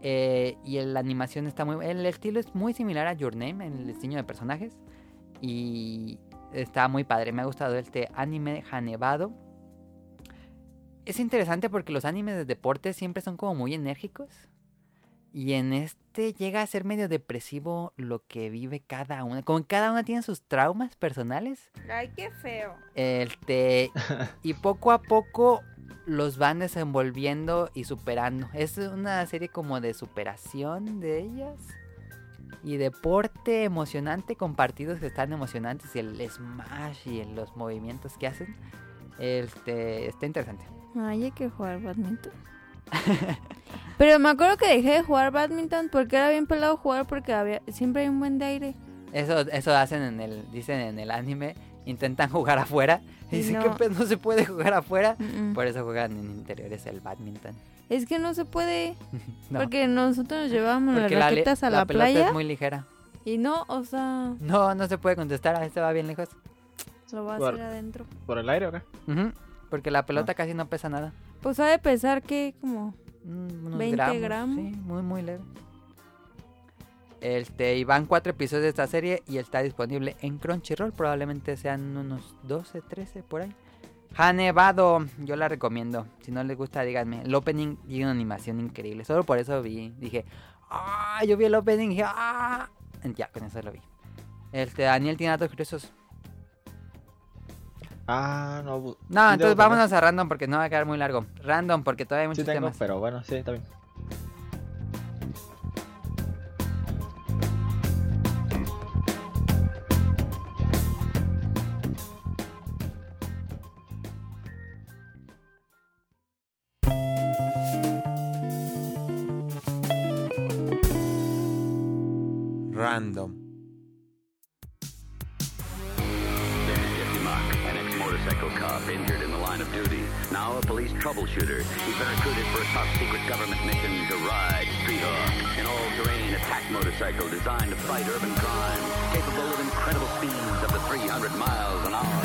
Speaker 2: eh, y el- la animación está muy... El estilo es muy similar a Your Name en el diseño de personajes. Y está muy padre. Me ha gustado este anime Hanevado. Es interesante porque los animes de deporte siempre son como muy enérgicos. Y en este llega a ser medio depresivo lo que vive cada una. Como que cada una tiene sus traumas personales.
Speaker 1: ¡Ay, qué feo!
Speaker 2: Este, y poco a poco los van desenvolviendo y superando. Es una serie como de superación de ellas. Y deporte emocionante con partidos que están emocionantes y el smash y el- los movimientos que hacen. Este, está interesante.
Speaker 1: Ay, hay que jugar
Speaker 2: (laughs)
Speaker 1: badminton. Pero me acuerdo que dejé de jugar badminton porque era bien pelado jugar porque había, siempre hay un buen de aire.
Speaker 2: Eso, eso hacen en el, dicen en el anime, intentan (laughs) jugar afuera. Y
Speaker 1: Y
Speaker 2: dicen
Speaker 1: no.
Speaker 2: que pues, no se puede jugar afuera.
Speaker 1: Mm, mm.
Speaker 2: Por eso juegan en interiores el badminton.
Speaker 1: Es que no se puede
Speaker 2: No,
Speaker 1: porque nosotros nos llevábamos
Speaker 2: porque
Speaker 1: las
Speaker 2: le-
Speaker 1: raquetas a la,
Speaker 2: pelota
Speaker 1: playa
Speaker 2: es muy ligera.
Speaker 1: y no, o sea,
Speaker 2: No, no se puede contestar, ah, este va bien lejos.
Speaker 1: lo va a
Speaker 3: Claro.
Speaker 1: hacer adentro.
Speaker 3: ¿Por el aire o qué?
Speaker 2: Ujú, Porque la pelota casi no pesa nada.
Speaker 1: Pues ha de pesar que como
Speaker 2: Mm, Unos
Speaker 1: 20
Speaker 2: gramos,
Speaker 1: gramos.
Speaker 2: Sí, muy, muy leve. Este, y van cuatro episodios de esta serie y está disponible en Crunchyroll. Probablemente sean unos 12, 13 por ahí. Hanevado, yo la recomiendo. Si no les gusta, díganme. El opening tiene una animación increíble. Solo por eso vi, dije, ¡ah! Yo vi el opening y dije, ¡ah! Ya, con eso lo vi. Este, Daniel tiene datos curiosos.
Speaker 3: Ah, no. bu-
Speaker 2: No,
Speaker 3: sí
Speaker 2: entonces
Speaker 3: debo tener.
Speaker 2: vámonos a random porque no va a quedar muy largo. Random porque todavía hay
Speaker 3: Sí
Speaker 2: muchos
Speaker 3: tengo,
Speaker 2: temas.
Speaker 3: pero bueno, sí, está bien.
Speaker 5: Random.
Speaker 7: Mock, an ex-motorcycle cop injured in the line of duty. Now a police troubleshooter. He's been recruited for a top-secret government mission to ride Street Hawk, an all-terrain attack motorcycle designed to fight urban crime, capable of incredible speeds up to 300 miles an hour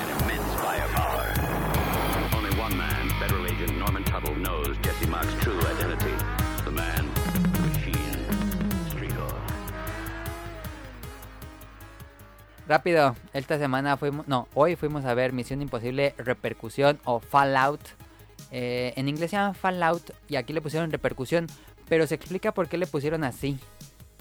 Speaker 7: and immense firepower. Only one man, federal agent Norman Tuttle, knows Jesse Mock's true identity. The man, the machine, Street Hawk.
Speaker 2: Rápido, esta semana fuimos, no, hoy fuimos a ver Misión Imposible, Repercusión o Fallout. Eh, en inglés se llama Fallout y aquí le pusieron Repercusión, pero se explica por qué le pusieron así.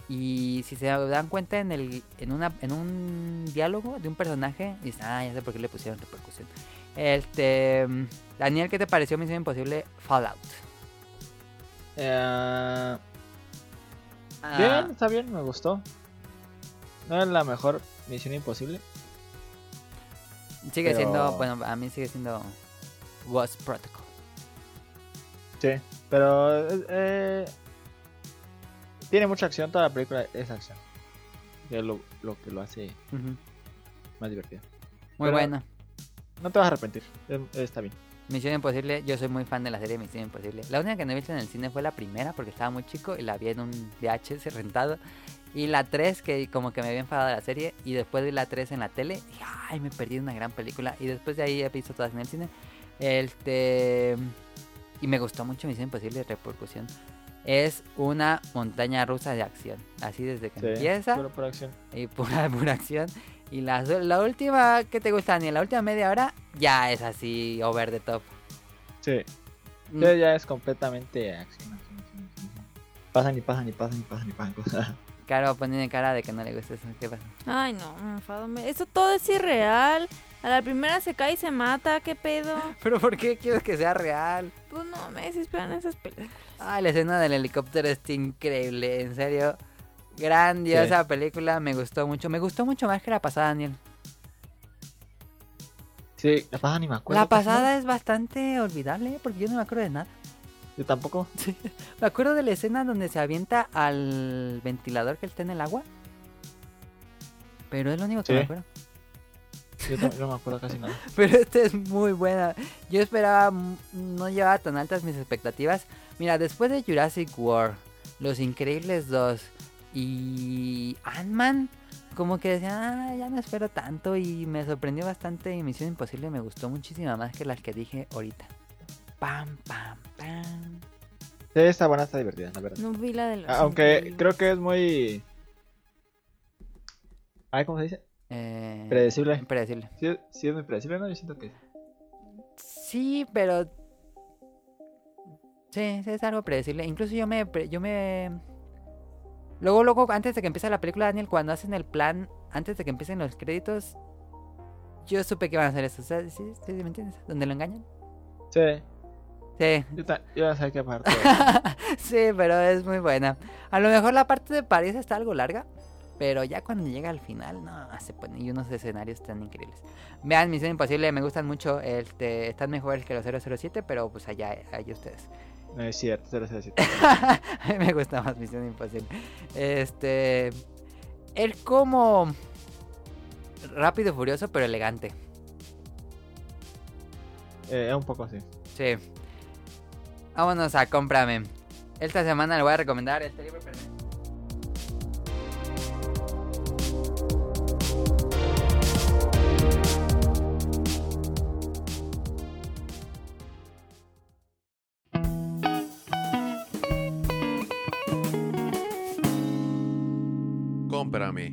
Speaker 2: Y si se dan cuenta en, el, en, una, en un diálogo de un personaje, dicen, ah, ya sé por qué le pusieron Repercusión. Este, Daniel, ¿qué te pareció Misión Imposible Fallout?
Speaker 3: Eh,
Speaker 2: Ah,
Speaker 3: Bien, está bien, me gustó. No es la mejor
Speaker 8: Misión Imposible.
Speaker 2: Sigue
Speaker 8: Pero-
Speaker 2: siendo, bueno, a mí sigue siendo Was Protocol.
Speaker 8: Sí.
Speaker 3: Pero eh, tiene mucha acción, toda la película es acción. Que es lo, lo que lo hace
Speaker 2: Muy
Speaker 3: más divertido. Pero-
Speaker 2: bueno.
Speaker 3: No te vas a arrepentir, es- está bien.
Speaker 2: Misión Imposible, yo soy muy fan de la serie Misión Imposible. La única que no he visto en el cine fue la primera porque estaba muy chico y la vi en un VHS rentado. Y la 3 que como que me había enfadado de la serie y después vi la 3 en la tele y dije, ay, me perdí una gran película. Y después de ahí he visto todas en el cine. Este... Y me gustó mucho Misión Imposible Repercusión. Es una montaña rusa de acción. Así desde que
Speaker 3: Sí,
Speaker 2: empieza
Speaker 3: Solo por acción.
Speaker 2: y eh, (laughs) pura, pura acción. Y la, la última que te gusta, ni la última media hora, ya es así over the top.
Speaker 3: Sí.
Speaker 2: Mm.
Speaker 3: Ya- ya es completamente acción, acción, acción, acción. Pasan y pasan y pasan y pasan y pasan cosas.
Speaker 2: Caro poniendo cara de que no le gusta eso. ¿Qué pasa?
Speaker 1: Ay, no, me enfado. me- Eso todo es irreal. A la primera se cae y se mata. ¿Qué pedo?
Speaker 2: (laughs) (gasps) ¿Pero por qué quieres que sea real?
Speaker 1: Pues no, me desesperan esas películas.
Speaker 2: Ah, la escena del helicóptero está increíble, en serio. Grandiosa película, me gustó mucho. Me gustó mucho más que la pasada, Daniel.
Speaker 3: Sí, la pasada ni me acuerdo.
Speaker 2: La
Speaker 3: casi, ¿no?
Speaker 2: pasada es bastante olvidable ¿eh? porque yo no me acuerdo de nada.
Speaker 3: Yo tampoco.
Speaker 2: Me acuerdo de la escena donde se avienta al ventilador que está en el agua. Pero es lo único que
Speaker 3: Sí.
Speaker 2: me acuerdo.
Speaker 3: Yo tam- yo no me acuerdo casi nada.
Speaker 2: (laughs) Pero esta es muy buena. Yo esperaba, mm, no llevaba tan altas mis expectativas. Mira, después de Jurassic World, Los Increíbles 2 y Ant-Man, como que decía, "Ah, ya no espero tanto y me sorprendió bastante. Y Misión Imposible me gustó muchísimo más que las que dije ahorita. Pam, pam, pam.
Speaker 3: Sí, está buena, está divertida, la verdad.
Speaker 1: No vi la de los.
Speaker 3: Ah, Aunque
Speaker 1: increíbles.
Speaker 3: creo que es muy. Ay, ¿cómo se dice?
Speaker 2: Eh,
Speaker 3: Predecible.
Speaker 2: impredecible.
Speaker 3: Sí, sí es muy predecible, ¿no? Yo siento que.
Speaker 2: Sí, pero. Sí, sí, es algo predecible. Incluso yo me. pre- Yo me... Luego, luego, antes de que empiece la película, Daniel, cuando hacen el plan, antes de que empiecen los créditos, yo supe que iban a hacer eso. O sea, ¿sí, sí, me entiendes? ¿Dónde lo engañan?
Speaker 3: Sí,
Speaker 2: Sí. (laughs)
Speaker 3: yo, ta- yo ya sabía que aparte.
Speaker 2: sí, pero es muy buena. A lo mejor la parte de París está algo larga, pero ya cuando llega al final, no, se pone. Y unos escenarios tan increíbles. Vean, Misión Imposible, me gustan mucho. Este, están mejores que los 007, pero pues allá, allá ustedes.
Speaker 3: No es cierto, se lo sé decir.
Speaker 2: (laughs) A mí me gusta más Misión Imposible. Este. Él como. Rápido, furioso, pero elegante.
Speaker 3: Eh, es un poco así.
Speaker 2: Sí. Vámonos a cómprame. Esta semana le voy a recomendar este libro. pero-
Speaker 5: Cómprame.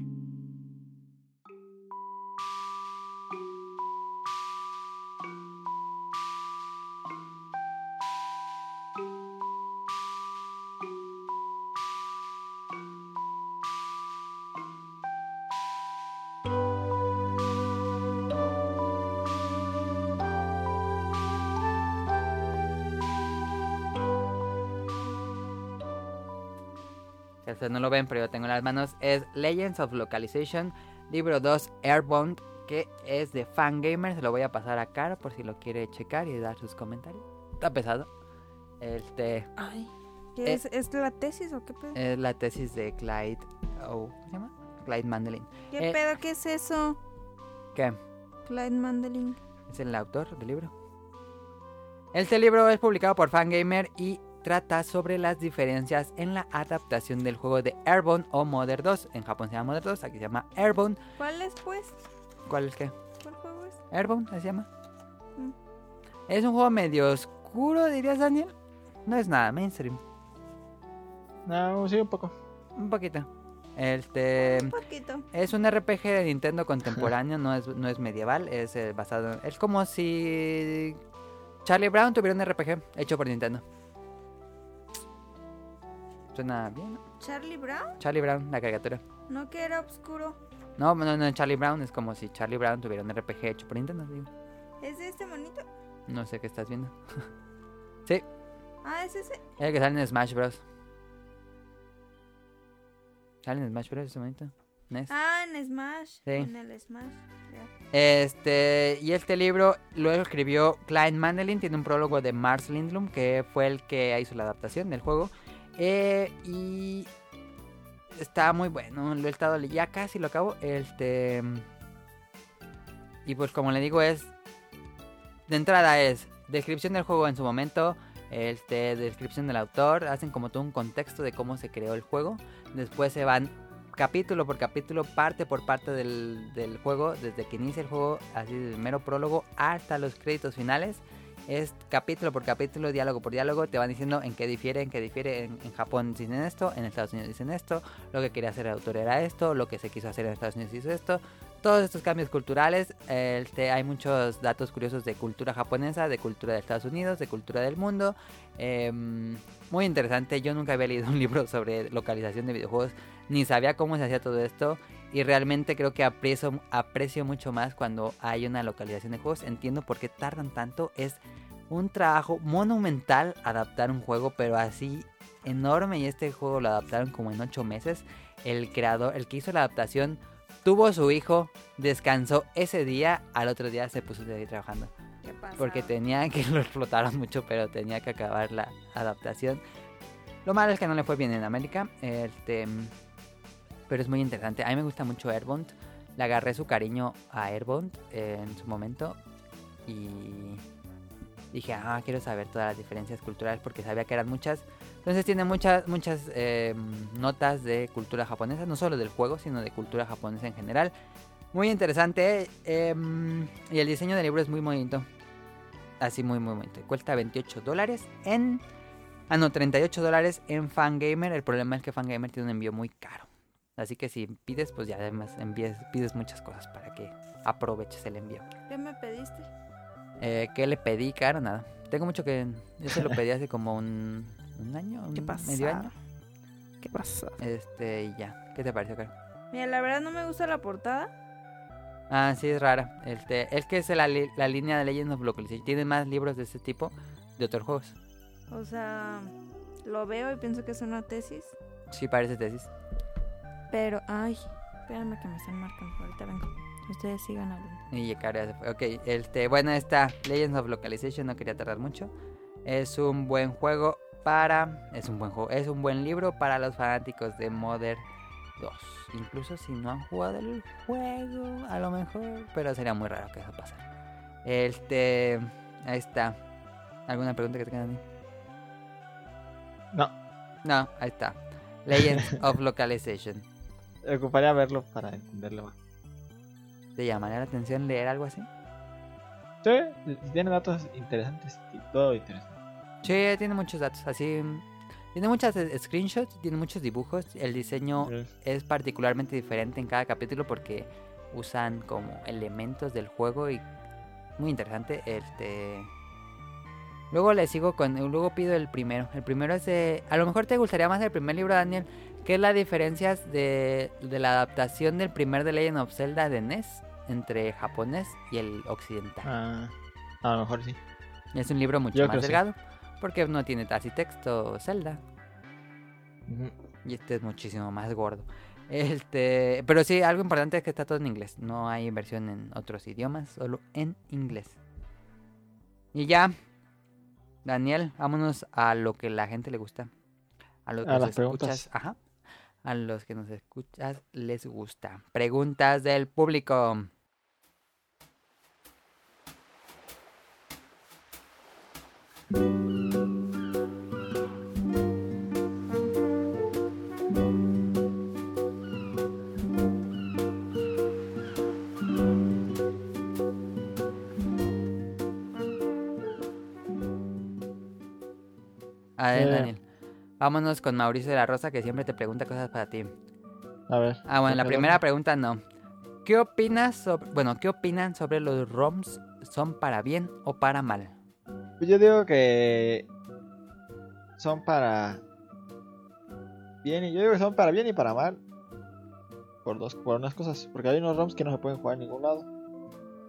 Speaker 2: que ustedes no lo ven, pero yo tengo en las manos, es Legends of Localization, libro 2, Airbound, que es de Fangamer. Se lo voy a pasar a Caro por si lo quiere checar y dar sus comentarios. Está pesado. Este
Speaker 1: Ay. ¿qué
Speaker 2: Eh.
Speaker 1: ¿Es, ¿Es la tesis o qué pedo?
Speaker 2: es la tesis de Clyde. oh, ¿Cómo se llama? Clyde Mandelin.
Speaker 1: ¿Qué
Speaker 2: eh.
Speaker 1: pedo? ¿Qué es eso?
Speaker 2: ¿Qué?
Speaker 1: Clyde Mandeling.
Speaker 2: Es el autor del libro. Este libro es publicado por Fangamer y trata sobre las diferencias en la adaptación del juego de Airbound o Mother 2. En Japón se llama Mother 2, aquí se llama Airbound.
Speaker 1: ¿Cuál es, pues?
Speaker 2: ¿Cuál es qué?
Speaker 1: ¿Cuál juego es?
Speaker 2: Airbound se llama.
Speaker 1: Mm.
Speaker 2: Es un juego medio oscuro, dirías Daniel. No es nada mainstream.
Speaker 3: No, sí, un poco.
Speaker 2: Un poquito. Este
Speaker 1: Un poquito.
Speaker 2: es un RPG de Nintendo contemporáneo, no es, no es medieval, es eh, basado en- Es como si Charlie Brown tuviera un RPG hecho por Nintendo. Suena bien, ¿no?
Speaker 1: ¿Charlie Brown?
Speaker 2: Charlie Brown, la caricatura.
Speaker 1: No que era oscuro.
Speaker 2: No, no, no, Charlie Brown es como si Charlie Brown tuviera un RPG hecho por Nintendo, digo.
Speaker 1: ¿Es de este monito?
Speaker 2: No sé qué estás viendo.
Speaker 1: Ah, es ese.
Speaker 2: El que sale en Smash Bros. ¿Sale en Smash Bros ese momento? E NES.
Speaker 1: Ah, en Smash.
Speaker 2: Sí.
Speaker 1: En el Smash.
Speaker 2: Este, y este libro lo escribió Klein Mandelin, tiene un prólogo de Mars Lindblom, que fue el que hizo la adaptación del juego. Eh, y está muy bueno, lo he estado leyendo, ya casi lo acabo. Este, y pues como le digo es, de entrada es descripción del juego en su momento, este, descripción del autor, hacen como todo un contexto de cómo se creó el juego. Después se van capítulo por capítulo, parte por parte del, del juego, desde que inicia el juego, así del mero prólogo hasta los créditos finales. Es capítulo por capítulo, diálogo por diálogo, te van diciendo en qué difiere, en qué difiere. En, en Japón dicen esto, en Estados Unidos dicen esto, lo que quería hacer el autor era esto, lo que se quiso hacer en Estados Unidos hizo esto. Todos estos cambios culturales, este, hay muchos datos curiosos de cultura japonesa, de cultura de Estados Unidos, de cultura del mundo. Em, muy interesante, yo nunca había leído un libro sobre localización de videojuegos ni sabía cómo se hacía todo esto. Y realmente creo que aprecio, aprecio mucho más cuando hay una localización de juegos. Entiendo por qué tardan tanto. Es un trabajo monumental adaptar un juego, pero así enorme. Y este juego lo adaptaron como en 8 meses. El creador, el que hizo la adaptación, tuvo su hijo, descansó ese día. Al otro día se puso a seguir trabajando.
Speaker 1: ¿Qué pasa?
Speaker 2: Porque tenía que lo explotaron mucho, pero tenía que acabar la adaptación. Lo malo es que no le fue bien en América. Este, pero es muy interesante. A mí me gusta mucho Airbound. Le agarré su cariño a Airbound eh, en su momento. Y dije, ah, quiero saber todas las diferencias culturales porque sabía que eran muchas. Entonces tiene muchas, muchas eh, notas de cultura japonesa, no solo del juego, sino de cultura japonesa en general. Muy interesante. em, y el diseño del libro es muy bonito. Así, muy, muy bonito. Cuesta 28 dólares en... Ah, no, 38 dólares en Fangamer. El problema es que Fangamer tiene un envío muy caro. Así que si pides, pues ya además envíes, pides muchas cosas para que aproveches el envío.
Speaker 1: ¿Qué me pediste?
Speaker 2: Eh, ¿Qué le pedí, caro? Nada. Tengo mucho que... Yo se lo pedí hace como un, un año, un
Speaker 1: ¿Qué pasa?
Speaker 2: Mm, medio año.
Speaker 1: ¿Qué pasa?
Speaker 2: Este, y ya. ¿Qué te pareció, caro?
Speaker 1: Mira, la verdad no me gusta la portada.
Speaker 2: Ah, sí, es rara. Este, es que es la, li- la línea de Legends of Localization. Tiene más libros de ese tipo de otros juegos.
Speaker 1: O sea, lo veo y pienso que es una tesis.
Speaker 2: Sí, parece tesis.
Speaker 1: Pero, ay, espérame que me están marcando. Ahorita vengo. Ustedes sigan hablando.
Speaker 2: Y Yekara ya se fue. Ok, este, bueno, está Legends of Localization, no quería tardar mucho. Es un buen juego para. Es un buen juego. Es un buen libro para los fanáticos de Modern 2. Incluso si no han jugado el juego, a lo mejor. Pero sería muy raro que eso pasara. Este. Ahí está. ¿Alguna pregunta que tengan? Dani?
Speaker 3: No,
Speaker 2: No, ahí está. Legends of Localization.
Speaker 3: ocuparía verlo para entenderlo más.
Speaker 2: ¿Te llamaría la atención leer algo así?
Speaker 3: Sí, si tiene datos interesantes y todo interesante.
Speaker 2: Sí, eh, tiene muchos datos. Así. Tiene muchas eh, screenshots, tiene muchos dibujos. El diseño es particularmente diferente en cada capítulo porque usan como elementos del juego y muy interesante. Este. Luego le sigo con. Luego pido el primero. El primero es de. A lo mejor te gustaría más el primer libro, Daniel. Que es las diferencias de, de la adaptación del primer de Legend of Zelda de NES entre japonés y el occidental.
Speaker 3: Ah, a lo mejor sí.
Speaker 2: Es un libro mucho
Speaker 3: Yo
Speaker 2: más
Speaker 3: creo sí.
Speaker 2: delgado porque no tiene casi texto Zelda
Speaker 3: Ujú.
Speaker 2: y este es muchísimo más gordo. Este, pero sí, algo importante es que está todo en inglés, no hay versión en otros idiomas, solo en inglés. Y ya, Daniel, vámonos a lo que la gente le gusta, a lo que
Speaker 3: A
Speaker 2: nos
Speaker 3: las
Speaker 2: escuchas,
Speaker 3: preguntas.
Speaker 2: ajá, a los que nos escuchas les gusta. Preguntas del público. A ver,
Speaker 3: Eh.
Speaker 2: Daniel. Vámonos con Mauricio de la Rosa que siempre te pregunta cosas para ti.
Speaker 3: A ver.
Speaker 2: Ah, bueno, la
Speaker 3: Perdón.
Speaker 2: primera pregunta no. ¿Qué opinas sobre, bueno, qué opinan sobre los ROMs? ¿Son para bien o para mal?
Speaker 3: Pues Yo digo que son para bien y yo digo que son para bien y para mal por dos por unas cosas, porque hay unos ROMs que no se pueden jugar en ningún lado.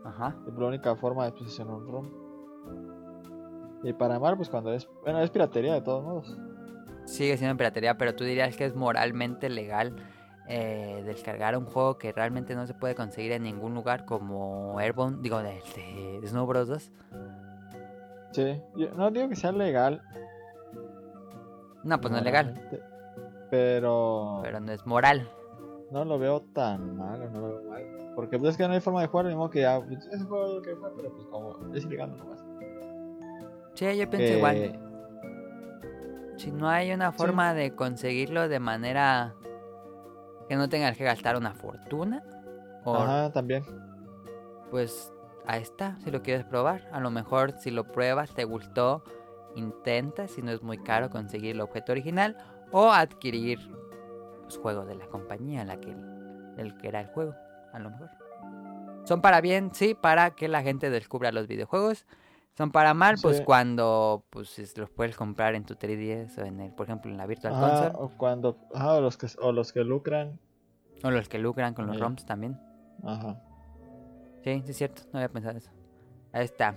Speaker 2: Ajá.
Speaker 3: Y la única forma de pues, es en un ROM. Y para mal pues cuando es bueno, es piratería de todos modos.
Speaker 2: Sigue siendo piratería, pero tú dirías que es moralmente legal eh, descargar un juego que realmente no se puede conseguir en ningún lugar como Airborne, digo, este, de, de Snow Bros. 2.
Speaker 3: Sí. Yo no digo que sea legal.
Speaker 2: No, pues no es legal,
Speaker 3: moralmente, Pero,
Speaker 2: pero no es moral.
Speaker 3: no lo veo tan mal, no lo veo mal. Porque pues, es que no hay forma de jugar, mismo que ya. pues, ese juego es lo que fue, pero pues como es ilegal nomás.
Speaker 2: Sí, yo pienso
Speaker 3: Eh,
Speaker 2: igual. Si no hay una forma de conseguirlo de manera que no tengas que gastar una fortuna, o
Speaker 3: Ajá, también.
Speaker 2: pues ahí está, si lo quieres probar. A lo mejor si lo pruebas, te gustó, intenta, si no es muy caro conseguir el objeto original o adquirir los juegos de la compañía en la que, del que era el juego, a lo mejor. Son para bien, sí, para que la gente descubra los videojuegos. Son para mal, pues
Speaker 3: Sí.
Speaker 2: cuando pues si los puedes comprar en tu 3DS o en el, por ejemplo, en la Virtual
Speaker 3: Ajá,
Speaker 2: Console
Speaker 3: o cuando. Ajá, o los que, o los que lucran.
Speaker 2: o los que lucran con los
Speaker 3: Mira.
Speaker 2: ROMs también.
Speaker 3: Ajá.
Speaker 2: Sí, sí es cierto, no había pensado eso. Ahí está.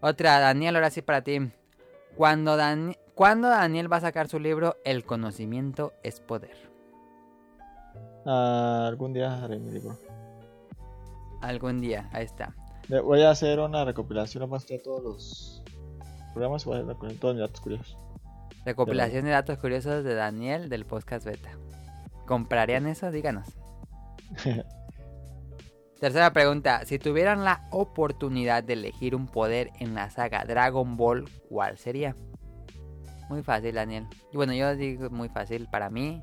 Speaker 2: Otra, Daniel, ahora sí para ti. Cuando, Dan- ¿Cuándo Daniel va a sacar su libro El conocimiento es poder?
Speaker 3: Ah, algún día haré mi libro.
Speaker 2: Algún día, ahí está.
Speaker 3: Le- Voy a hacer una recopilación más de todos los programas. Voy a hacer con todos mis datos curiosos.
Speaker 2: Recopilación de datos curiosos de Daniel del podcast beta. ¿Comprarían eso? Díganos. Tercera pregunta. Si tuvieran la oportunidad de elegir un poder en la saga Dragon Ball, ¿cuál sería? Muy fácil, Daniel. Y Bueno, yo digo muy fácil. Para mí,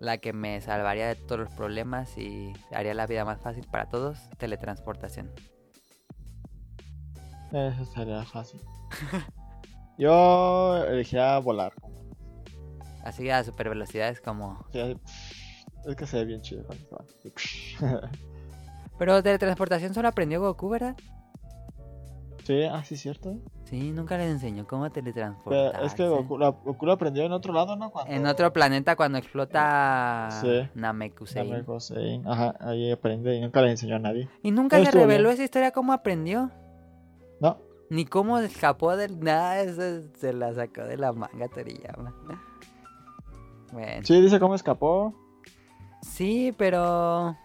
Speaker 2: la que me salvaría de todos los problemas y haría la vida más fácil para todos, teletransportación.
Speaker 3: Eso estaría
Speaker 2: (laughs)
Speaker 3: fácil. Yo elegiría volar.
Speaker 2: Así a super velocidades como...
Speaker 3: Sí, así, Es que se ve bien chido cuando se va. (laughs)
Speaker 2: Pero teletransportación solo aprendió Goku, ¿verdad?
Speaker 3: Sí, ah, sí, cierto.
Speaker 2: Sí, nunca les enseñó cómo
Speaker 3: Pero
Speaker 2: teletransportarse.
Speaker 3: es que Eh, Goku, la- Goku lo aprendió en otro lado, ¿no? Cuando
Speaker 2: En otro planeta cuando explota
Speaker 3: Sí.
Speaker 2: Namekusein.
Speaker 3: Dame Gosein. Ajá, ahí aprende y nunca le enseñó a nadie.
Speaker 2: Y nunca
Speaker 3: Él
Speaker 2: se
Speaker 3: estuvo
Speaker 2: reveló
Speaker 3: bien.
Speaker 2: esa historia cómo aprendió.
Speaker 3: No,
Speaker 2: Ni cómo escapó del... Nada, eso se la sacó de la manga Toriyama. Bueno, sí,
Speaker 3: sí, dice cómo escapó.
Speaker 2: pero...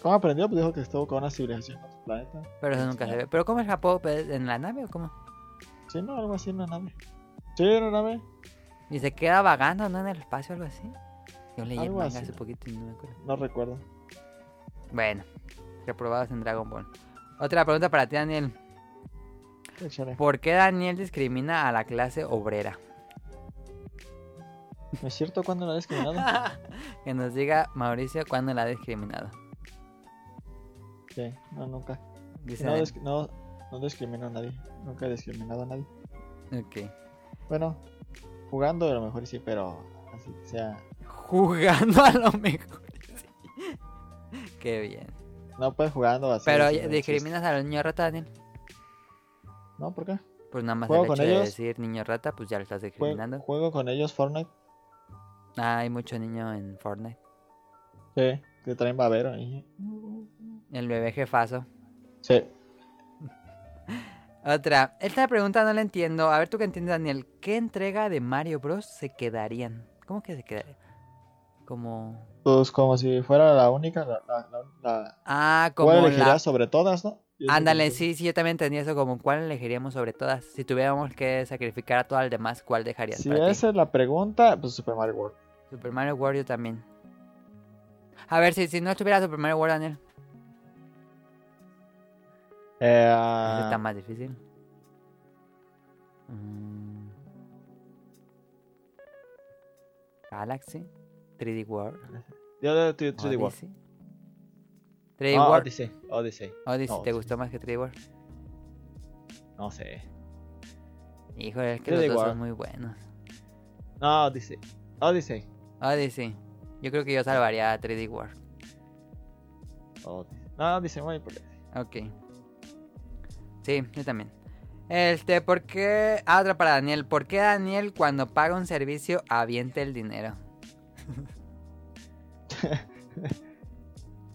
Speaker 3: ¿Cómo aprendió? Pues dijo que estuvo con una civilización en otro planeta.
Speaker 2: Pero eso nunca se ve. ¿Pero cómo escapó? ¿Pues, ¿En la nave o cómo?
Speaker 3: Sí, no, algo así en una nave. Sí, en una nave.
Speaker 2: Y se queda vagando, ¿no? En el espacio o algo así. Yo leí el
Speaker 3: Algo
Speaker 2: manga
Speaker 3: así.
Speaker 2: hace poquito y no me acuerdo.
Speaker 3: No recuerdo.
Speaker 2: Bueno, reprobados en Dragon Ball. Otra pregunta para ti, Daniel.
Speaker 3: Échale.
Speaker 2: ¿Por qué Daniel discrimina a la clase obrera?
Speaker 3: ¿No es cierto cuando la discriminado?
Speaker 2: (laughs) que nos diga Mauricio cuándo la ha discriminado.
Speaker 3: Sí, no, nunca.
Speaker 2: Dice
Speaker 3: No,
Speaker 2: Dan-
Speaker 3: dis- no, no discrimino a nadie. Nunca he discriminado a nadie.
Speaker 2: Ok.
Speaker 3: Bueno, jugando a lo mejor sí, pero así que sea.
Speaker 2: Jugando (laughs) a lo mejor. sí. Qué bien.
Speaker 3: No puedes jugando así.
Speaker 2: Pero
Speaker 3: así,
Speaker 2: discriminas a los niños rata, Daniel.
Speaker 3: chiste. No, ¿por qué?
Speaker 2: Pues nada más el
Speaker 3: ¿Juego
Speaker 2: hecho
Speaker 3: con
Speaker 2: de
Speaker 3: ellos?
Speaker 2: decir niño rata, pues ya lo estás
Speaker 3: Jue-
Speaker 2: discriminando.
Speaker 3: juego con ellos Fortnite.
Speaker 2: Ah, hay mucho niño en Fortnite.
Speaker 3: Sí, que traen babero ahí.
Speaker 2: El bebé jefazo.
Speaker 3: Sí.
Speaker 2: Otra. Esta pregunta no la entiendo. A ver tú que entiendes, Daniel. ¿Qué entrega de Mario Bros se quedarían? ¿Cómo que se quedarían? Como...
Speaker 3: Pues como si fuera la única, la, la, la, la-
Speaker 2: Ah, como
Speaker 3: ¿Cuál
Speaker 2: la...
Speaker 3: elegirás sobre todas, no? Y es lo
Speaker 2: Ándale,
Speaker 3: que-
Speaker 2: sí, sí, yo también tenía eso como cuál elegiríamos sobre todas. Si tuviéramos que sacrificar a todas las demás, ¿cuál dejarías
Speaker 3: Si
Speaker 2: para ti?
Speaker 3: esa es la pregunta, pues Super Mario World.
Speaker 2: Super Mario World yo también. A ver, si, si no estuviera Super Mario World, Daniel,
Speaker 3: Eh,
Speaker 2: ese está
Speaker 3: ah,
Speaker 2: más difícil. Mm. Galaxy, 3D World,
Speaker 3: yo de 3D World.
Speaker 2: Odyssey. 3D
Speaker 3: Ah,
Speaker 2: World,
Speaker 3: Odyssey,
Speaker 2: Odyssey,
Speaker 3: Odyssey.
Speaker 2: ¿te
Speaker 3: Odyssey.
Speaker 2: gustó más que 3D World?
Speaker 3: No sé.
Speaker 2: Híjole, es que
Speaker 3: 3D
Speaker 2: los dos son
Speaker 3: World.
Speaker 2: muy buenos.
Speaker 3: No, Odyssey. Odyssey.
Speaker 2: Odyssey, yo creo que yo salvaría a 3D World.
Speaker 3: Odyssey. No, Odyssey, muy por-
Speaker 2: Ok. Sí, yo también. Este, ¿por qué? Ah, otra para Daniel. ¿Por qué Daniel cuando paga un servicio avienta el dinero? (laughs)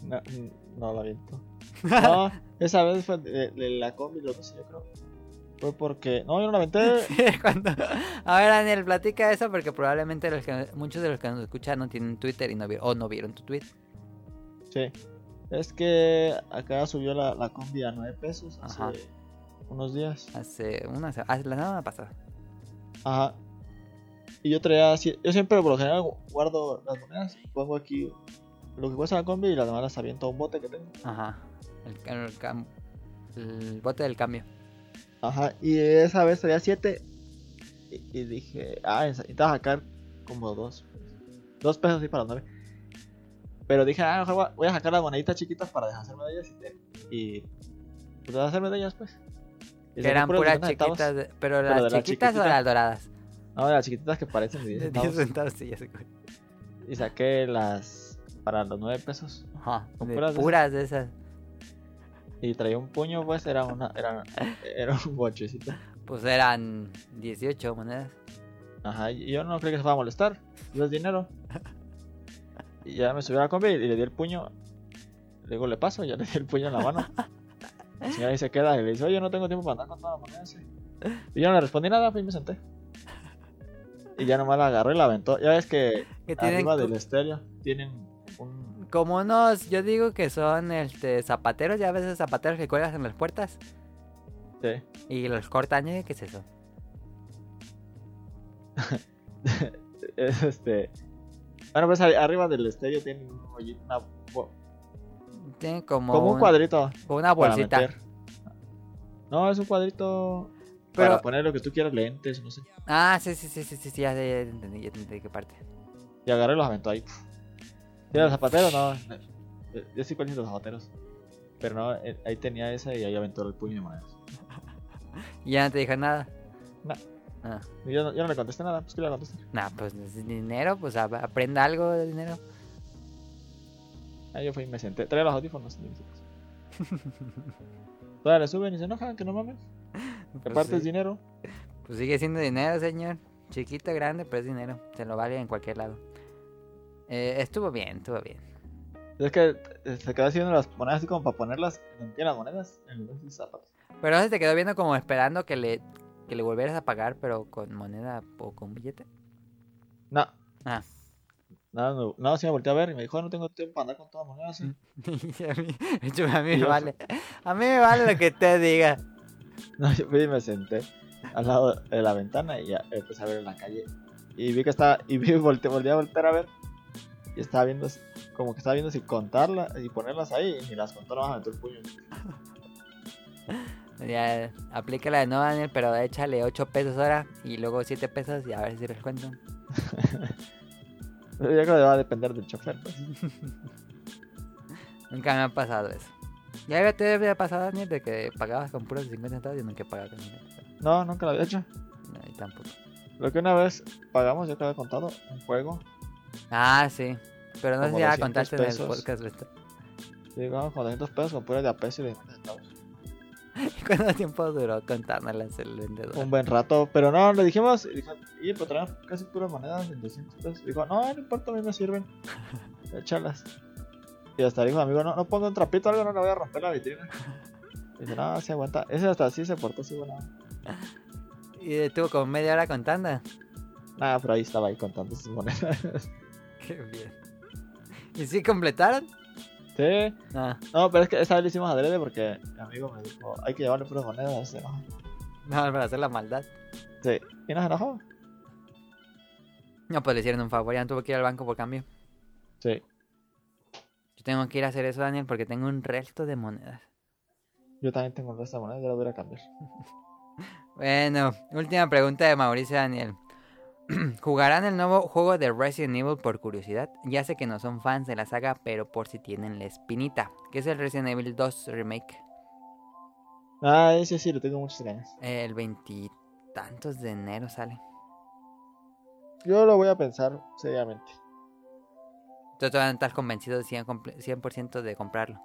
Speaker 3: No,
Speaker 2: (laughs)
Speaker 3: no lo aviento. No, esa vez fue de, de la combi, lo hice yo creo. Fue porque. No, yo no la
Speaker 2: (laughs)
Speaker 3: aventé.
Speaker 2: Cuando- A ver, Daniel, platica eso porque probablemente los que- muchos de los que nos escuchan no tienen Twitter y no vi- o no vieron tu tweet.
Speaker 3: Sí. Es que acá subió la, la combi a 9 pesos hace
Speaker 2: Ajá.
Speaker 3: unos días.
Speaker 2: Hace una se- hace la semana pasada.
Speaker 3: Ajá. Y yo traía. sie- Yo siempre por lo general gu- guardo las monedas. Pongo aquí lo que cuesta la combi y las demás las aviento a un bote que tengo.
Speaker 2: Ajá. El, ca- el cam- el bote del cambio.
Speaker 3: Ajá. Y esa vez traía 7. Y, y dije, ah, ens- necesitaba sacar como dos. Dos pesos sí para nueve. Pero dije, ah, mejor voy a- voy a sacar las moneditas chiquitas para deshacerme de ellas y, te- y pues, deshacerme de ellas, pues. Y
Speaker 2: Que
Speaker 3: saqué
Speaker 2: eran
Speaker 3: puras
Speaker 2: puras
Speaker 3: 50 centavos.
Speaker 2: chiquitas. de- pero
Speaker 3: pero
Speaker 2: las
Speaker 3: de las
Speaker 2: chiquitas o
Speaker 3: chiquititas.
Speaker 2: las doradas.
Speaker 3: No, de las chiquititas que parecen de
Speaker 2: (laughs)
Speaker 3: 10
Speaker 2: De 10
Speaker 3: centavos.
Speaker 2: centavos, sí, ya sé cuál.
Speaker 3: Y saqué las para los 9 pesos.
Speaker 2: Ajá.
Speaker 3: Con
Speaker 2: de
Speaker 3: puras de
Speaker 2: puras de esas.
Speaker 3: Y traía un puño, pues era una era, era un bochecito.
Speaker 2: Pues eran 18 monedas.
Speaker 3: Ajá, y yo no creo que se fuera a molestar. Yo es dinero. Y ya me subí a la combi y le di el puño. Luego le paso, ya le di el puño en la mano. La señora ahí se queda y le dice, oye, yo no tengo tiempo para andar con toda la moneda. sí". Y yo no le respondí nada, fui y me senté. Y ya nomás la agarró y la aventó. Ya ves que
Speaker 2: Que tienen
Speaker 3: arriba
Speaker 2: co-
Speaker 3: del estéreo tienen un...
Speaker 2: como unos, yo digo que son este zapateros, ya a veces zapateros que cuelgas en las puertas
Speaker 3: sí.
Speaker 2: y los cortan, ¿eh? ¿qué es eso?
Speaker 3: (laughs) es este... Bueno, pues ahí arriba del estéreo tienen un hoyito, una bo-
Speaker 2: Tienen como,
Speaker 3: Como un
Speaker 2: un-
Speaker 3: cuadrito.
Speaker 2: como una
Speaker 3: para
Speaker 2: bolsita.
Speaker 3: meter. No, es un cuadrito
Speaker 2: Pero-
Speaker 3: para poner lo que tú quieras, lentes, no sé.
Speaker 2: Ah, sí, sí, sí, sí, sí, sí, ya, ya, ya te entendí, ya te entendí qué parte.
Speaker 3: Y agarré y los aventó ahí. ¿Y los zapateros? No. eh, Yo sí conozco los zapateros. Pero no, eh, ahí tenía esa y ahí aventó el puño de monedas.
Speaker 2: Y ya no te dijo nada.
Speaker 3: No.
Speaker 2: Ah,
Speaker 3: Y yo, no- yo no le contesté nada, pues que le iba a contestar.
Speaker 2: nah, pues es dinero, pues a- aprenda algo de dinero.
Speaker 3: Ahí yo fui y me senté. Traía los audífonos. y me
Speaker 2: (laughs)
Speaker 3: senté. Todavía le suben y se enojan, que no mames. Que
Speaker 2: Pues
Speaker 3: aparte
Speaker 2: sí,
Speaker 3: es dinero.
Speaker 2: pues sigue siendo dinero, señor. Chiquito, grande, pero es dinero. Se lo vale en cualquier lado. Eh, estuvo bien, estuvo bien.
Speaker 3: Es que eh, se quedó haciendo las monedas así como para ponerlas en las monedas en los dos zapatos.
Speaker 2: Pero se te quedó viendo como esperando que le, que le volvieras a pagar, pero con moneda o con billete. (laughs)
Speaker 3: No.
Speaker 2: Ah.
Speaker 3: Nada, no, nada, sí me volteé a ver y me dijo, "Ah, no tengo tiempo para andar con todas las monedas. ¿eh?". sí".
Speaker 2: Y a mí, de hecho, a mí
Speaker 3: Y
Speaker 2: me
Speaker 3: yo-
Speaker 2: vale. A mí me vale lo que te diga.
Speaker 3: (laughs) No, yo fui y me senté al lado de la ventana y ya empecé a ver en la calle. Y vi que estaba, y vi, (laughs) volte, volví a voltear a ver. Y estaba viendo, si- como que estaba viendo si contarlas y ponerlas ahí. Y ni las contó, nomás aventó el puño.
Speaker 2: Ya, aplícala de nuevo, Daniel, pero échale 8 pesos ahora y luego 7 pesos y a ver si descuento.
Speaker 3: Yo creo que va a depender del chofer. pues.
Speaker 2: Nunca me ha pasado eso. ¿Ya había- te había pasado, Daniel, de que pagabas con puros 50 centavos? Yo nunca he pagado con 50 centavos.
Speaker 3: No, nunca lo había hecho.
Speaker 2: No, y tampoco.
Speaker 3: Lo que una vez pagamos, yo creo que había contado, un juego.
Speaker 2: Ah, sí. Pero no sé
Speaker 3: Como
Speaker 2: si ya
Speaker 3: 200
Speaker 2: contaste en el
Speaker 3: pesos.
Speaker 2: podcast. esto. (laughs)
Speaker 3: Y digamos, con 200 "Ah, pesos, con puras de a peso y de 50 centavos.
Speaker 2: ¿Cuánto tiempo duró contándolas el vendedor?
Speaker 3: un buen rato, pero no, le dijimos, y dijo, y pero traen casi puras monedas de 200 pesos. Dijo, no, no importa, a mí me sirven, échalas. Y hasta dijo, amigo, no, no pongo un trapito o algo, no le voy a romper la vitrina. Dice, no, se aguanta. Ese hasta así se portó así, bueno.
Speaker 2: Y estuvo como media hora contando.
Speaker 3: Nada, pero ahí estaba ahí contando sus monedas. (laughs)
Speaker 2: (laughs) Qué bien. ¿Y si completaron?
Speaker 3: sí,
Speaker 2: Ah,
Speaker 3: no, pero es que esta vez lo hicimos adrede porque mi amigo me dijo, hay que llevarle puras monedas a ese, ¿no?
Speaker 2: no, para hacer la maldad.
Speaker 3: Sí, y nos enojó.
Speaker 2: No, pues le hicieron un favor, ya no tuvo que ir al banco por cambio.
Speaker 3: Sí,
Speaker 2: Yo tengo que ir a hacer eso, Daniel, porque tengo un resto de monedas.
Speaker 3: yo también tengo el resto de monedas, yo lo voy a ir a cambiar.
Speaker 2: Bueno, última pregunta de Mauricio Daniel. (clears throat) ¿Jugarán el nuevo juego de Resident Evil por curiosidad? Ya sé que no son fans de la saga, pero por si tienen la espinita, que es el Resident Evil 2 Remake,
Speaker 3: Ah, ese sí, le tengo muchas ganas.
Speaker 2: el veintitantos de enero sale.
Speaker 3: Yo lo voy a pensar seriamente.
Speaker 2: ¿Tú todavía no estás convencido de 100%, comple- 100% de comprarlo?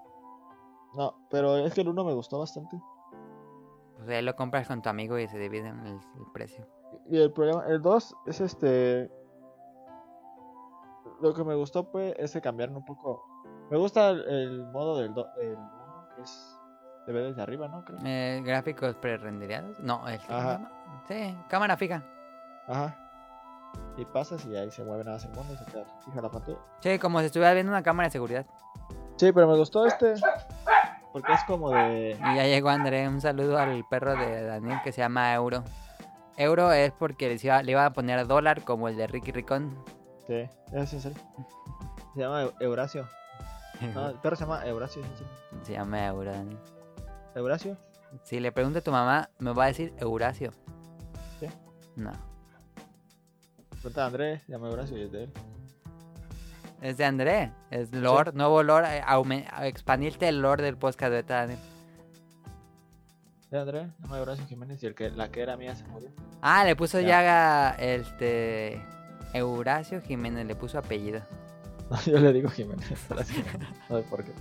Speaker 3: No, pero es que el uno me gustó bastante.
Speaker 2: O sea, lo compras con tu amigo y se dividen el, el precio.
Speaker 3: Y el problema, el 2 es este. Lo que me gustó pues es que cambiaron un poco. Me gusta el, el modo del 1, que es Se ve desde arriba, ¿no? Creo.
Speaker 2: Eh, gráficos prerendereados. No, el.
Speaker 3: Ajá.
Speaker 2: Sí, cámara fija.
Speaker 3: Ajá. Y pasas y ahí se mueve nada segundo y se queda fija la pantalla.
Speaker 2: Sí, como si estuviera viendo una cámara de seguridad.
Speaker 3: Sí, pero me gustó este. Porque es como de.
Speaker 2: Y ya llegó André. Un saludo al perro de Daniel que se llama Euro. Euro es porque les iba- le iba a poner dólar como el de Ricky Ricón.
Speaker 3: Sí, es en serio. Se llama Eu- Eurasio. No, el perro se llama Eurasio, es en serio.
Speaker 2: Se llama Euro, Daniel.
Speaker 3: Eurasio.
Speaker 2: Si le pregunto a tu mamá, me va a decir Eurasio.
Speaker 3: ¿Sí?
Speaker 2: No.
Speaker 3: Pregunta a Andrés, se llama Eurasio y es de él.
Speaker 2: Es de André. Es Lord, nuevo Lord. eh, aume- Expandiste el Lord del podcast de Daniel.
Speaker 3: ¿De Andrés? Se llama Eurasio Jiménez y el que, la que era mía se murió. (laughs)
Speaker 2: Ah, le puso
Speaker 3: Ya.
Speaker 2: Yaga, este... Eurasio Jiménez, le puso apellido. (laughs)
Speaker 3: No, yo le digo Jiménez. (laughs) Eurasio Jiménez. No sé por qué.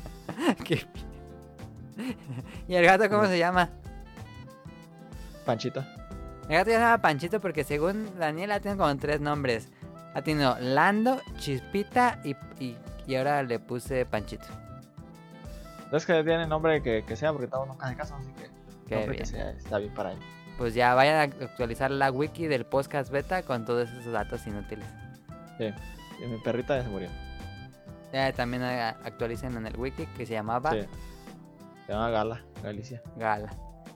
Speaker 2: Qué pi- (laughs) ¿Y el gato
Speaker 3: Mm.
Speaker 2: cómo se llama?
Speaker 3: Panchito.
Speaker 2: El gato ya se llama Panchito porque según Daniela tiene como tres nombres. Ha tenido Lando, Chispita y, y, y ahora le puse Panchito.
Speaker 3: No es que tiene nombre que, que sea porque estamos nunca de casa, así que.
Speaker 2: Qué
Speaker 3: nombre
Speaker 2: bien.
Speaker 3: que sea está bien para él.
Speaker 2: Pues ya vayan a actualizar la wiki del podcast beta con todos esos datos inútiles.
Speaker 3: Y mi perrita ya se murió.
Speaker 2: Ya también a- actualicen en el wiki que se llamaba
Speaker 3: Sí. Se llama Gala, Galicia.
Speaker 2: Gala.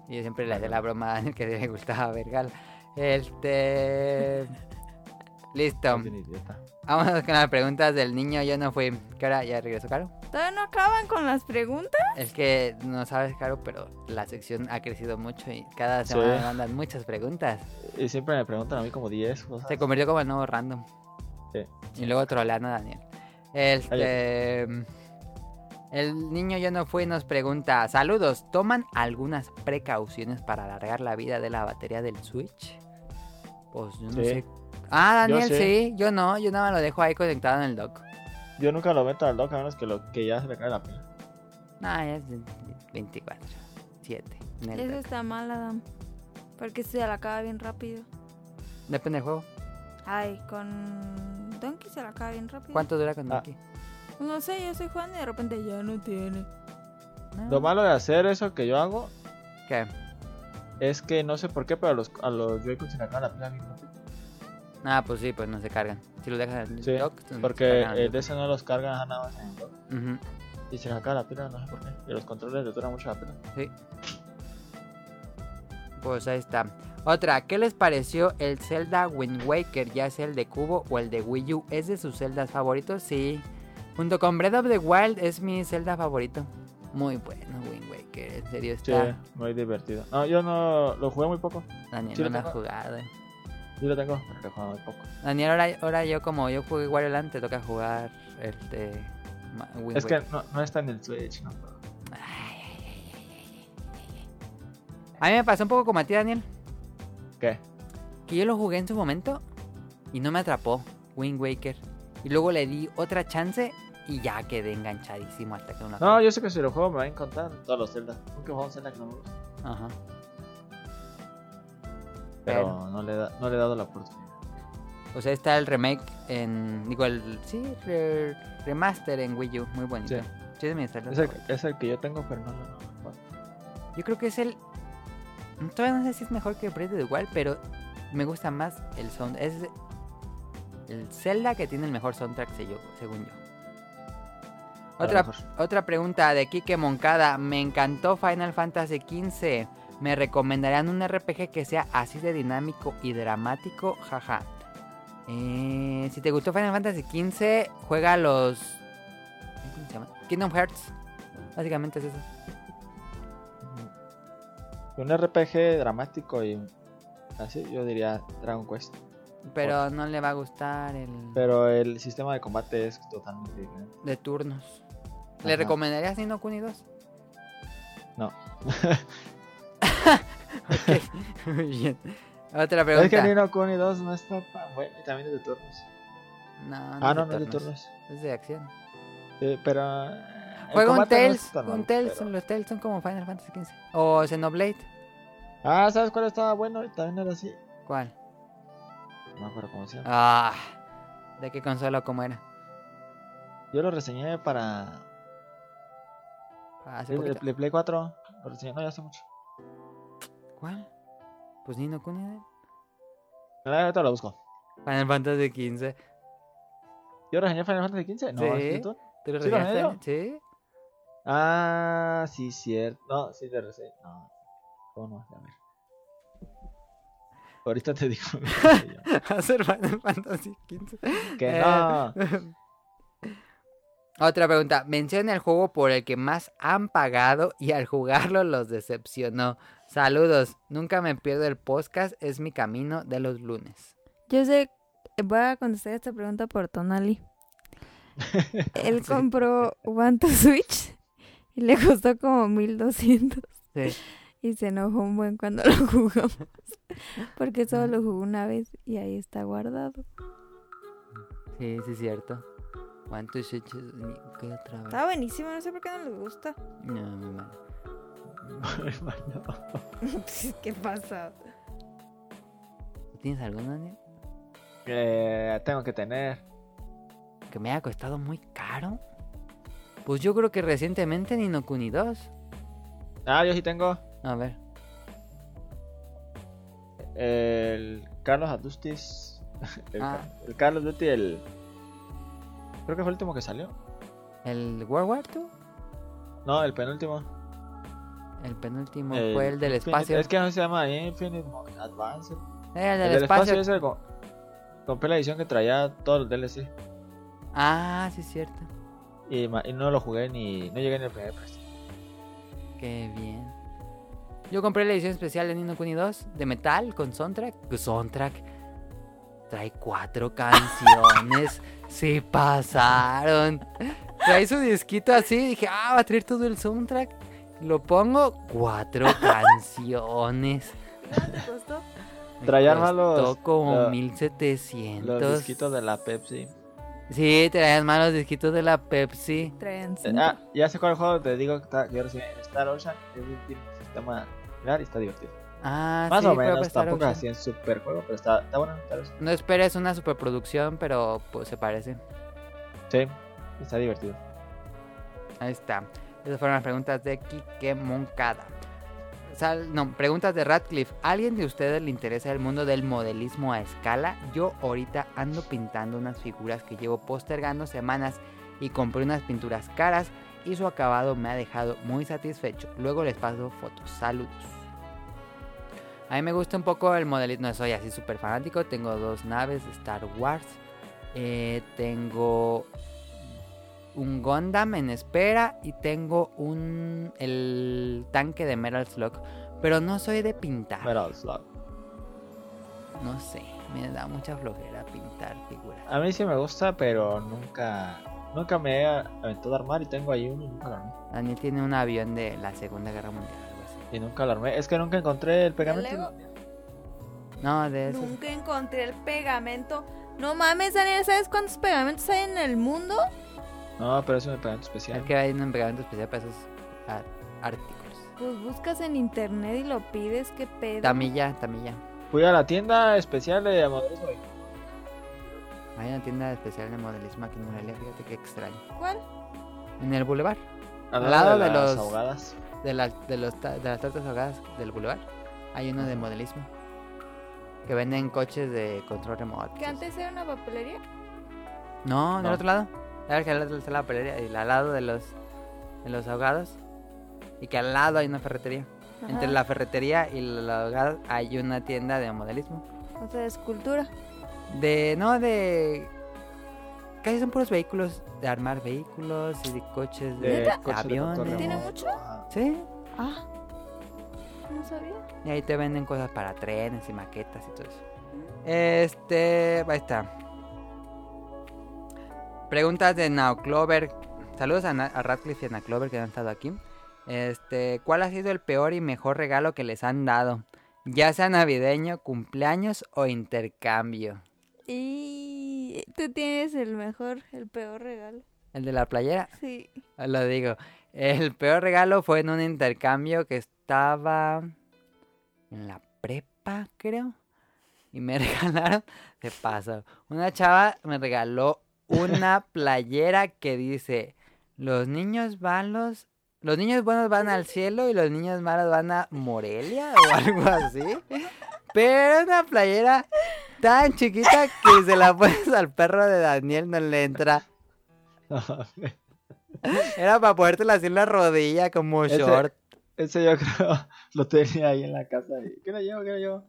Speaker 2: Y yo siempre le hacía la broma a Daniel que le gustaba ver Gala. Este. Listo.
Speaker 3: Es un idiota.
Speaker 2: Vamos con las preguntas del niño. Yo no fui. ¿Qué hora? ¿Ya regresó, Caro?
Speaker 1: ¿Todavía no acaban con las preguntas?
Speaker 2: Es que no sabes, Caro, pero la sección ha crecido mucho y cada
Speaker 3: Sí.
Speaker 2: semana me mandan muchas preguntas.
Speaker 3: Y siempre me preguntan a mí como 10 cosas.
Speaker 2: Se convirtió como el nuevo random.
Speaker 3: Sí.
Speaker 2: Y luego troleando a Daniel. Este. El niño yo no fui nos pregunta: Saludos, ¿toman algunas precauciones para alargar la vida de la batería del Switch? Pues yo no
Speaker 3: Sí.
Speaker 2: sé. Ah,
Speaker 3: Yo
Speaker 2: Daniel,
Speaker 3: sí.
Speaker 2: sí. Yo no, yo nada más lo dejo ahí conectado en el dock.
Speaker 3: Yo nunca lo meto al dock a menos que, lo, que ya se le cae la pila.
Speaker 2: Ah, es 24, 7. en el
Speaker 1: Eso
Speaker 2: dock.
Speaker 1: está mal, Adam. Porque se la acaba bien rápido.
Speaker 2: Depende del juego.
Speaker 1: Ay, con Donkey se la acaba bien rápido.
Speaker 2: ¿Cuánto dura con
Speaker 3: Ah.
Speaker 2: Donkey?
Speaker 1: No sé, yo soy Juan y de repente ya no tiene.
Speaker 2: No.
Speaker 3: Lo malo de hacer eso que yo hago
Speaker 2: ¿Qué?
Speaker 3: es que no sé por qué, pero a los, a los Joy-Con se le acaba la pila bien rápido.
Speaker 2: Ah, pues sí, pues no se cargan. Si lo dejas en el
Speaker 3: Sí,
Speaker 2: dock, se- se
Speaker 3: Porque
Speaker 2: cargan.
Speaker 3: el de ese no los cargan ajá, nada más en el dock.
Speaker 2: Ujú.
Speaker 3: Y se le acaba la pila, no sé por qué. Y los controles le duran mucho la pila.
Speaker 2: Pues ahí está. Otra, ¿qué les pareció el Zelda Wind Waker? Ya sea el de Cubo o el de Wii U. ¿Es de sus Zeldas favoritos? Sí. Junto con Breath of the Wild es mi Zelda favorito. Muy bueno, Wind Waker. En serio
Speaker 3: Sí,
Speaker 2: está.
Speaker 3: muy divertido. No, yo no lo jugué muy poco.
Speaker 2: Daniel
Speaker 3: Sí,
Speaker 2: no
Speaker 3: lo
Speaker 2: lo ha
Speaker 3: tengo.
Speaker 2: jugado. eh.
Speaker 3: Yo lo tengo, pero lo he jugado muy poco.
Speaker 2: Daniel, ahora, ahora yo como yo jugué Wario Land, te toca jugar el de Ma- Wind
Speaker 3: Es que
Speaker 2: Waker.
Speaker 3: no, no está en el Switch, no.
Speaker 2: A mí me pasó un poco como a ti, Daniel.
Speaker 3: ¿Qué?
Speaker 2: que yo lo jugué en su momento y no me atrapó Wind Waker. Y luego le di otra chance y ya quedé enganchadísimo hasta que una
Speaker 3: No, yo sé que si lo juego me va a encontrar en todos los Zelda. Nunca he jugado un Zelda que no me gusta.
Speaker 2: Ajá.
Speaker 3: Pero
Speaker 2: Bueno.
Speaker 3: no, le he da- no le he dado la oportunidad.
Speaker 2: O sea, está el remake en. Digo, el. Sí, re- remaster en Wii U. Muy bonito.
Speaker 3: Sí.
Speaker 2: Sí. es mi Zelda
Speaker 3: Es el,
Speaker 2: favorito.
Speaker 3: es el que yo tengo, pero no lo no, lo juego.
Speaker 2: Yo creo que es el. mm, Todavía no sé si es mejor que Breath of the Wild, pero me gusta más el sound. Es el Zelda que tiene el mejor soundtrack, se- yo- según yo.
Speaker 3: A lo
Speaker 2: Otra,
Speaker 3: mejor.
Speaker 2: otra pregunta de Kike Moncada. Me encantó Final Fantasy XV. ¿Me recomendarían un RPG que sea así de dinámico y dramático? Jaja. Eh, si te gustó Final Fantasy XV, juega los... ¿Cómo se llama? Kingdom Hearts. Básicamente es eso.
Speaker 3: Un RPG dramático y así, yo diría Dragon Quest.
Speaker 2: Pero no le va a gustar el
Speaker 3: Pero el sistema de combate es totalmente diferente.
Speaker 2: de turnos. ¿Le
Speaker 3: Ajá.
Speaker 2: recomendarías Nino Kuni 2?
Speaker 3: No.
Speaker 2: (laughs) Ok, Muy bien. Otra
Speaker 3: Es que
Speaker 2: pregunta.
Speaker 3: Nino Kuni 2 no está tan bueno y también es de turnos.
Speaker 2: No,
Speaker 3: ah, no,
Speaker 2: es
Speaker 3: no es de
Speaker 2: turnos.
Speaker 3: turnos.
Speaker 2: Es de acción.
Speaker 3: Sí, pero. eh, el
Speaker 2: Juega un
Speaker 3: combate no es
Speaker 2: Tales.
Speaker 3: tan malo,
Speaker 2: un Tales.
Speaker 3: pero-
Speaker 2: Los Tales son como Final Fantasy XV. O Xenoblade.
Speaker 3: Ah, ¿sabes cuál estaba bueno? Y también era así.
Speaker 2: ¿Cuál?
Speaker 3: No me acuerdo cómo se llama.
Speaker 2: Ah, ¿De qué consola o cómo era? Ah.
Speaker 3: Yo lo reseñé para.
Speaker 2: Hace
Speaker 3: Le,
Speaker 2: poquito.
Speaker 3: le- le Play 4. Lo Lo reseñé, no, ya hace mucho.
Speaker 2: ¿Cuál? Pues Nino Kuni.
Speaker 3: No, ahorita lo busco.
Speaker 2: Final Fantasy XV.
Speaker 3: ¿Yo reseñé Final Fantasy XV? No,
Speaker 2: Sí.
Speaker 3: ¿es cierto?
Speaker 2: ¿Tú lo
Speaker 3: ¿Sí lo
Speaker 2: reseñaste?
Speaker 3: reseñó?
Speaker 2: Sí. (laughs)
Speaker 3: Ah, sí, cierto. No, sí te reseñé. No. ¿Cómo no? A ver. Ahorita te digo. (laughs)
Speaker 2: Hacer Final Fantasy XV.
Speaker 3: que
Speaker 2: (laughs) Eh,
Speaker 3: no. (laughs)
Speaker 2: Otra pregunta. Menciona el juego por el que más han pagado y al jugarlo los decepcionó. Saludos. Nunca me pierdo el podcast. Es mi camino de los lunes.
Speaker 1: Yo sé, voy a contestar esta pregunta por
Speaker 2: (laughs)
Speaker 1: Tonali. Él
Speaker 2: Sí.
Speaker 1: compró One to Switch y le costó como 1200
Speaker 2: Sí.
Speaker 1: y se enojó un buen cuando lo jugamos porque solo lo jugó una vez y ahí está guardado.
Speaker 2: Ah. Sí, sí, es cierto. One, two, six, ni- ¿qué otra vez?
Speaker 1: Está buenísimo, no sé por qué no les
Speaker 2: (laughs)
Speaker 1: gusta.
Speaker 2: No, muy mal.
Speaker 1: ¿Qué pasa?
Speaker 2: ¿Tienes alguno, Daniel?
Speaker 3: Eh, tengo que tener.
Speaker 2: ¿Que me haya costado muy caro? Pues yo creo que recientemente Nino Kuni 2.
Speaker 3: Ah, yo sí tengo.
Speaker 2: A ver.
Speaker 3: El Carlos Atustis. (laughs) El,
Speaker 2: Ah.
Speaker 3: Ca- el Carlos Duty, el. Creo que fue el último que salió.
Speaker 2: ¿El World War 2?
Speaker 3: No, el penúltimo.
Speaker 2: El penúltimo
Speaker 3: El
Speaker 2: fue el del
Speaker 3: Infinite-
Speaker 2: espacio.
Speaker 3: Eh, Es que no se llama Infinite Mo- Advanced.
Speaker 2: Era el
Speaker 3: El,
Speaker 2: del
Speaker 3: del espacio,
Speaker 2: espacio.
Speaker 3: ese co- compré la edición que traía todos los DLC.
Speaker 2: Ah, sí, es cierto.
Speaker 3: Y, ma- y no lo jugué ni. No llegué ni al primer precio.
Speaker 2: Qué bien. Yo compré la edición especial de Nino Kuni 2 de metal con soundtrack. Soundtrack. Trae cuatro (laughs) canciones. Se pasaron. Trae su disquito así. Dije, ah, va a traer todo el soundtrack. Lo pongo cuatro
Speaker 3: (laughs)
Speaker 2: canciones.
Speaker 1: te costó?
Speaker 2: Me
Speaker 3: Traía más
Speaker 2: costó
Speaker 3: los-
Speaker 2: como
Speaker 3: lo- Los
Speaker 2: 1700.
Speaker 3: disquitos de la Pepsi.
Speaker 2: Sí, traían más los disquitos de la Pepsi.
Speaker 1: Traen
Speaker 3: Eh, Ah, ya sé cuál juego te digo que, está, que yo recién. Star Ocean es un tipo de sistema similar y está divertido.
Speaker 2: Ah,
Speaker 3: Más
Speaker 2: sí,
Speaker 3: o
Speaker 2: fue
Speaker 3: menos,
Speaker 2: prestar
Speaker 3: tampoco
Speaker 2: opción.
Speaker 3: así en super juego, pero está, está bueno. Star Ocean.
Speaker 2: No esperes una superproducción, pero pues se parece.
Speaker 3: Sí, está divertido.
Speaker 2: Ahí está. Esas fueron las preguntas de Kike Moncada. Sal- no, preguntas de Radcliffe. ¿Alguien de ustedes le interesa el mundo del modelismo a escala? Yo ahorita ando pintando unas figuras que llevo postergando semanas y compré unas pinturas caras y su acabado me ha dejado muy satisfecho. Luego les paso fotos. Saludos. A mí me gusta un poco el modelismo. No soy así súper fanático. Tengo dos naves de Star Wars. Eh, tengo un Gundam en espera y tengo un el tanque de Metal Slug, pero no soy de pintar.
Speaker 3: Metal Slug.
Speaker 2: No sé, me da mucha flojera pintar figuras.
Speaker 3: A mí sí me gusta, pero nunca nunca me he aventado a armar y tengo ahí uno y nunca lo armé.
Speaker 2: Daniel tiene un avión de la Segunda Guerra Mundial, algo así.
Speaker 3: Y nunca lo armé. Es que nunca encontré el pegamento.
Speaker 1: Lego?
Speaker 2: No, de eso.
Speaker 1: Nunca encontré el pegamento. No mames, Daniel, ¿sabes cuántos pegamentos hay en el mundo?
Speaker 3: No, pero es un pegamento especial.
Speaker 2: Es que hay un pegamento especial para esos ar- artículos.
Speaker 1: Pues buscas en internet y lo pides, qué pedo.
Speaker 2: Tamilla, Tamilla.
Speaker 3: Fui a la tienda especial de modelismo. y-
Speaker 2: Hay una tienda especial de modelismo aquí en Morelia, fíjate qué extraño.
Speaker 1: ¿Cuál?
Speaker 2: En el bulevar,
Speaker 3: hablando
Speaker 2: lado de
Speaker 3: las
Speaker 2: los-
Speaker 3: ahogadas.
Speaker 2: de, la- de, los ta- de las tartas ahogadas del bulevar, hay uno de modelismo. Que venden coches de control remoto.
Speaker 1: Que antes era una papelería.
Speaker 2: No, del
Speaker 3: No.
Speaker 2: otro lado. La verdad que al otro está la papelería y al lado de los de los ahogados. Y que al lado hay una ferretería. Entre
Speaker 1: Ajá.
Speaker 2: la ferretería y los ahogados hay una tienda de modelismo.
Speaker 1: O sea, de escultura.
Speaker 2: De no de casi son puros vehículos de armar vehículos y de coches de,
Speaker 3: De
Speaker 2: de
Speaker 3: coches de
Speaker 2: aviones.
Speaker 3: control
Speaker 1: ¿Tiene
Speaker 3: remoto.
Speaker 1: mucho?
Speaker 3: Ah,
Speaker 2: Sí.
Speaker 1: Ah, no sabía.
Speaker 2: Y ahí te venden cosas para trenes y maquetas y todo eso. Este, ahí está. Preguntas de Now Clover. Saludos a, Na- a Radcliffe y a Now Clover que han estado aquí. Este, ¿cuál ha sido el peor y mejor regalo que les han dado? Ya sea navideño, cumpleaños o intercambio.
Speaker 1: Y tú tienes el mejor, el peor regalo.
Speaker 2: El de la playera,
Speaker 1: Sí.
Speaker 2: os (laughs) lo digo. El peor regalo fue en un intercambio que estaba en la prepa, creo. Y me (laughs) regalaron, de paso, una chava me regaló una playera que dice, los niños malos ¿Los niños buenos van al cielo y los niños malos van a Morelia o (laughs) algo así? Pero una playera tan chiquita que se la pones al perro de Daniel no le entra. Era para podértela así en la rodilla como
Speaker 3: Ese-
Speaker 2: short.
Speaker 3: (laughs) Ese yo creo (laughs) lo tenía ahí en la casa. y, ¿Qué lo llevo? ¿Qué lo llevo?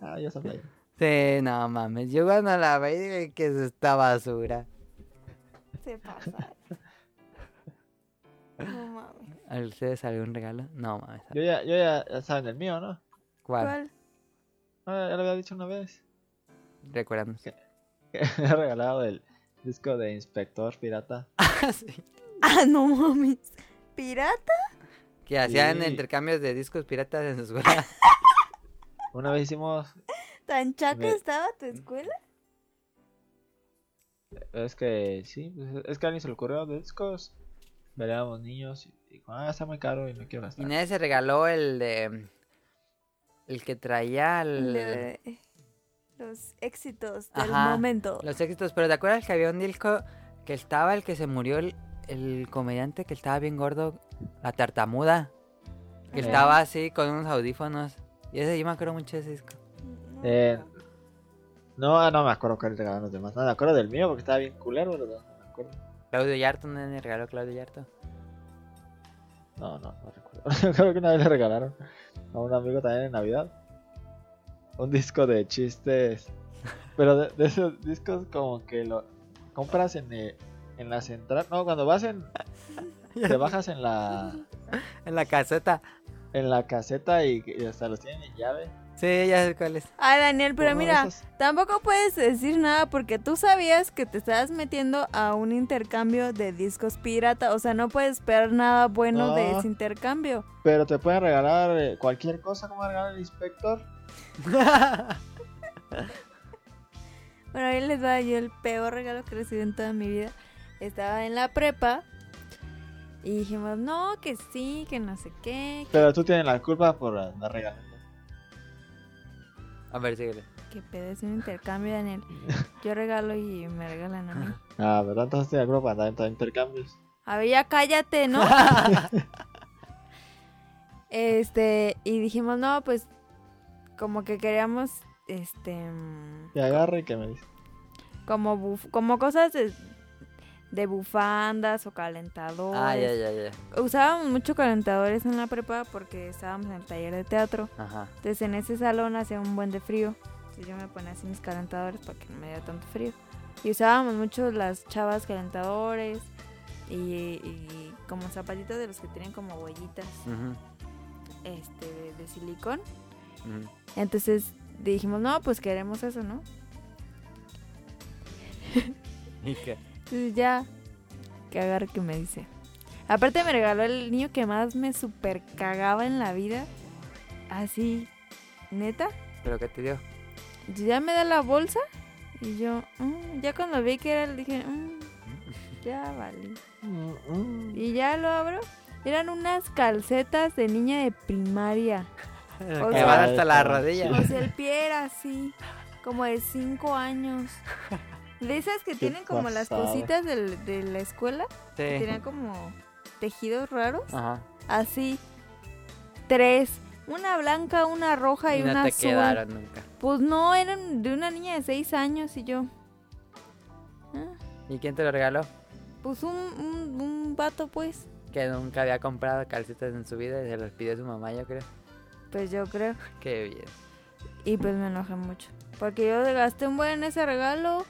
Speaker 3: Ah, ya está playa.
Speaker 2: Sí, no mames. Yo cuando la veí dije que es esta basura.
Speaker 1: Se
Speaker 3: (laughs)
Speaker 1: pasa. No mames.
Speaker 2: ¿A ustedes algún regalo? No mames.
Speaker 3: Yo ya, yo ya, ya saben el mío, ¿no?
Speaker 2: ¿Cuál?
Speaker 1: ¿Cuál?
Speaker 3: Ah, ya lo había dicho una vez. (laughs)
Speaker 2: (laughs) Recuérdanos.
Speaker 3: Que me ha regalado el disco de Inspector Pirata.
Speaker 2: Sí.
Speaker 1: Ah, no mames. ¿Pirata?
Speaker 2: Que hacían
Speaker 3: Sí.
Speaker 2: intercambios de discos piratas en su escuela.
Speaker 3: (laughs) Una vez hicimos,
Speaker 1: ¿Tan chaca
Speaker 3: Me-
Speaker 1: estaba tu escuela?
Speaker 3: es que sí, pues, es que a alguien se le ocurrió de discos. Veíamos niños y dijo, ah, está muy caro y no quiero
Speaker 2: Y
Speaker 3: gastar.
Speaker 2: nadie se regaló el de. El que traía el-
Speaker 3: Eh,
Speaker 1: Le- Los éxitos del
Speaker 2: Ajá.
Speaker 1: momento.
Speaker 2: los éxitos. Pero ¿te acuerdas que había un disco que estaba el que se murió el, el comediante que estaba bien gordo? La tartamuda. Que
Speaker 3: Eh.
Speaker 2: estaba así con unos audífonos. Y ese yo me acuerdo mucho de ese disco.
Speaker 1: No,
Speaker 3: Eh,
Speaker 1: no.
Speaker 3: no, no me acuerdo cuál regalaron los demás. No me acuerdo del mío porque estaba bien culero, ¿verdad? No me acuerdo.
Speaker 2: Claudio Yarto, ¿no le regaló Claudio Yarto?
Speaker 3: No, no, no recuerdo. (laughs) Creo que una vez le regalaron a un amigo también en Navidad un disco de chistes. Pero de, de esos discos como que lo compras en, eh, en la central. No, cuando vas en... Te bajas en la,
Speaker 2: En la caseta.
Speaker 3: en la caseta y, y hasta los tienen en llave.
Speaker 2: Sí, ya sé cuál es. (laughs)
Speaker 1: Ay, Daniel, pero
Speaker 3: Uno de
Speaker 1: mira,
Speaker 3: esos.
Speaker 1: tampoco puedes decir nada porque tú sabías que te estabas metiendo a un intercambio de discos pirata. O sea, no puedes esperar nada bueno de
Speaker 3: No.
Speaker 1: ese intercambio.
Speaker 3: Pero te pueden regalar eh, cualquier cosa como regalar el inspector.
Speaker 1: Bueno, ahí les va yo el peor regalo que recibí en toda mi vida. Estaba en la prepa y dijimos, no, que sí, que no sé qué,
Speaker 3: Pero tú tienes la culpa por andar regalando.
Speaker 2: A ver, síguele.
Speaker 1: que pedo es un intercambio, Daniel. Yo regalo y me regalan a mí.
Speaker 3: Ah, ¿verdad? Entonces tienes la culpa para andar en intercambios.
Speaker 1: A ver, ya cállate, ¿no? este, y dijimos, no, pues como que queríamos, este... mm,
Speaker 3: Que agarre y que me dice.
Speaker 1: como buf- como cosas de, de bufandas o calentadores.
Speaker 2: Ah, ya, ya, ya.
Speaker 1: Usábamos mucho calentadores en la prepa porque estábamos en el taller de teatro.
Speaker 2: Ajá.
Speaker 1: Entonces en ese salón hacía un buen de frío. Entonces yo me ponía así mis calentadores para que no me diera tanto frío. Y usábamos mucho las chavas calentadores y, y como zapatitos de los que tienen como huellitas
Speaker 2: Ujú,
Speaker 1: este, de- de silicón.
Speaker 2: ujú.
Speaker 1: Entonces dijimos, no, pues queremos eso, ¿no?
Speaker 2: ¿Y qué?
Speaker 1: Entonces ya, que agarre que me dice. Aparte me regaló el niño que más me super cagaba en la vida. Así, neta.
Speaker 2: ¿Pero qué te dio?
Speaker 1: Entonces ya me da la bolsa y yo, "Mm", ya cuando vi que era él dije, "Mm, ya valí. Y ya lo abro. Eran unas calcetas de niña de primaria. O
Speaker 2: que
Speaker 1: sea-
Speaker 2: van hasta la
Speaker 3: Ay,
Speaker 2: rodilla.
Speaker 1: O sea, el pie era así, como de cinco años. De esas que tienen como las
Speaker 3: pasada.
Speaker 1: cositas del- de la escuela. que
Speaker 2: Sí.
Speaker 1: tenían como tejidos raros.
Speaker 2: Ajá.
Speaker 1: Así. Tres. Una blanca, una roja y,
Speaker 2: Y no
Speaker 1: una
Speaker 2: te
Speaker 1: azul.
Speaker 2: quedaron nunca.
Speaker 1: Pues no, eran de una niña de seis años y yo. Ah,
Speaker 2: ¿Y quién te lo regaló?
Speaker 1: Pues un, un, un vato, pues.
Speaker 2: Que nunca había comprado calcetas en su vida y se los pidió su mamá, yo creo.
Speaker 1: Pues yo creo.
Speaker 2: Qué bien.
Speaker 1: Y pues me enojé mucho. Porque yo gasté un buen en ese regalo.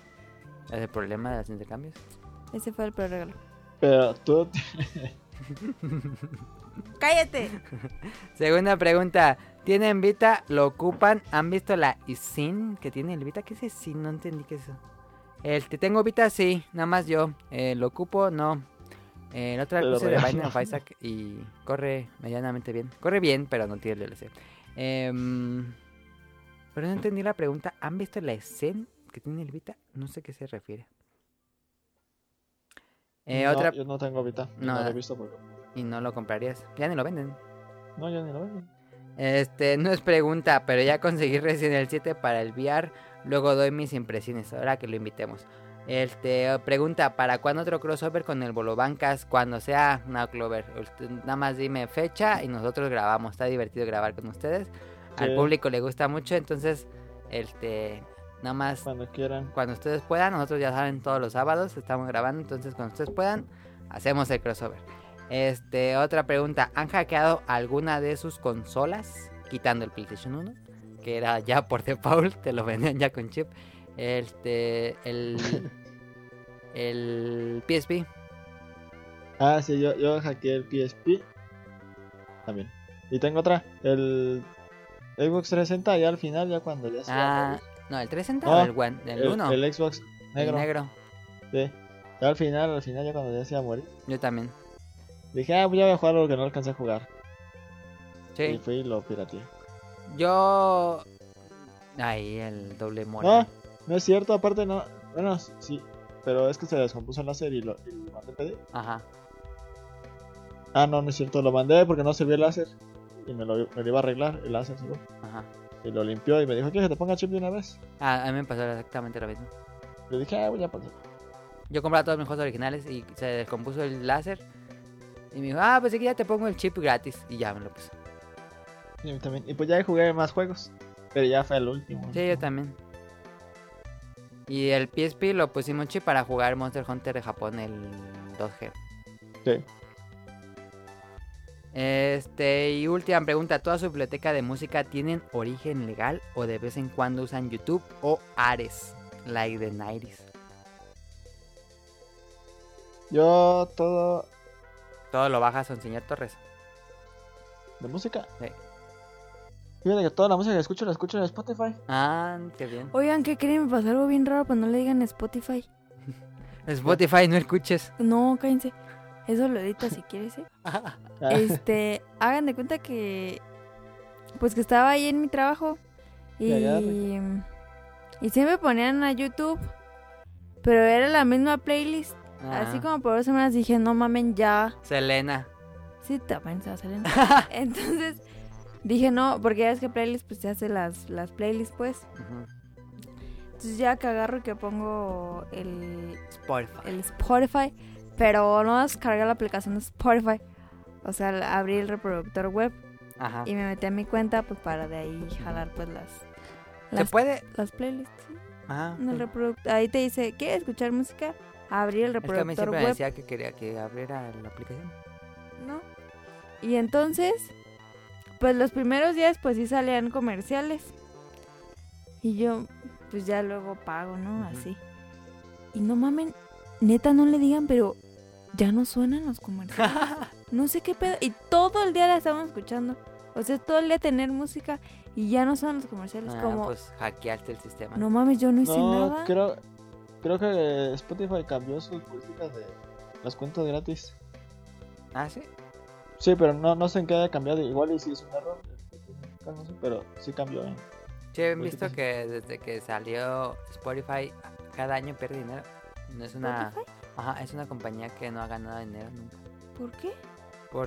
Speaker 2: ¿Es el problema de los intercambios?
Speaker 1: Ese fue el peor regalo.
Speaker 3: Pero tú
Speaker 1: ¡Cállate!
Speaker 2: Segunda pregunta. ¿Tienen Vita? ¿Lo ocupan? ¿Han visto la ISIN que tiene el Vita? ¿Qué es ISIN? No entendí qué es eso. El te tengo Vita, sí. Nada más yo. Eh, ¿Lo ocupo? No. Eh, El otro
Speaker 3: Te lo
Speaker 2: puse de
Speaker 3: regalo.
Speaker 2: Binding of Isaac y corre medianamente bien. Corre bien, pero no tiene el DLC. Em, pero no entendí la pregunta. ¿Han visto la ISIN que tiene el Vita? No sé a qué se refiere. Eh,
Speaker 3: no,
Speaker 2: otra...
Speaker 3: Yo no tengo Vita.
Speaker 2: No,
Speaker 3: No, lo
Speaker 2: da-
Speaker 3: he visto porque.
Speaker 2: Y no lo comprarías. Ya ni lo venden.
Speaker 3: No, yo ni lo veo.
Speaker 2: Este, (laughs) no es pregunta, pero ya conseguí recién el 7 para el VR. Luego doy mis impresiones, ahora que lo invitemos. Este, pregunta, ¿para cuándo otro crossover con el Bolobancas? Cuando sea, no, Clover. Usted Nada más dime fecha y nosotros grabamos. Está divertido grabar con ustedes. Al
Speaker 3: Sí.
Speaker 2: público le gusta mucho, entonces, este, nada más
Speaker 3: Cuando quieran.
Speaker 2: cuando ustedes puedan, nosotros ya saben todos los sábados estamos grabando, entonces cuando ustedes puedan, hacemos el crossover. Este, otra pregunta, ¿han hackeado alguna de sus consolas? Quitando el PlayStation 1, que era ya por default, te lo vendían ya con chip. Este, el el PSP.
Speaker 3: Ah, sí, yo, yo hackeé el PSP. También. Y tengo otra. El Xbox 360 ya al final, ya cuando ya se
Speaker 2: Ah, no, el 360 o
Speaker 3: No,
Speaker 2: el One, el
Speaker 3: el,
Speaker 2: 1,
Speaker 3: el Xbox
Speaker 2: el
Speaker 3: negro.
Speaker 2: negro.
Speaker 3: Sí. Ya al final, al final, ya cuando ya se iba a morir.
Speaker 2: Yo también.
Speaker 3: Dije, ah, pues ya voy a jugar lo que no alcancé a jugar.
Speaker 2: Sí.
Speaker 3: Y fui y lo pirateé.
Speaker 2: Yo Ay, el doble moral.
Speaker 3: No, no es cierto, aparte no. Bueno, sí. Pero es que se descompuso el láser y lo, y lo mandé a pedir.
Speaker 2: Ajá.
Speaker 3: Ah, no, no es cierto, lo mandé porque no servía el láser. Y me lo, me lo iba a arreglar el láser, según.
Speaker 2: Ajá.
Speaker 3: Y lo limpió y me dijo, ¿quieres que te ponga chip de una vez?
Speaker 2: Ah, a mí me pasó exactamente lo mismo.
Speaker 3: Le dije, ah, voy a poner.
Speaker 2: Yo compraba todos mis juegos originales y se descompuso el láser. Y me dijo, ah, pues aquí ya te pongo el chip gratis. Y ya me lo puso.
Speaker 3: Y, a mí también. y pues ya jugué más juegos. Pero ya fue el último.
Speaker 2: Sí, yo también. Y el PSP lo pusimos chip para jugar Monster Hunter de Japón, el 2G.
Speaker 3: Sí.
Speaker 2: Este, y última pregunta: ¿toda su biblioteca de música tienen origen legal o de vez en cuando usan YouTube o Ares? Like the 90s.
Speaker 3: Yo todo
Speaker 2: Todo lo bajas con señor Torres.
Speaker 3: de música.
Speaker 2: Sí.
Speaker 3: Fíjate que toda la música que escucho la escucho en Spotify.
Speaker 2: Ah, qué bien.
Speaker 1: Oigan, ¿qué creen? Me pasó algo bien raro, pues no le digan Spotify. Ah.
Speaker 2: Spotify, no escuches.
Speaker 1: No, cállense. Eso lo edita si quieres, ¿eh?
Speaker 3: Ah,
Speaker 1: Este, hagan de cuenta que. Pues que estaba ahí en mi trabajo. Y.
Speaker 3: Te agarra.
Speaker 1: Y siempre ponían a YouTube. Pero era la misma playlist.
Speaker 2: Ah,
Speaker 1: Así como por dos semanas dije, no mamen, ya.
Speaker 2: Selena.
Speaker 1: Sí, también se va a
Speaker 2: (laughs)
Speaker 1: salir. Entonces dije, no, porque ya es que playlist, pues se hace las, las playlists, pues.
Speaker 2: Ujú.
Speaker 1: Entonces ya que agarro y que pongo el,
Speaker 2: Spotify.
Speaker 1: el Spotify, pero no descargué la aplicación de Spotify. O sea, la- abrí el reproductor web
Speaker 2: Ajá.
Speaker 1: y me metí a mi cuenta pues para de ahí jalar pues las
Speaker 2: ¿Se
Speaker 1: las,
Speaker 2: puede? Ah.
Speaker 1: las playlists. sí.
Speaker 2: Ajá.
Speaker 1: En el reproductor, ahí te dice, ¿quieres escuchar música? Abrí el
Speaker 2: Es que a
Speaker 1: reproductor
Speaker 2: mí siempre me
Speaker 1: web,
Speaker 2: decía que quería que abriera la aplicación.
Speaker 1: ¿no? Y entonces, pues los primeros días pues sí salían comerciales. Y yo pues ya luego pago, ¿no?
Speaker 2: Ujú.
Speaker 1: Así. Y no mamen, neta no le digan, pero ya no suenan los comerciales.
Speaker 2: (laughs)
Speaker 1: No sé qué pedo. Y todo el día la estamos escuchando. O sea, todo el día tener música y ya no son los comerciales.
Speaker 2: Ah,
Speaker 1: como,
Speaker 2: pues hackeaste el sistema.
Speaker 1: no mames, yo no hice
Speaker 3: no,
Speaker 1: nada.
Speaker 3: creo, creo que Spotify cambió sus políticas de las cuentas gratis.
Speaker 2: Ah, sí.
Speaker 3: Sí, pero no, no sé en qué haya cambiado. Igual y si es un error. este, no sé, Pero sí cambió. ¿eh?
Speaker 2: Sí, he
Speaker 3: Oye,
Speaker 2: visto
Speaker 3: pues-
Speaker 2: que desde que salió Spotify, cada año pierde dinero. No es una. Ajá, es una compañía que no ha ganado dinero nunca.
Speaker 1: ¿Por qué?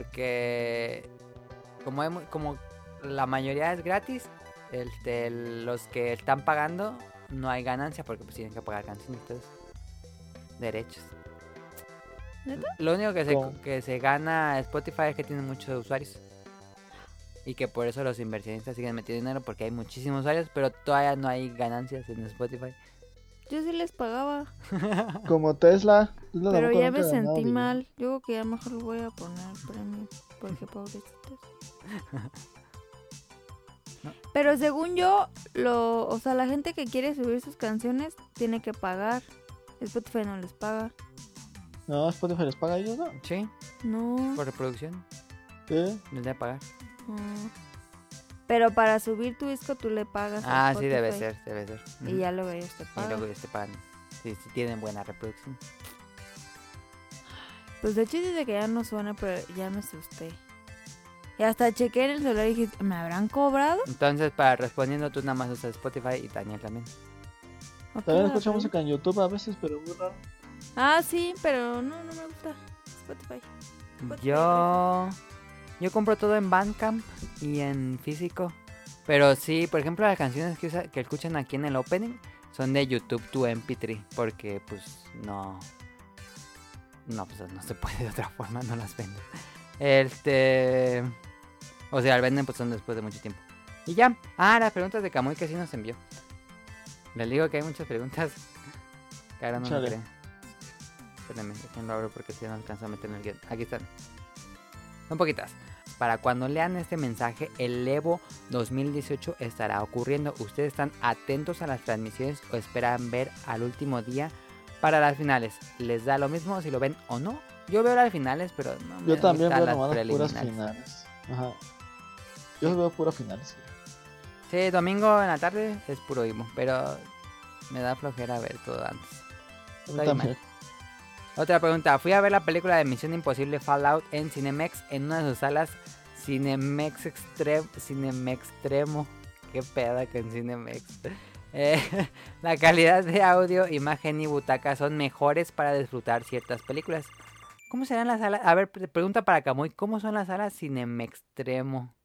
Speaker 2: Porque como, hay mu- como la mayoría es gratis, este, los que están pagando no hay ganancia porque pues tienen que pagar canciones, entonces derechos.
Speaker 1: ¿Neta?
Speaker 2: Lo único que se,
Speaker 3: ¿Cómo?
Speaker 2: que se gana Spotify es que tiene muchos usuarios. Y que por eso los inversionistas siguen metiendo dinero porque hay muchísimos usuarios, pero todavía no hay ganancias en Spotify.
Speaker 1: Yo sí les pagaba.
Speaker 3: Como Tesla. Tesla
Speaker 1: Pero ya
Speaker 3: tampoco nunca
Speaker 1: me
Speaker 3: ha ganado
Speaker 1: sentí
Speaker 3: dinero.
Speaker 1: mal. Yo creo que ya mejor voy a poner premio. Porque
Speaker 2: (laughs)
Speaker 1: pobrecitos. Pero según yo, lo, o sea, la gente que quiere subir sus canciones tiene que pagar. Spotify no les paga.
Speaker 3: No, Spotify les paga a ellos, ¿no?
Speaker 2: Sí,
Speaker 1: No.
Speaker 2: por reproducción,
Speaker 3: Sí.
Speaker 2: les debe pagar.
Speaker 1: no. Pero para subir tu disco tú le pagas. a
Speaker 2: Ah, sí, debe
Speaker 1: Spotify,
Speaker 2: ser, debe ser.
Speaker 1: Y
Speaker 2: Ujú.
Speaker 1: ya luego ellos te
Speaker 2: Y
Speaker 1: pagan.
Speaker 2: luego este pan. Si sí, tienen buena reproducción.
Speaker 1: Pues de hecho dice que ya no suena, pero ya me asusté. Y hasta chequé en el celular y dije, ¿me habrán cobrado?
Speaker 2: Entonces, para respondiendo, tú nada más usas Spotify y Tania también.
Speaker 3: También escucho
Speaker 1: escuchamos
Speaker 3: música en YouTube a veces, pero muy raro.
Speaker 1: Ah, sí, pero no, no me gusta Spotify. Spotify,
Speaker 2: Yo. Yo compro todo en Bandcamp y en físico. Pero sí, por ejemplo, las canciones que, usa- que escuchan aquí en el opening, son de YouTube to MP3 porque pues no no pues no se puede de otra forma no las venden este o sea las venden pues son después de mucho tiempo y ya ah las preguntas de Kamui que sí nos envió les digo que hay muchas preguntas (laughs) que ahora no me
Speaker 3: Chale.
Speaker 2: creen espérenme déjenlo abro porque si no alcanzo a meterme el guión aquí están son poquitas para cuando lean este mensaje, el Evo 2018 estará ocurriendo. Ustedes están atentos a las transmisiones o esperan ver al último día para las finales. ¿Les da lo mismo si lo ven o no? Yo veo las finales, pero no me
Speaker 3: Yo también
Speaker 2: gustan
Speaker 3: veo
Speaker 2: las
Speaker 3: nomás
Speaker 2: preliminares.
Speaker 3: puras finales. Ajá. Yo veo puras finales.
Speaker 2: Sí, domingo en la tarde es puro Evo, pero me da flojera ver todo antes.
Speaker 3: A mí
Speaker 2: Está bien
Speaker 3: también.
Speaker 2: Otra pregunta. Fui a ver la película de Misión Imposible Fallout en Cinemex en una de sus salas Cinemex Extremo. Extremo. Qué peda con Cinemex. (laughs) Eh, la calidad de audio, imagen y butaca son mejores para disfrutar ciertas películas. ¿Cómo serán las salas? A ver, pre- pregunta para Camuy. ¿Cómo son las salas Cinemextremo?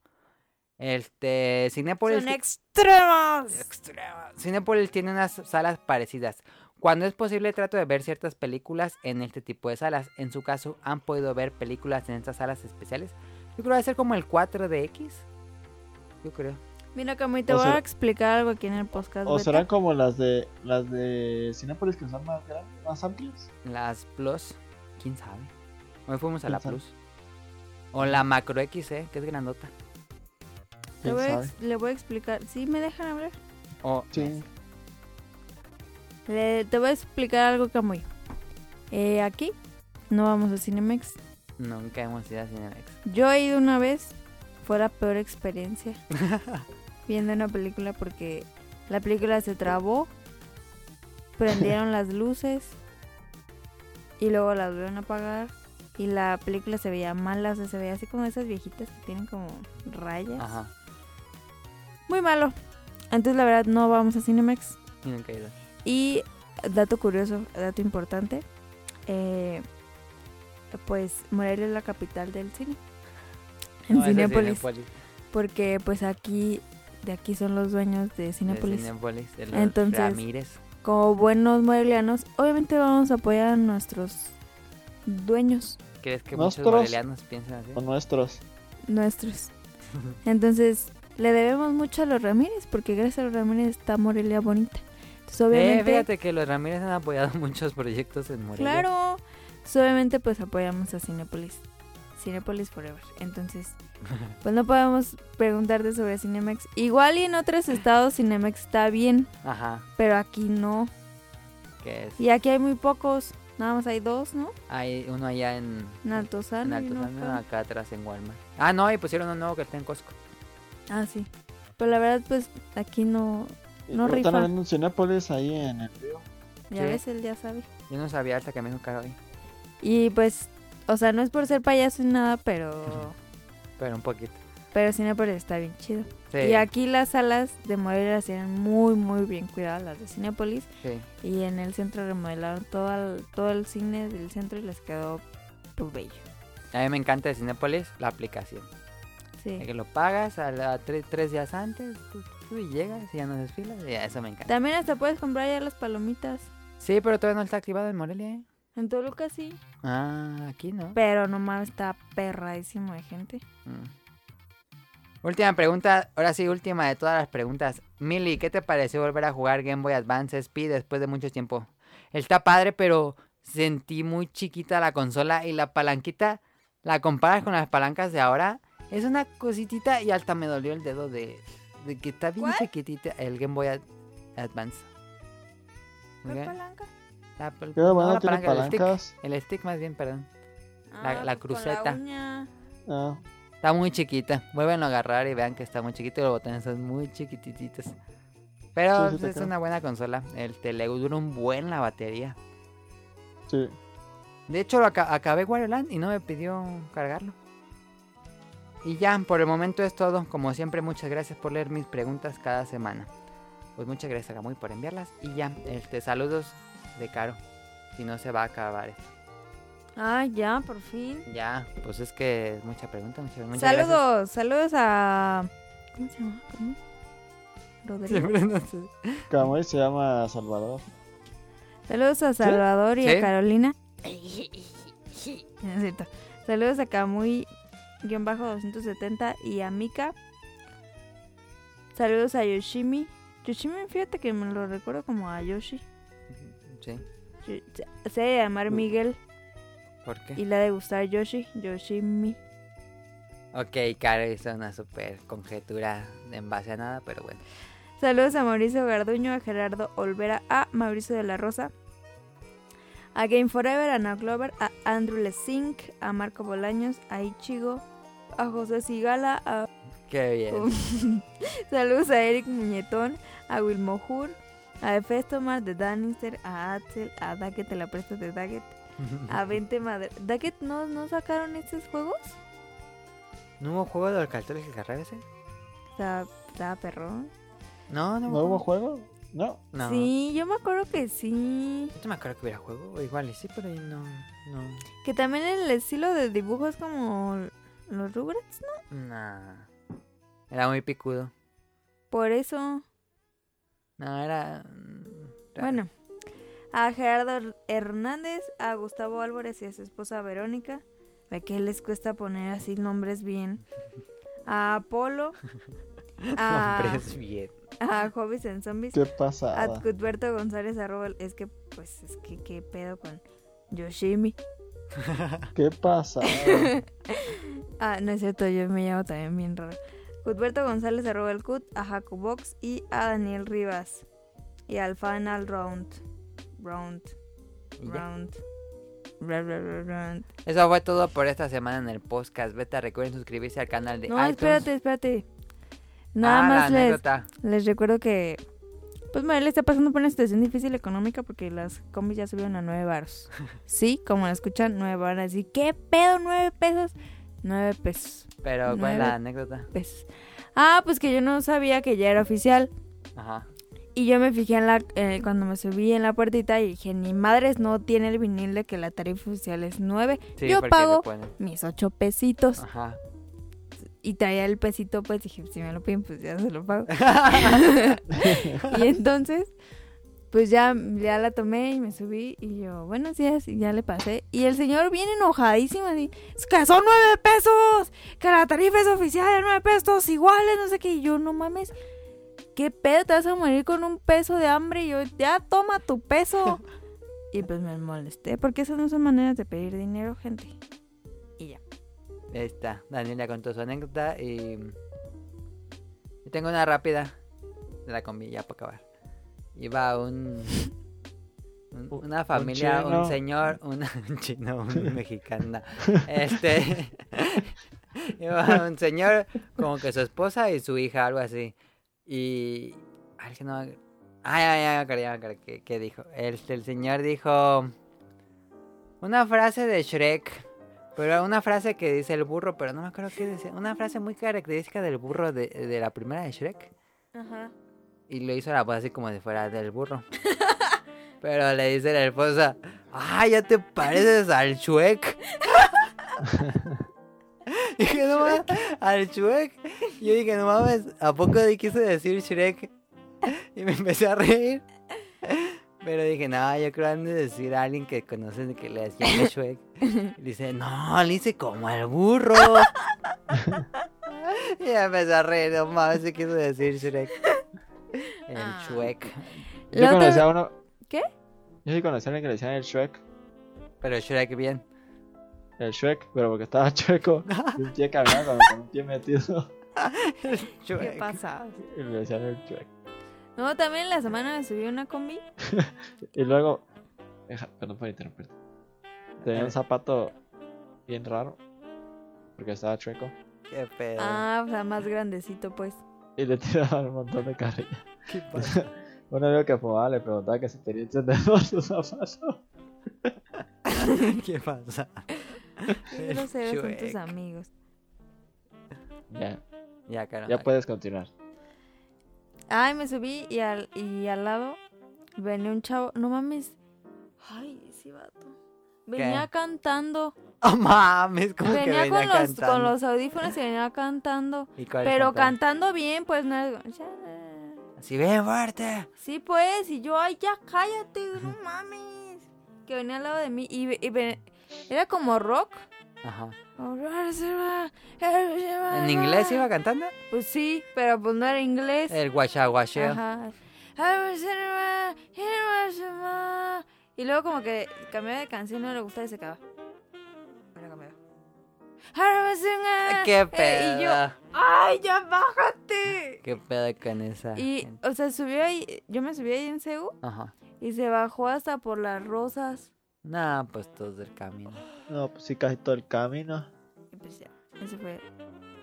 Speaker 2: Este, Cinépolis...
Speaker 1: Son extremos.
Speaker 2: Extrema. Cinepolis tiene unas salas parecidas. Cuando es posible trato de ver ciertas películas en este tipo de salas. En su caso, ¿han podido ver películas en estas salas especiales? Yo creo que va a ser como el 4DX. Yo creo.
Speaker 1: Mira, Camuy, te
Speaker 3: O
Speaker 1: voy a
Speaker 3: será-
Speaker 1: explicar algo aquí en el podcast.
Speaker 3: O
Speaker 1: beta.
Speaker 3: serán como las de las de Cinépolis que son más grandes, más amplias.
Speaker 2: Las Plus, quién sabe. Hoy fuimos a la
Speaker 3: ¿Quién sabe?
Speaker 2: Plus. O la Macro X, eh, que es grandota.
Speaker 1: le,
Speaker 3: ¿Quién
Speaker 1: voy a
Speaker 3: sabe?
Speaker 1: ex- le voy a explicar. ¿Sí me dejan hablar?
Speaker 2: O
Speaker 3: Sí.
Speaker 1: Le- te voy a explicar algo, Camuy. Eh, aquí no vamos a Cinemex.
Speaker 2: nunca hemos ido a Cinemex.
Speaker 1: Yo he ido una vez, fue la peor
Speaker 2: (laughs)
Speaker 1: experiencia viendo una película porque la película se trabó, prendieron las luces y luego las volvieron a apagar y la película se veía mala, o sea, se veía así como esas viejitas que tienen como rayas.
Speaker 2: Ajá.
Speaker 1: Muy malo. Entonces la verdad no vamos a Cinemex.
Speaker 2: Y nunca he ido.
Speaker 1: Y dato curioso, dato importante, eh, pues Morelia es la capital del cine. En
Speaker 2: No, eso es pues,
Speaker 1: Cinépolis.
Speaker 2: Cinépolis.
Speaker 1: Porque pues aquí, de aquí son los dueños de
Speaker 2: De
Speaker 1: Cinépolis.
Speaker 2: Cinépolis, de los
Speaker 1: Entonces-
Speaker 2: Ramírez.
Speaker 1: Como buenos modelianos, obviamente vamos a apoyar a nuestros dueños,
Speaker 2: ¿Crees que muchos
Speaker 3: Nosotros-
Speaker 2: bolivianos piensan así?
Speaker 3: O nuestros.
Speaker 2: (laughs)
Speaker 1: nuestros. Entonces, le debemos mucho a los Ramírez, porque gracias a los Ramírez está Morelia bonita. Entonces,
Speaker 2: Eh,
Speaker 1: obviamente,
Speaker 2: fíjate que los Ramírez han apoyado (laughs) muchos proyectos en Morelia.
Speaker 1: claro, entonces, obviamente pues apoyamos a Cinépolis. Cinépolis Forever.
Speaker 2: (laughs)
Speaker 1: Entonces, pues no podemos preguntarte sobre Cinemex. Igual y en otros estados Cinemex está bien,
Speaker 2: Ajá,
Speaker 1: pero aquí no.
Speaker 2: que es.
Speaker 1: Y aquí hay muy pocos, nada más hay dos, ¿no?
Speaker 2: Hay uno allá en,
Speaker 1: En
Speaker 2: en
Speaker 1: Altozano. y
Speaker 2: Alto
Speaker 1: uno
Speaker 2: San,
Speaker 1: acá.
Speaker 2: acá atrás en Walmart. Ah, no, y pusieron uno nuevo que está en Costco.
Speaker 1: Ah, sí. Pero la verdad, pues aquí no.
Speaker 3: Y
Speaker 1: No
Speaker 3: luego
Speaker 1: rifa.
Speaker 3: Están hablando en Cinépolis ahí en el río.
Speaker 1: Ya
Speaker 2: Sí.
Speaker 1: ves, él ya sabe.
Speaker 2: Yo no sabía hasta que me dijo Caro hoy,
Speaker 1: Y pues, o sea, no es por ser payaso ni nada, pero.
Speaker 2: (laughs) pero un poquito.
Speaker 1: Pero Cinepolis está bien chido.
Speaker 2: Sí,
Speaker 1: Y aquí las salas de Morelia las tienen muy, muy bien cuidadas, las de Cinepolis.
Speaker 2: sí.
Speaker 1: Y en el centro remodelaron todo el, todo el cine del centro y les quedó pues, bello.
Speaker 2: A mí me encanta de Cinépolis la aplicación.
Speaker 1: Sí.
Speaker 2: Que lo pagas a la tre- tres días antes tú, tú y llegas y ya no desfilas. Y eso me encanta.
Speaker 1: También hasta puedes comprar ya las palomitas.
Speaker 2: Sí, pero todavía no está activado en Morelia. ¿eh?
Speaker 1: En Toluca sí.
Speaker 2: Ah, aquí no.
Speaker 1: Pero no mames, está perradísimo de gente.
Speaker 2: Mm. Última pregunta, ahora sí, última de todas las preguntas. Mili, ¿qué te pareció volver a jugar Game Boy Advance SP después de mucho tiempo? Está padre, pero sentí muy chiquita la consola y la palanquita, la comparas con las palancas de ahora, es una cositita y hasta me dolió el dedo de, de que está bien
Speaker 1: ¿Cuál?
Speaker 2: chiquitita el Game Boy Ad- Advance.
Speaker 1: ¿Cuál
Speaker 2: Ok,
Speaker 1: palanca?
Speaker 2: la pal-
Speaker 3: Pero
Speaker 2: no,
Speaker 3: bueno,
Speaker 2: la
Speaker 3: tiene
Speaker 2: palanca, el stick.
Speaker 3: palancas.
Speaker 2: El stick más bien, perdón. La-
Speaker 1: Ah,
Speaker 2: la
Speaker 1: pues con
Speaker 2: cruceta.
Speaker 1: uña.
Speaker 3: Ah,
Speaker 2: Está muy chiquita. Vuelven a agarrar y vean que está muy chiquito y los botones son muy chiquitititos.
Speaker 3: Sí,
Speaker 2: Pero
Speaker 3: sí te
Speaker 2: pues, es
Speaker 3: creo.
Speaker 2: una buena consola. El Telegu dura un buen la batería.
Speaker 3: sí.
Speaker 2: De hecho, lo aca- acabé Wario Land y no me pidió cargarlo. Y ya, por el momento es todo. Como siempre, muchas gracias por leer mis preguntas cada semana. Pues muchas gracias, Gamuy, por enviarlas. Y ya, este, saludos de Caro. Si no, se va a acabar esto.
Speaker 1: Ah, ya, por fin.
Speaker 2: Ya, pues es que es mucha pregunta, mucha- muchas, gracias.
Speaker 1: saludos, saludos a. ¿Cómo se llama? ¿Cómo? Rodrigo.
Speaker 2: Siempre no sé.
Speaker 3: Camuy se llama Salvador.
Speaker 1: Saludos a Salvador y a
Speaker 2: ¿Sí?
Speaker 1: Carolina. (laughs)
Speaker 6: (laughs)
Speaker 1: No es cierto. Saludos a Kamui-270 y a Mika. Saludos a Yoshimi. Yoshimi, fíjate que me lo recuerdo como a Yoshi.
Speaker 2: (laughs) Sí,
Speaker 1: Yo- se- Se ha de
Speaker 2: Mm.
Speaker 1: llamar Miguel
Speaker 2: ¿por qué?
Speaker 1: y le ha de gustar Yoshi. Yoshimi.
Speaker 2: Ok, claro, hizo una super conjetura en base a nada, pero bueno.
Speaker 1: Saludos a Mauricio Garduño, a Gerardo Olvera, a Mauricio de la Rosa, a Game Forever, a Now Glover, a Andrew Lesink, a Marco Bolaños, a Ichigo, a José Sigala, a... (laughs)
Speaker 2: Qué bien.
Speaker 1: Saludos a Eric Muñetón, a Wilmohur, a Festomar de Danister, a Axel, a Daggett, te la prestas de Daggett, a Vente Madre. ¿Daggett no, no sacaron estos juegos?
Speaker 2: (laughs) ¿No hubo juego de los carteles que carrera ese?
Speaker 1: Está, está perrón.
Speaker 2: No, no
Speaker 3: ¿No hubo juego? No.
Speaker 2: No.
Speaker 1: Sí, yo me acuerdo que sí.
Speaker 2: Yo no me acuerdo que hubiera juego, o igual y sí, pero ahí no, no,
Speaker 1: Que también el estilo de dibujo es como los Rugrats, ¿no?
Speaker 2: nah. Era muy picudo.
Speaker 1: Por eso,
Speaker 2: No, era... mm, raro.
Speaker 1: bueno. A Gerardo Hernández, a Gustavo Álvarez y a su esposa Verónica. ¿A qué les cuesta poner así nombres bien? A Apolo. A,
Speaker 2: Hombres bien.
Speaker 1: a Hobbies en Zombies.
Speaker 3: ¿Qué pasa?
Speaker 1: A Cuthberto González, arroba. Es que, pues, es que, ¿qué pedo con Yoshimi?
Speaker 3: ¿Qué pasa?
Speaker 1: (laughs) Ah, no es cierto, yo me llamo también bien raro. Cutberto González, arroba el cut, a Jacobox y a Daniel Rivas. Y al final round. Round.
Speaker 2: Y ya.
Speaker 1: Round. Ra, ra, ra, round.
Speaker 2: Eso fue todo por esta semana en el podcast Beta. Recuerden suscribirse al canal de
Speaker 1: No,
Speaker 2: iTunes.
Speaker 1: espérate, espérate. Nada
Speaker 2: Ah, la
Speaker 1: más les,
Speaker 2: anécdota.
Speaker 1: les recuerdo que. Pues Mariela está pasando por una situación difícil económica porque las combis ya subieron a 9
Speaker 2: (laughs)
Speaker 1: baros. Sí, como la escuchan, 9 baros. Así, ¿qué pedo? ¿9 pesos? 9 pesos.
Speaker 2: Pero, ¿cuál es la
Speaker 1: Nueve.
Speaker 2: anécdota?
Speaker 1: pesos. Ah, pues que yo no sabía que ya era oficial.
Speaker 2: Ajá.
Speaker 1: Y yo me fijé en la, eh, cuando me subí en la puertita y dije, ni madres no tiene el vinil de que la tarifa oficial es 9.
Speaker 2: Sí,
Speaker 1: yo
Speaker 2: porque
Speaker 1: pago
Speaker 2: lo ponen.
Speaker 1: mis 8 pesitos.
Speaker 2: Ajá.
Speaker 1: Y traía el pesito, pues dije, si me lo piden, pues ya se lo pago. (laughs) y entonces, pues ya, ya la tomé y me subí y yo, buenos días, y ya le pasé. Y el señor viene enojadísimo, así, es que son 9 pesos, que la tarifa es oficial de 9 pesos iguales, no sé qué. Y yo, no mames, ¿qué pedo? Te vas a morir con un peso de hambre. Y yo, ya toma tu peso. y pues me molesté, porque esas no son maneras de pedir dinero, gente. Y ya.
Speaker 2: Ahí está. Daniel ya contó su anécdota y... y tengo una rápida de la combi ya para acabar. Iba un...
Speaker 3: (laughs)
Speaker 2: un-
Speaker 3: Un-
Speaker 2: una familia, un,
Speaker 3: chino.
Speaker 2: señor, una- (laughs) un chino,
Speaker 3: (laughs)
Speaker 2: un mexicano. no. Este... (laughs) Iba un señor, como que su esposa y su hija, algo así. Y... Ay, que no... Ay, ay, ay, me acordé, ya me acordé, ¿qué, qué dijo? Este, el señor dijo... Una frase de Shrek... Pero una frase que dice el burro, pero no me acuerdo qué decía. Una frase muy característica del burro de, de la primera de Shrek.
Speaker 1: Ajá.
Speaker 2: Y lo hizo la voz así como si fuera del burro. Pero le dice la esposa, ¡Ah, ya te pareces al Shrek! (laughs) dije, no mames, al Shrek. Yo dije, no mames, ¿a poco de quise decir Shrek? Y me empecé a reír. Pero dije, no, yo creo que han de decir a alguien que conocen que le decía Shrek. Y dice, no, le hice como al burro. (laughs) y me empecé a reír, no mames, se quiso decir Shrek. El
Speaker 1: Ah.
Speaker 2: Shrek.
Speaker 3: Yo conocía a uno.
Speaker 1: ¿Qué?
Speaker 3: Yo sí conocía a alguien que le decían el Shrek.
Speaker 2: Pero Shrek bien.
Speaker 3: El Shrek, pero porque estaba
Speaker 1: (laughs)
Speaker 3: (laughs) chueco. Y un pie caminaba con, con un pie metido. (laughs)
Speaker 1: ¿Qué
Speaker 2: Shrek.
Speaker 1: pasa?
Speaker 3: Y le decían el Shrek.
Speaker 1: No, también en la semana me subí a una combi.
Speaker 2: Eh.
Speaker 3: Y luego. Deja- perdón por interrumpirte. Tenía un zapato bien raro. Porque estaba chueco.
Speaker 2: Qué pedo.
Speaker 1: Ah, o sea, más grandecito, pues.
Speaker 3: Y le (laughs) tiraban un montón de carrilla.
Speaker 1: (laughs)
Speaker 2: ¿Qué pasa? (laughs)
Speaker 3: Un amigo que fumaba le preguntaba que si tenía (laughs) encendedor su zapato.
Speaker 2: ¿Qué pasa?
Speaker 1: Qué
Speaker 2: (laughs) El (laughs)
Speaker 1: groseros son tus
Speaker 2: Shrek.
Speaker 1: amigos.
Speaker 3: Ya,
Speaker 2: Ya, claro.
Speaker 3: ya puedes continuar.
Speaker 1: Ay, me subí y al, y al lado venía un chavo. No mames. Ay, ese vato. Venía
Speaker 2: ¿Qué?
Speaker 1: cantando.
Speaker 2: Oh, mames, como que
Speaker 1: venía
Speaker 2: venía
Speaker 1: con los,
Speaker 2: cantando.
Speaker 1: con los audífonos y venía cantando.
Speaker 2: ¿Y cuál
Speaker 1: Pero
Speaker 2: cantaba?
Speaker 1: cantando bien, pues no es.
Speaker 2: Así bien fuerte.
Speaker 1: Sí, pues, y yo, ay, ya cállate, no mames. Que venía al lado de mí y, ve- y ve- era como rock.
Speaker 2: Ajá.
Speaker 1: ¿En Ah.
Speaker 2: ¿En inglés iba cantando?
Speaker 1: Pues sí, pero pues no era inglés.
Speaker 2: El guachaguacheo. (laughs)
Speaker 1: Ajá. pues, Y luego como que cambiaba de canción, no le gustaba y se acaba. Bueno, cambiaba. pues,
Speaker 2: ¿Qué
Speaker 1: Eh,
Speaker 2: pedo?
Speaker 1: Y yo, ¡ay, ya bájate!
Speaker 2: ¿Qué pedo con esa?
Speaker 1: Y,
Speaker 2: gente?
Speaker 1: o sea, subió ahí, yo me subí ahí en Seúl
Speaker 2: Ajá.
Speaker 1: y se bajó hasta por las rosas.
Speaker 2: Nah, pues todos del camino.
Speaker 3: No, pues sí, casi todo el camino.
Speaker 1: Y pues ya, esa fue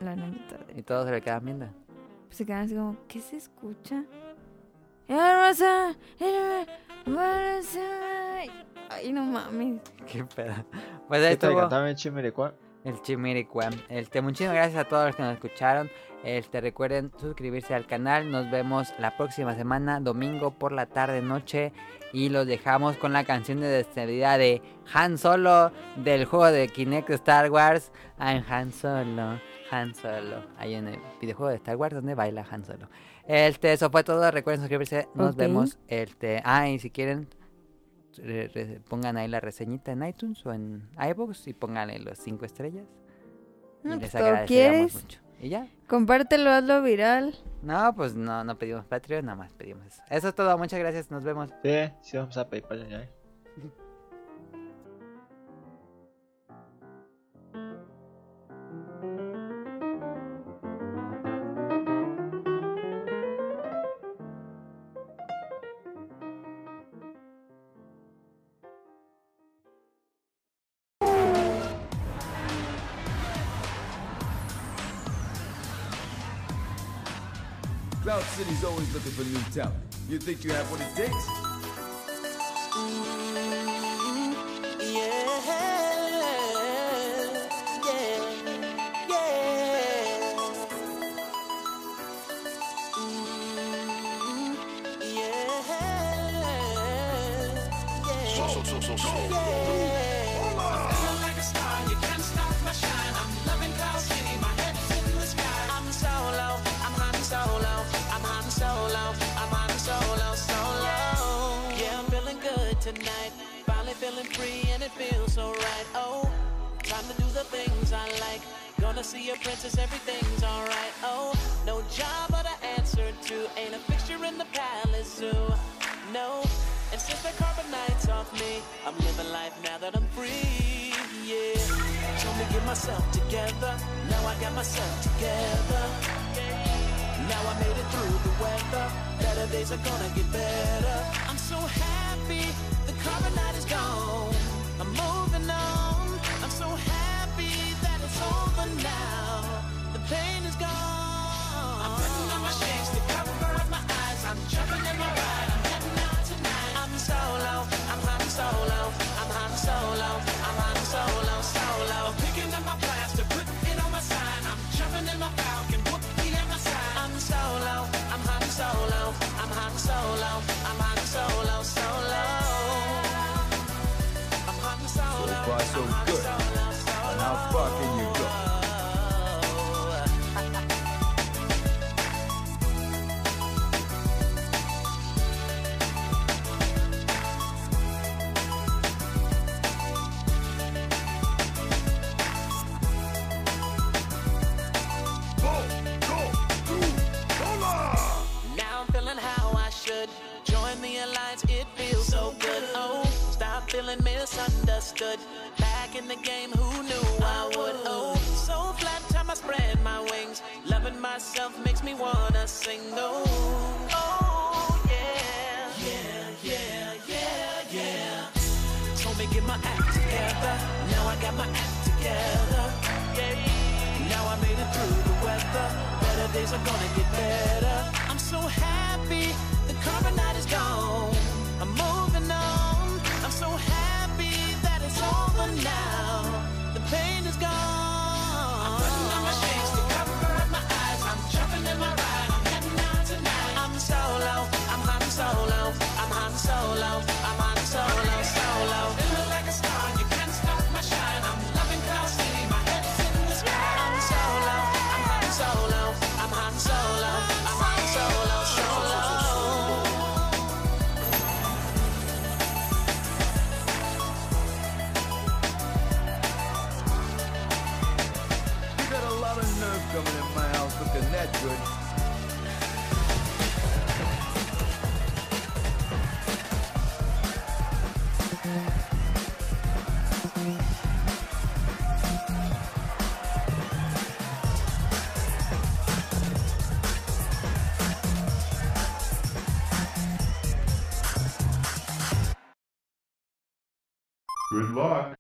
Speaker 1: la anécdota de-
Speaker 2: Y todos se le quedan viendo. (laughs)
Speaker 1: Pues se quedan así como, ¿qué se escucha? Ay, no mames.
Speaker 2: ¿Qué pedo? Pues ahí
Speaker 3: ¿Qué te
Speaker 2: estuvo
Speaker 3: cantaba en Chimiricuán?
Speaker 2: el Chimiricuam. Este, muchísimas gracias a todos los que nos escucharon. Este, recuerden suscribirse al canal. Nos vemos la próxima semana, domingo por la tarde, noche. Y los dejamos con la canción de despedida de Han Solo del juego de Kinect de Star Wars. I'm Han Solo, Han Solo. Hay un eh, videojuego de Star Wars donde baila Han Solo. Este, eso fue todo. Recuerden suscribirse. Nos
Speaker 1: Ok.
Speaker 2: vemos. Este, ah, y si quieren, re- re- pongan ahí la reseñita en iTunes o en iBox y pongan ahí los cinco estrellas. Y
Speaker 1: No,
Speaker 2: les
Speaker 1: pues, todo
Speaker 2: agradeceríamos
Speaker 1: quieres.
Speaker 2: mucho. Y ya.
Speaker 1: Compártelo, hazlo viral.
Speaker 2: No, pues no, no pedimos Patreon, nada más pedimos eso. Eso es todo, muchas gracias, nos vemos.
Speaker 3: Sí, sí, vamos a PayPal ya.
Speaker 9: Cloud City's always looking for new talent. You think you have what it takes?
Speaker 10: Yeah, I'm feeling good tonight. Finally feeling free and it feels so right. Oh, time to do the things I like. Gonna see a princess, everything's alright. Oh, no job but I answer to. Ain't a fixture in the palace zoo. No, and since the carbonite's off me, I'm living life now that I'm free. Yeah, told me get myself together. Now I got myself together. Now I made it through the weather. Better days are gonna get better. I'm so happy the carbonite is gone. I'm moving on. I'm so happy that it's over now. The pain is gone. I'm putting on my shades to cover up my eyes. I'm jumping in my ride. I'm heading out tonight. I'm solo. I'm Han solo. I'm Han solo. I'm Han solo. Solo. I'm picking up my plaster, putting it on my side. I'm jumping in my falcon. Whoopie at my side. I'm solo. I'm Han solo. I'm Han solo. I'm Han solo. Solo. I'm Han
Speaker 9: So
Speaker 10: solo.
Speaker 9: far, so good. And how far can you go?
Speaker 10: Now I'm feeling how I should. Join the alliance, it feels so good. Oh, stop feeling misunderstood. Back in the game, who knew I would? Oh, so flat time I spread my wings. Loving myself makes me wanna sing. Oh, oh yeah. Yeah, yeah, yeah, yeah. Told me get my act together. Now I got my act together. Yeah. Now I made it through the weather. Better days are gonna get better. I'm so happy the carbonite is gone. I'm moving on. I'm so happy that it's over now. The pain is gone. I'm putting on my shades to cover up my eyes. I'm jumping in my ride. I'm heading out tonight. I'm solo. I'm Han Solo. I'm Han Solo. I'm Han Solo. Solo. Feeling like a star. You can't stop my shine. I'm loving Cloud City. My head's in the sky. I'm solo. I'm Han Solo. I'm Han Solo. I'm Han Solo. Solo.
Speaker 9: good.
Speaker 11: Good luck.